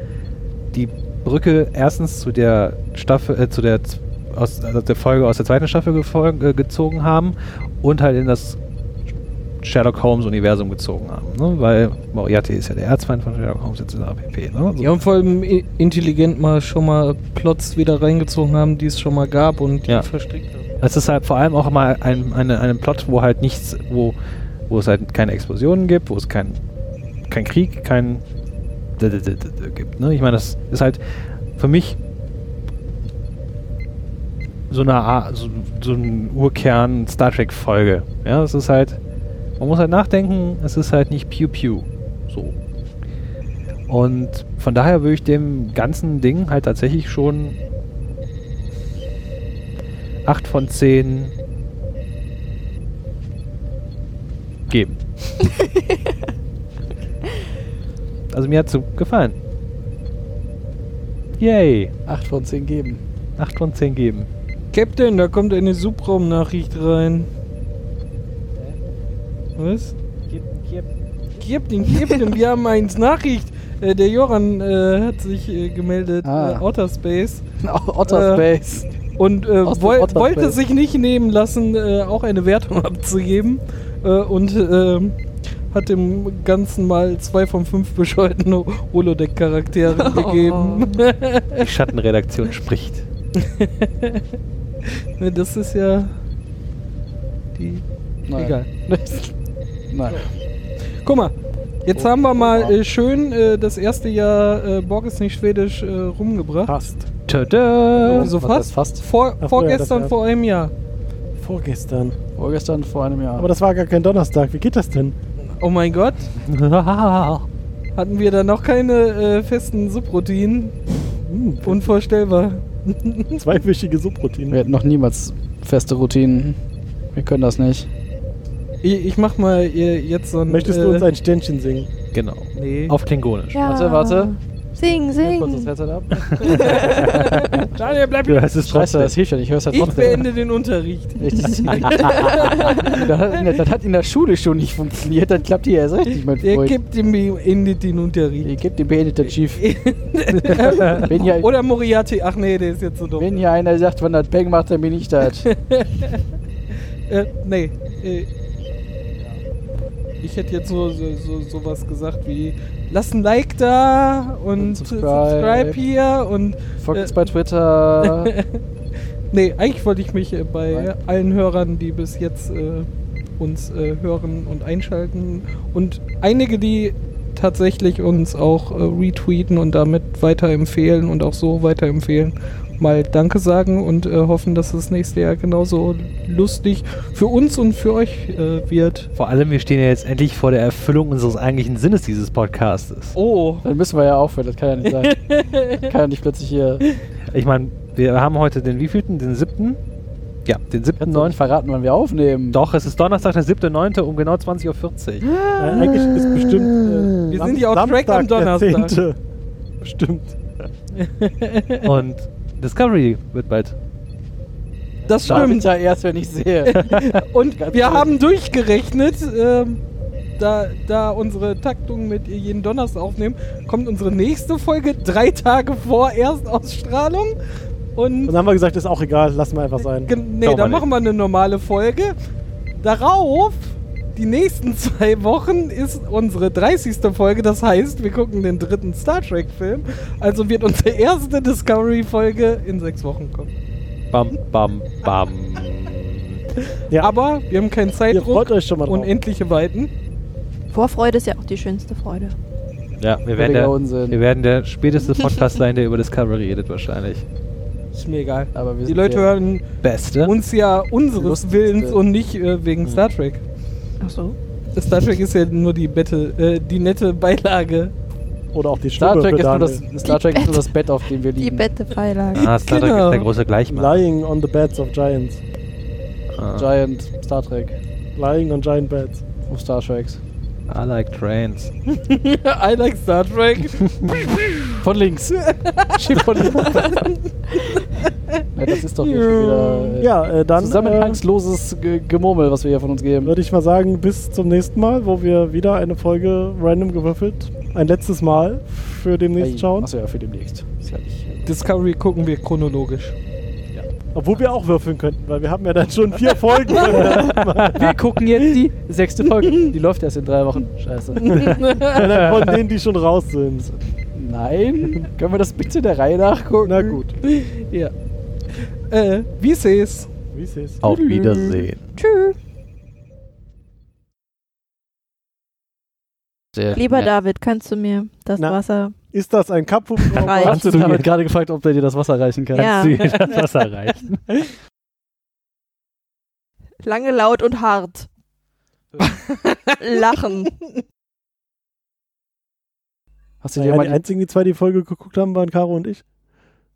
Speaker 3: die Brücke erstens zu der Staffel, äh, zu der z- aus also der Folge aus der zweiten Staffel gefol- äh, gezogen haben und halt in das Sherlock Holmes Universum gezogen haben, ne? weil Moriarty ist ja der Erzfeind von Sherlock Holmes etc. pp. Ne? So.
Speaker 6: Also. Ja, und vor allem i- intelligent mal schon mal Plots wieder reingezogen haben, die es schon mal gab und die
Speaker 3: Ja.
Speaker 6: verstrickt haben.
Speaker 3: Es ist halt vor allem auch mal ein, eine, ein Plot, wo halt nichts, wo, wo es halt keine Explosionen gibt, wo es kein, kein Krieg, kein d- d- d- d- gibt. Ne? Ich meine, das ist halt für mich so eine Ar- so, so ein Urkern Star Trek Folge. Ja, es ist halt, man muss halt nachdenken, es ist halt nicht Pew Pew. So. Und von daher würde ich dem ganzen Ding halt tatsächlich schon 8 von 10 geben. also mir hat es gefallen. Yay,
Speaker 4: 8 von 10 geben.
Speaker 3: 8 von 10 geben.
Speaker 6: Captain, da kommt eine Subraumnachricht rein. Was? Captain, Captain, wir haben eins Nachricht. Äh, der Joran äh, hat sich äh, gemeldet,
Speaker 4: Ah.
Speaker 6: äh, Outer Space.
Speaker 4: Otter
Speaker 6: Äh,
Speaker 4: Space.
Speaker 6: Und äh,
Speaker 4: Aus dem
Speaker 6: woll
Speaker 4: Outer
Speaker 6: wollte
Speaker 4: Space.
Speaker 6: sich nicht nehmen lassen, äh, auch eine Wertung abzugeben. Äh, und ähm, hat dem Ganzen mal zwei von fünf bescheuerten Ho- Holodeck-Charakteren
Speaker 5: Oh.
Speaker 6: gegeben.
Speaker 3: Die Schattenredaktion spricht.
Speaker 6: Ne, das ist ja. Die.
Speaker 4: Nein.
Speaker 6: Egal.
Speaker 4: Nein.
Speaker 6: Guck mal, jetzt
Speaker 1: Oh.
Speaker 6: haben wir mal äh, schön äh, das erste Jahr äh, Borg ist nicht schwedisch äh, rumgebracht.
Speaker 1: Passt.
Speaker 3: Tada!
Speaker 6: Wieso
Speaker 4: Was
Speaker 6: fast?
Speaker 4: heißt fast?
Speaker 6: Vor,
Speaker 1: Ach so,
Speaker 6: vorgestern,
Speaker 1: ja, das
Speaker 6: vor einem Jahr.
Speaker 1: Vorgestern.
Speaker 4: Vorgestern, vor einem Jahr.
Speaker 1: Aber das war gar kein Donnerstag. Wie geht das denn?
Speaker 6: Oh mein Gott, hatten wir da noch keine äh, festen Subroutinen?
Speaker 1: Hm,
Speaker 6: Unvorstellbar.
Speaker 1: zweiwöchige
Speaker 4: wir
Speaker 1: Subroutine.
Speaker 4: hatten noch niemals feste Routinen. Wir können das nicht.
Speaker 6: Ich, ich mach mal äh, jetzt so ein.
Speaker 1: Möchtest
Speaker 6: äh,
Speaker 1: du uns ein Ständchen singen?
Speaker 3: genau.
Speaker 6: Nee.
Speaker 3: Auf Klingonisch.
Speaker 5: Ja.
Speaker 4: Warte, warte.
Speaker 5: Sing,
Speaker 4: Kurz das
Speaker 5: sing.
Speaker 4: Headset ab.
Speaker 6: Daniel, bleib
Speaker 3: Du hörst es
Speaker 4: Scheiße,
Speaker 3: trotzdem.
Speaker 4: das hilft ja nicht. Ich höre es ja
Speaker 6: Ich
Speaker 4: trotzdem.
Speaker 6: beende den Unterricht.
Speaker 4: Richtig. das, hat in der, das hat in der Schule schon nicht funktioniert. Dann klappt hier erst recht nicht, mein
Speaker 6: Er
Speaker 4: Freund.
Speaker 6: gibt ihm beendet den Unterricht.
Speaker 4: Ihr gebt den beendeten Chief. Wenn ihr,
Speaker 6: Oder Moriarty, ach nee, der ist jetzt so doof.
Speaker 4: wenn hier einer sagt, wenn das Peng macht, dann bin ich das.
Speaker 6: Äh, nee. Äh, ich hätte jetzt nur so, so, sowas gesagt wie: Lass ein Like da und,
Speaker 4: Und
Speaker 6: äh,
Speaker 4: subscribe.
Speaker 6: subscribe hier und. äh,
Speaker 4: Folgt uns bei Twitter.
Speaker 6: Nee, eigentlich wollte ich mich äh, bei
Speaker 4: Nein.
Speaker 6: allen Hörern, die bis jetzt äh, uns äh, hören und einschalten und einige, die tatsächlich uns auch äh, retweeten und damit weiterempfehlen und auch so weiterempfehlen, mal Danke sagen und äh, hoffen, dass das nächste Jahr genauso lustig für uns und für euch äh, wird.
Speaker 3: Vor allem, wir stehen ja jetzt endlich vor der Erfüllung unseres eigentlichen Sinnes dieses Podcastes.
Speaker 6: Oh,
Speaker 4: Dann müssen wir ja aufhören, das kann ja nicht sein. kann ja nicht plötzlich hier.
Speaker 3: Ich meine, wir haben heute den wievielten? Den siebten? Ja, den siebten,
Speaker 4: Kannst du nicht
Speaker 3: neunten.
Speaker 4: verraten, wann wir aufnehmen.
Speaker 3: Doch, es ist Donnerstag, der siebte, neunte um genau 20.40 Uhr.
Speaker 1: Äh, eigentlich ist bestimmt. Äh,
Speaker 6: Wir
Speaker 1: Sam-
Speaker 6: sind ja auf Track
Speaker 1: Samstag,
Speaker 6: am
Speaker 1: der
Speaker 6: Donnerstag.
Speaker 1: 10.. Bestimmt.
Speaker 3: Und Discovery wird bald.
Speaker 6: das
Speaker 4: Stimmt
Speaker 6: stimmt.
Speaker 4: ja erst, wenn ich sehe.
Speaker 6: Und wir haben durchgerechnet, ähm, da, da unsere Taktung mit ihr jeden Donnerstag aufnehmen, kommt unsere nächste Folge drei Tage vor Erstausstrahlung. Und
Speaker 1: Dann haben wir gesagt, ist auch egal, lassen wir einfach sein.
Speaker 6: Gen- nee,
Speaker 3: Doch,
Speaker 6: dann
Speaker 3: mal
Speaker 6: machen wir eine normale Folge. Darauf die nächsten zwei Wochen ist unsere 30. Folge. Das heißt, wir gucken den dritten Star Trek-Film. Also wird unsere erste Discovery-Folge in sechs Wochen kommen.
Speaker 3: Bam, bam, bam.
Speaker 1: Ja.
Speaker 6: Aber wir haben keinen
Speaker 1: Ihr freut
Speaker 6: Zeitdruck.
Speaker 1: euch schon mal drauf.
Speaker 6: Unendliche Weiten.
Speaker 5: Vorfreude ist ja auch die schönste Freude.
Speaker 3: Ja, wir werden,
Speaker 4: Völliger
Speaker 3: der,
Speaker 4: Unsinn.
Speaker 3: wir werden der späteste Podcast sein, der über Discovery redet wahrscheinlich.
Speaker 6: Ist mir egal.
Speaker 4: Aber wir
Speaker 6: Die
Speaker 4: sind
Speaker 6: Leute
Speaker 4: der-
Speaker 6: hören
Speaker 3: Beste.
Speaker 6: uns ja unseres
Speaker 4: Lustigste.
Speaker 6: Willens und nicht äh, wegen Star Trek.
Speaker 5: Ach so.
Speaker 6: Star Trek ist ja nur die, Bette, äh, die nette Beilage.
Speaker 1: Oder auch die
Speaker 4: Star
Speaker 1: Stimme
Speaker 4: Trek,
Speaker 1: für
Speaker 4: ist nur,
Speaker 1: Daniel.
Speaker 4: das, Star Trek ist nur das Bett, auf dem wir
Speaker 5: Die
Speaker 4: liegen.
Speaker 5: Bettepfeiler.
Speaker 3: ah, Star Trek
Speaker 6: genau.
Speaker 3: ist der große Gleichmann.
Speaker 1: Lying on the beds of giants.
Speaker 3: Ah,
Speaker 4: Giant Star Trek.
Speaker 1: Lying on giant beds.
Speaker 4: Auf Star Treks.
Speaker 3: I like trains.
Speaker 6: I like Star Trek.
Speaker 4: Von links. Schiff von links. ja, das ist doch hier schon wieder äh,
Speaker 1: Ja, äh, dann äh,
Speaker 4: zusammenhangsloses Ge Gemurmel, was wir hier von uns geben.
Speaker 1: würde ich mal sagen, bis zum nächsten Mal, wo wir wieder eine Folge random gewürfelt. Ein letztes Mal für demnächst
Speaker 4: Ei,
Speaker 1: schauen.
Speaker 4: Achso, ja, für demnächst. Ist ja nicht, äh,
Speaker 6: Discovery gucken wir chronologisch.
Speaker 1: Obwohl wir auch würfeln könnten, weil wir haben ja dann schon vier Folgen. Wenn
Speaker 4: Wir gucken jetzt die sechste Folge. Die läuft erst in drei Wochen. Scheiße.
Speaker 1: dann von denen, die schon raus sind.
Speaker 4: Nein. Können wir das bitte der Reihe nachgucken?
Speaker 1: Na gut.
Speaker 6: Ja. Äh, wie ist es?
Speaker 1: Wie ist es?
Speaker 3: Auf Wiedersehen.
Speaker 5: Tschüss. Lieber David, kannst du mir das
Speaker 1: Na.
Speaker 5: Wasser
Speaker 1: Ist das ein Kampfhubschrauber?
Speaker 5: reichen?
Speaker 4: Hast du damit gerade gefragt, ob der dir das Wasser reichen kann?
Speaker 5: Ja.
Speaker 3: Sie das Wasser reichen.
Speaker 5: Lange, laut und hart. Lachen.
Speaker 4: Hast du dir
Speaker 1: Ja,
Speaker 4: mal
Speaker 1: die einzigen, die zwei die Folge geguckt haben, waren Caro und ich.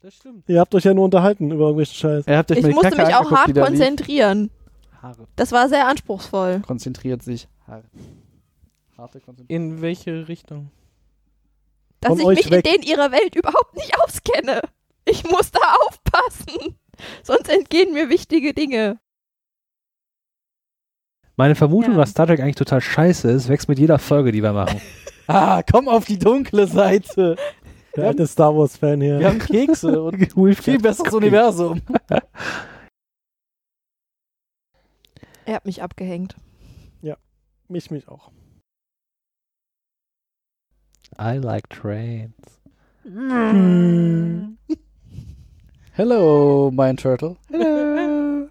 Speaker 6: Das stimmt.
Speaker 1: Ihr habt euch ja nur unterhalten über irgendwelchen Scheiß.
Speaker 4: Er hat euch
Speaker 5: Ich
Speaker 4: mal die
Speaker 5: musste
Speaker 4: Kacke
Speaker 5: mich auch
Speaker 4: angeguckt, die
Speaker 5: hart
Speaker 4: da liegt.
Speaker 5: konzentrieren.
Speaker 4: Haare.
Speaker 5: Das war sehr anspruchsvoll.
Speaker 4: Konzentriert sich. Haare. Harte Konzentration.
Speaker 6: In welche Richtung?
Speaker 5: Dass
Speaker 1: Von
Speaker 5: ich
Speaker 1: euch
Speaker 5: mich
Speaker 1: weg.
Speaker 5: in den ihrer Welt überhaupt nicht auskenne. Ich muss da aufpassen. Sonst entgehen mir wichtige Dinge.
Speaker 3: Meine Vermutung,
Speaker 5: Ja.
Speaker 3: dass Star Trek eigentlich total scheiße ist, wächst mit jeder Folge, die wir machen.
Speaker 4: Ah, komm auf die dunkle Seite.
Speaker 1: Der alte Star Wars-Fan hier.
Speaker 4: Wir haben Kekse und ein viel besseres Universum.
Speaker 5: Er hat mich abgehängt.
Speaker 1: Mich, mich auch.
Speaker 3: I like trains.
Speaker 6: Ah.
Speaker 4: Hello, mein Turtle.
Speaker 3: Hello.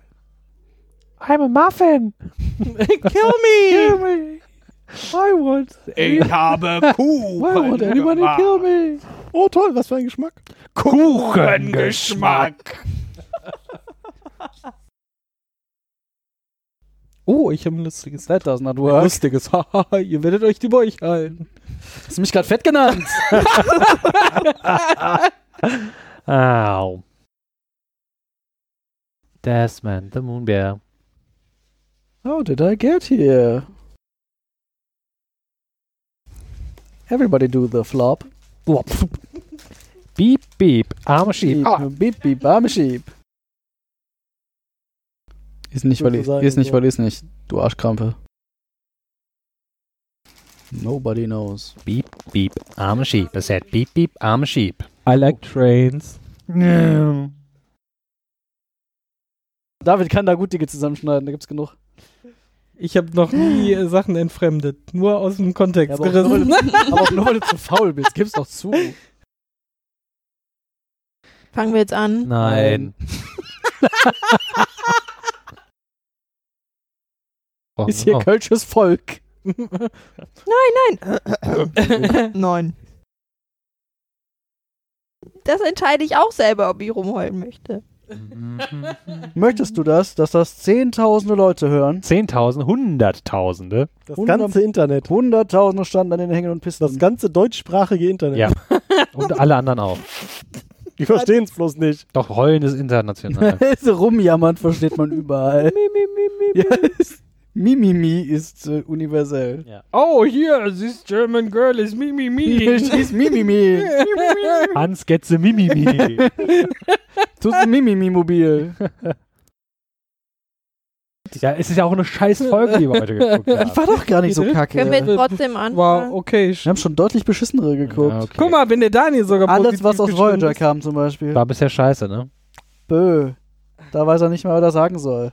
Speaker 3: I'm a muffin.
Speaker 6: Kill me!
Speaker 3: I want.
Speaker 7: Ich habe Kuchen
Speaker 3: Why would anybody kill me?
Speaker 1: Oh toll, was für ein Geschmack.
Speaker 7: Kuchengeschmack.
Speaker 6: Oh, ich habe ein lustiges.
Speaker 4: That does not work.
Speaker 6: Lustiges. Haha, ihr werdet euch die Bäuche halten.
Speaker 4: Hast du mich gerade fett genannt?
Speaker 3: Au. Desmond, the Moonbear.
Speaker 4: How did I get here? Everybody do the flop.
Speaker 3: Beep, beep. Arme Schieb.
Speaker 4: Beep, beep, am Sheep. Ist nicht, weil ich,
Speaker 1: Sozusagen
Speaker 4: ist nicht,
Speaker 1: so.
Speaker 4: weil ich nicht. Du Arschkrampe. Nobody knows.
Speaker 3: Beep, beep. Arme Schieb. Es hat beep, beep. Arme Schieb.
Speaker 6: I like trains.
Speaker 4: David kann da gut Dinge zusammenschneiden, da gibt's genug.
Speaker 6: Ich habe noch nie äh, Sachen entfremdet. Nur aus dem
Speaker 4: Ja,
Speaker 6: Kontext
Speaker 4: aber-
Speaker 6: gerissen.
Speaker 4: Aber auch nur, weil du zu faul bist, gib's doch zu.
Speaker 5: Fangen wir jetzt an.
Speaker 3: Nein. Oh,
Speaker 4: Ist hier
Speaker 3: oh.
Speaker 4: kölsches Volk.
Speaker 5: Nein. Nein. Das entscheide ich auch selber, ob ich rumheulen möchte.
Speaker 4: Möchtest du das, dass das zehntausende Leute hören?
Speaker 3: Zehntausende, Hunderttausende.
Speaker 1: Das
Speaker 4: Hundert-
Speaker 1: ganze Internet.
Speaker 4: Hunderttausende standen an den Hängen und Pisten.
Speaker 1: Das ganze deutschsprachige Internet.
Speaker 3: Ja. Und alle anderen auch.
Speaker 1: Die verstehen es bloß nicht.
Speaker 3: Doch heulen ist international.
Speaker 4: so rumjammern versteht man überall. Mimimi mi, mi, mi. ist äh, universell.
Speaker 6: oh, hier, this German girl is me, me, me.
Speaker 4: She's Mimimi.
Speaker 3: Hans Getze Mimimi.
Speaker 4: Du bist Mimimi mobil.
Speaker 3: ja, es ist ja auch eine scheiß Folge, die wir heute geguckt
Speaker 4: Ich
Speaker 3: haben.
Speaker 4: war doch gar nicht so kacke.
Speaker 5: Können wir trotzdem anfangen?
Speaker 6: Wow, okay.
Speaker 4: Wir haben schon deutlich beschissenere geguckt.
Speaker 3: Ja, okay.
Speaker 6: Guck mal, wenn der Daniel sogar
Speaker 4: Alles,
Speaker 6: positiv
Speaker 4: was aus
Speaker 6: gestimmt
Speaker 4: Voyager
Speaker 6: ist.
Speaker 4: kam zum Beispiel.
Speaker 3: War bisher scheiße, ne?
Speaker 4: Bö. Da weiß er nicht mehr, was er sagen soll.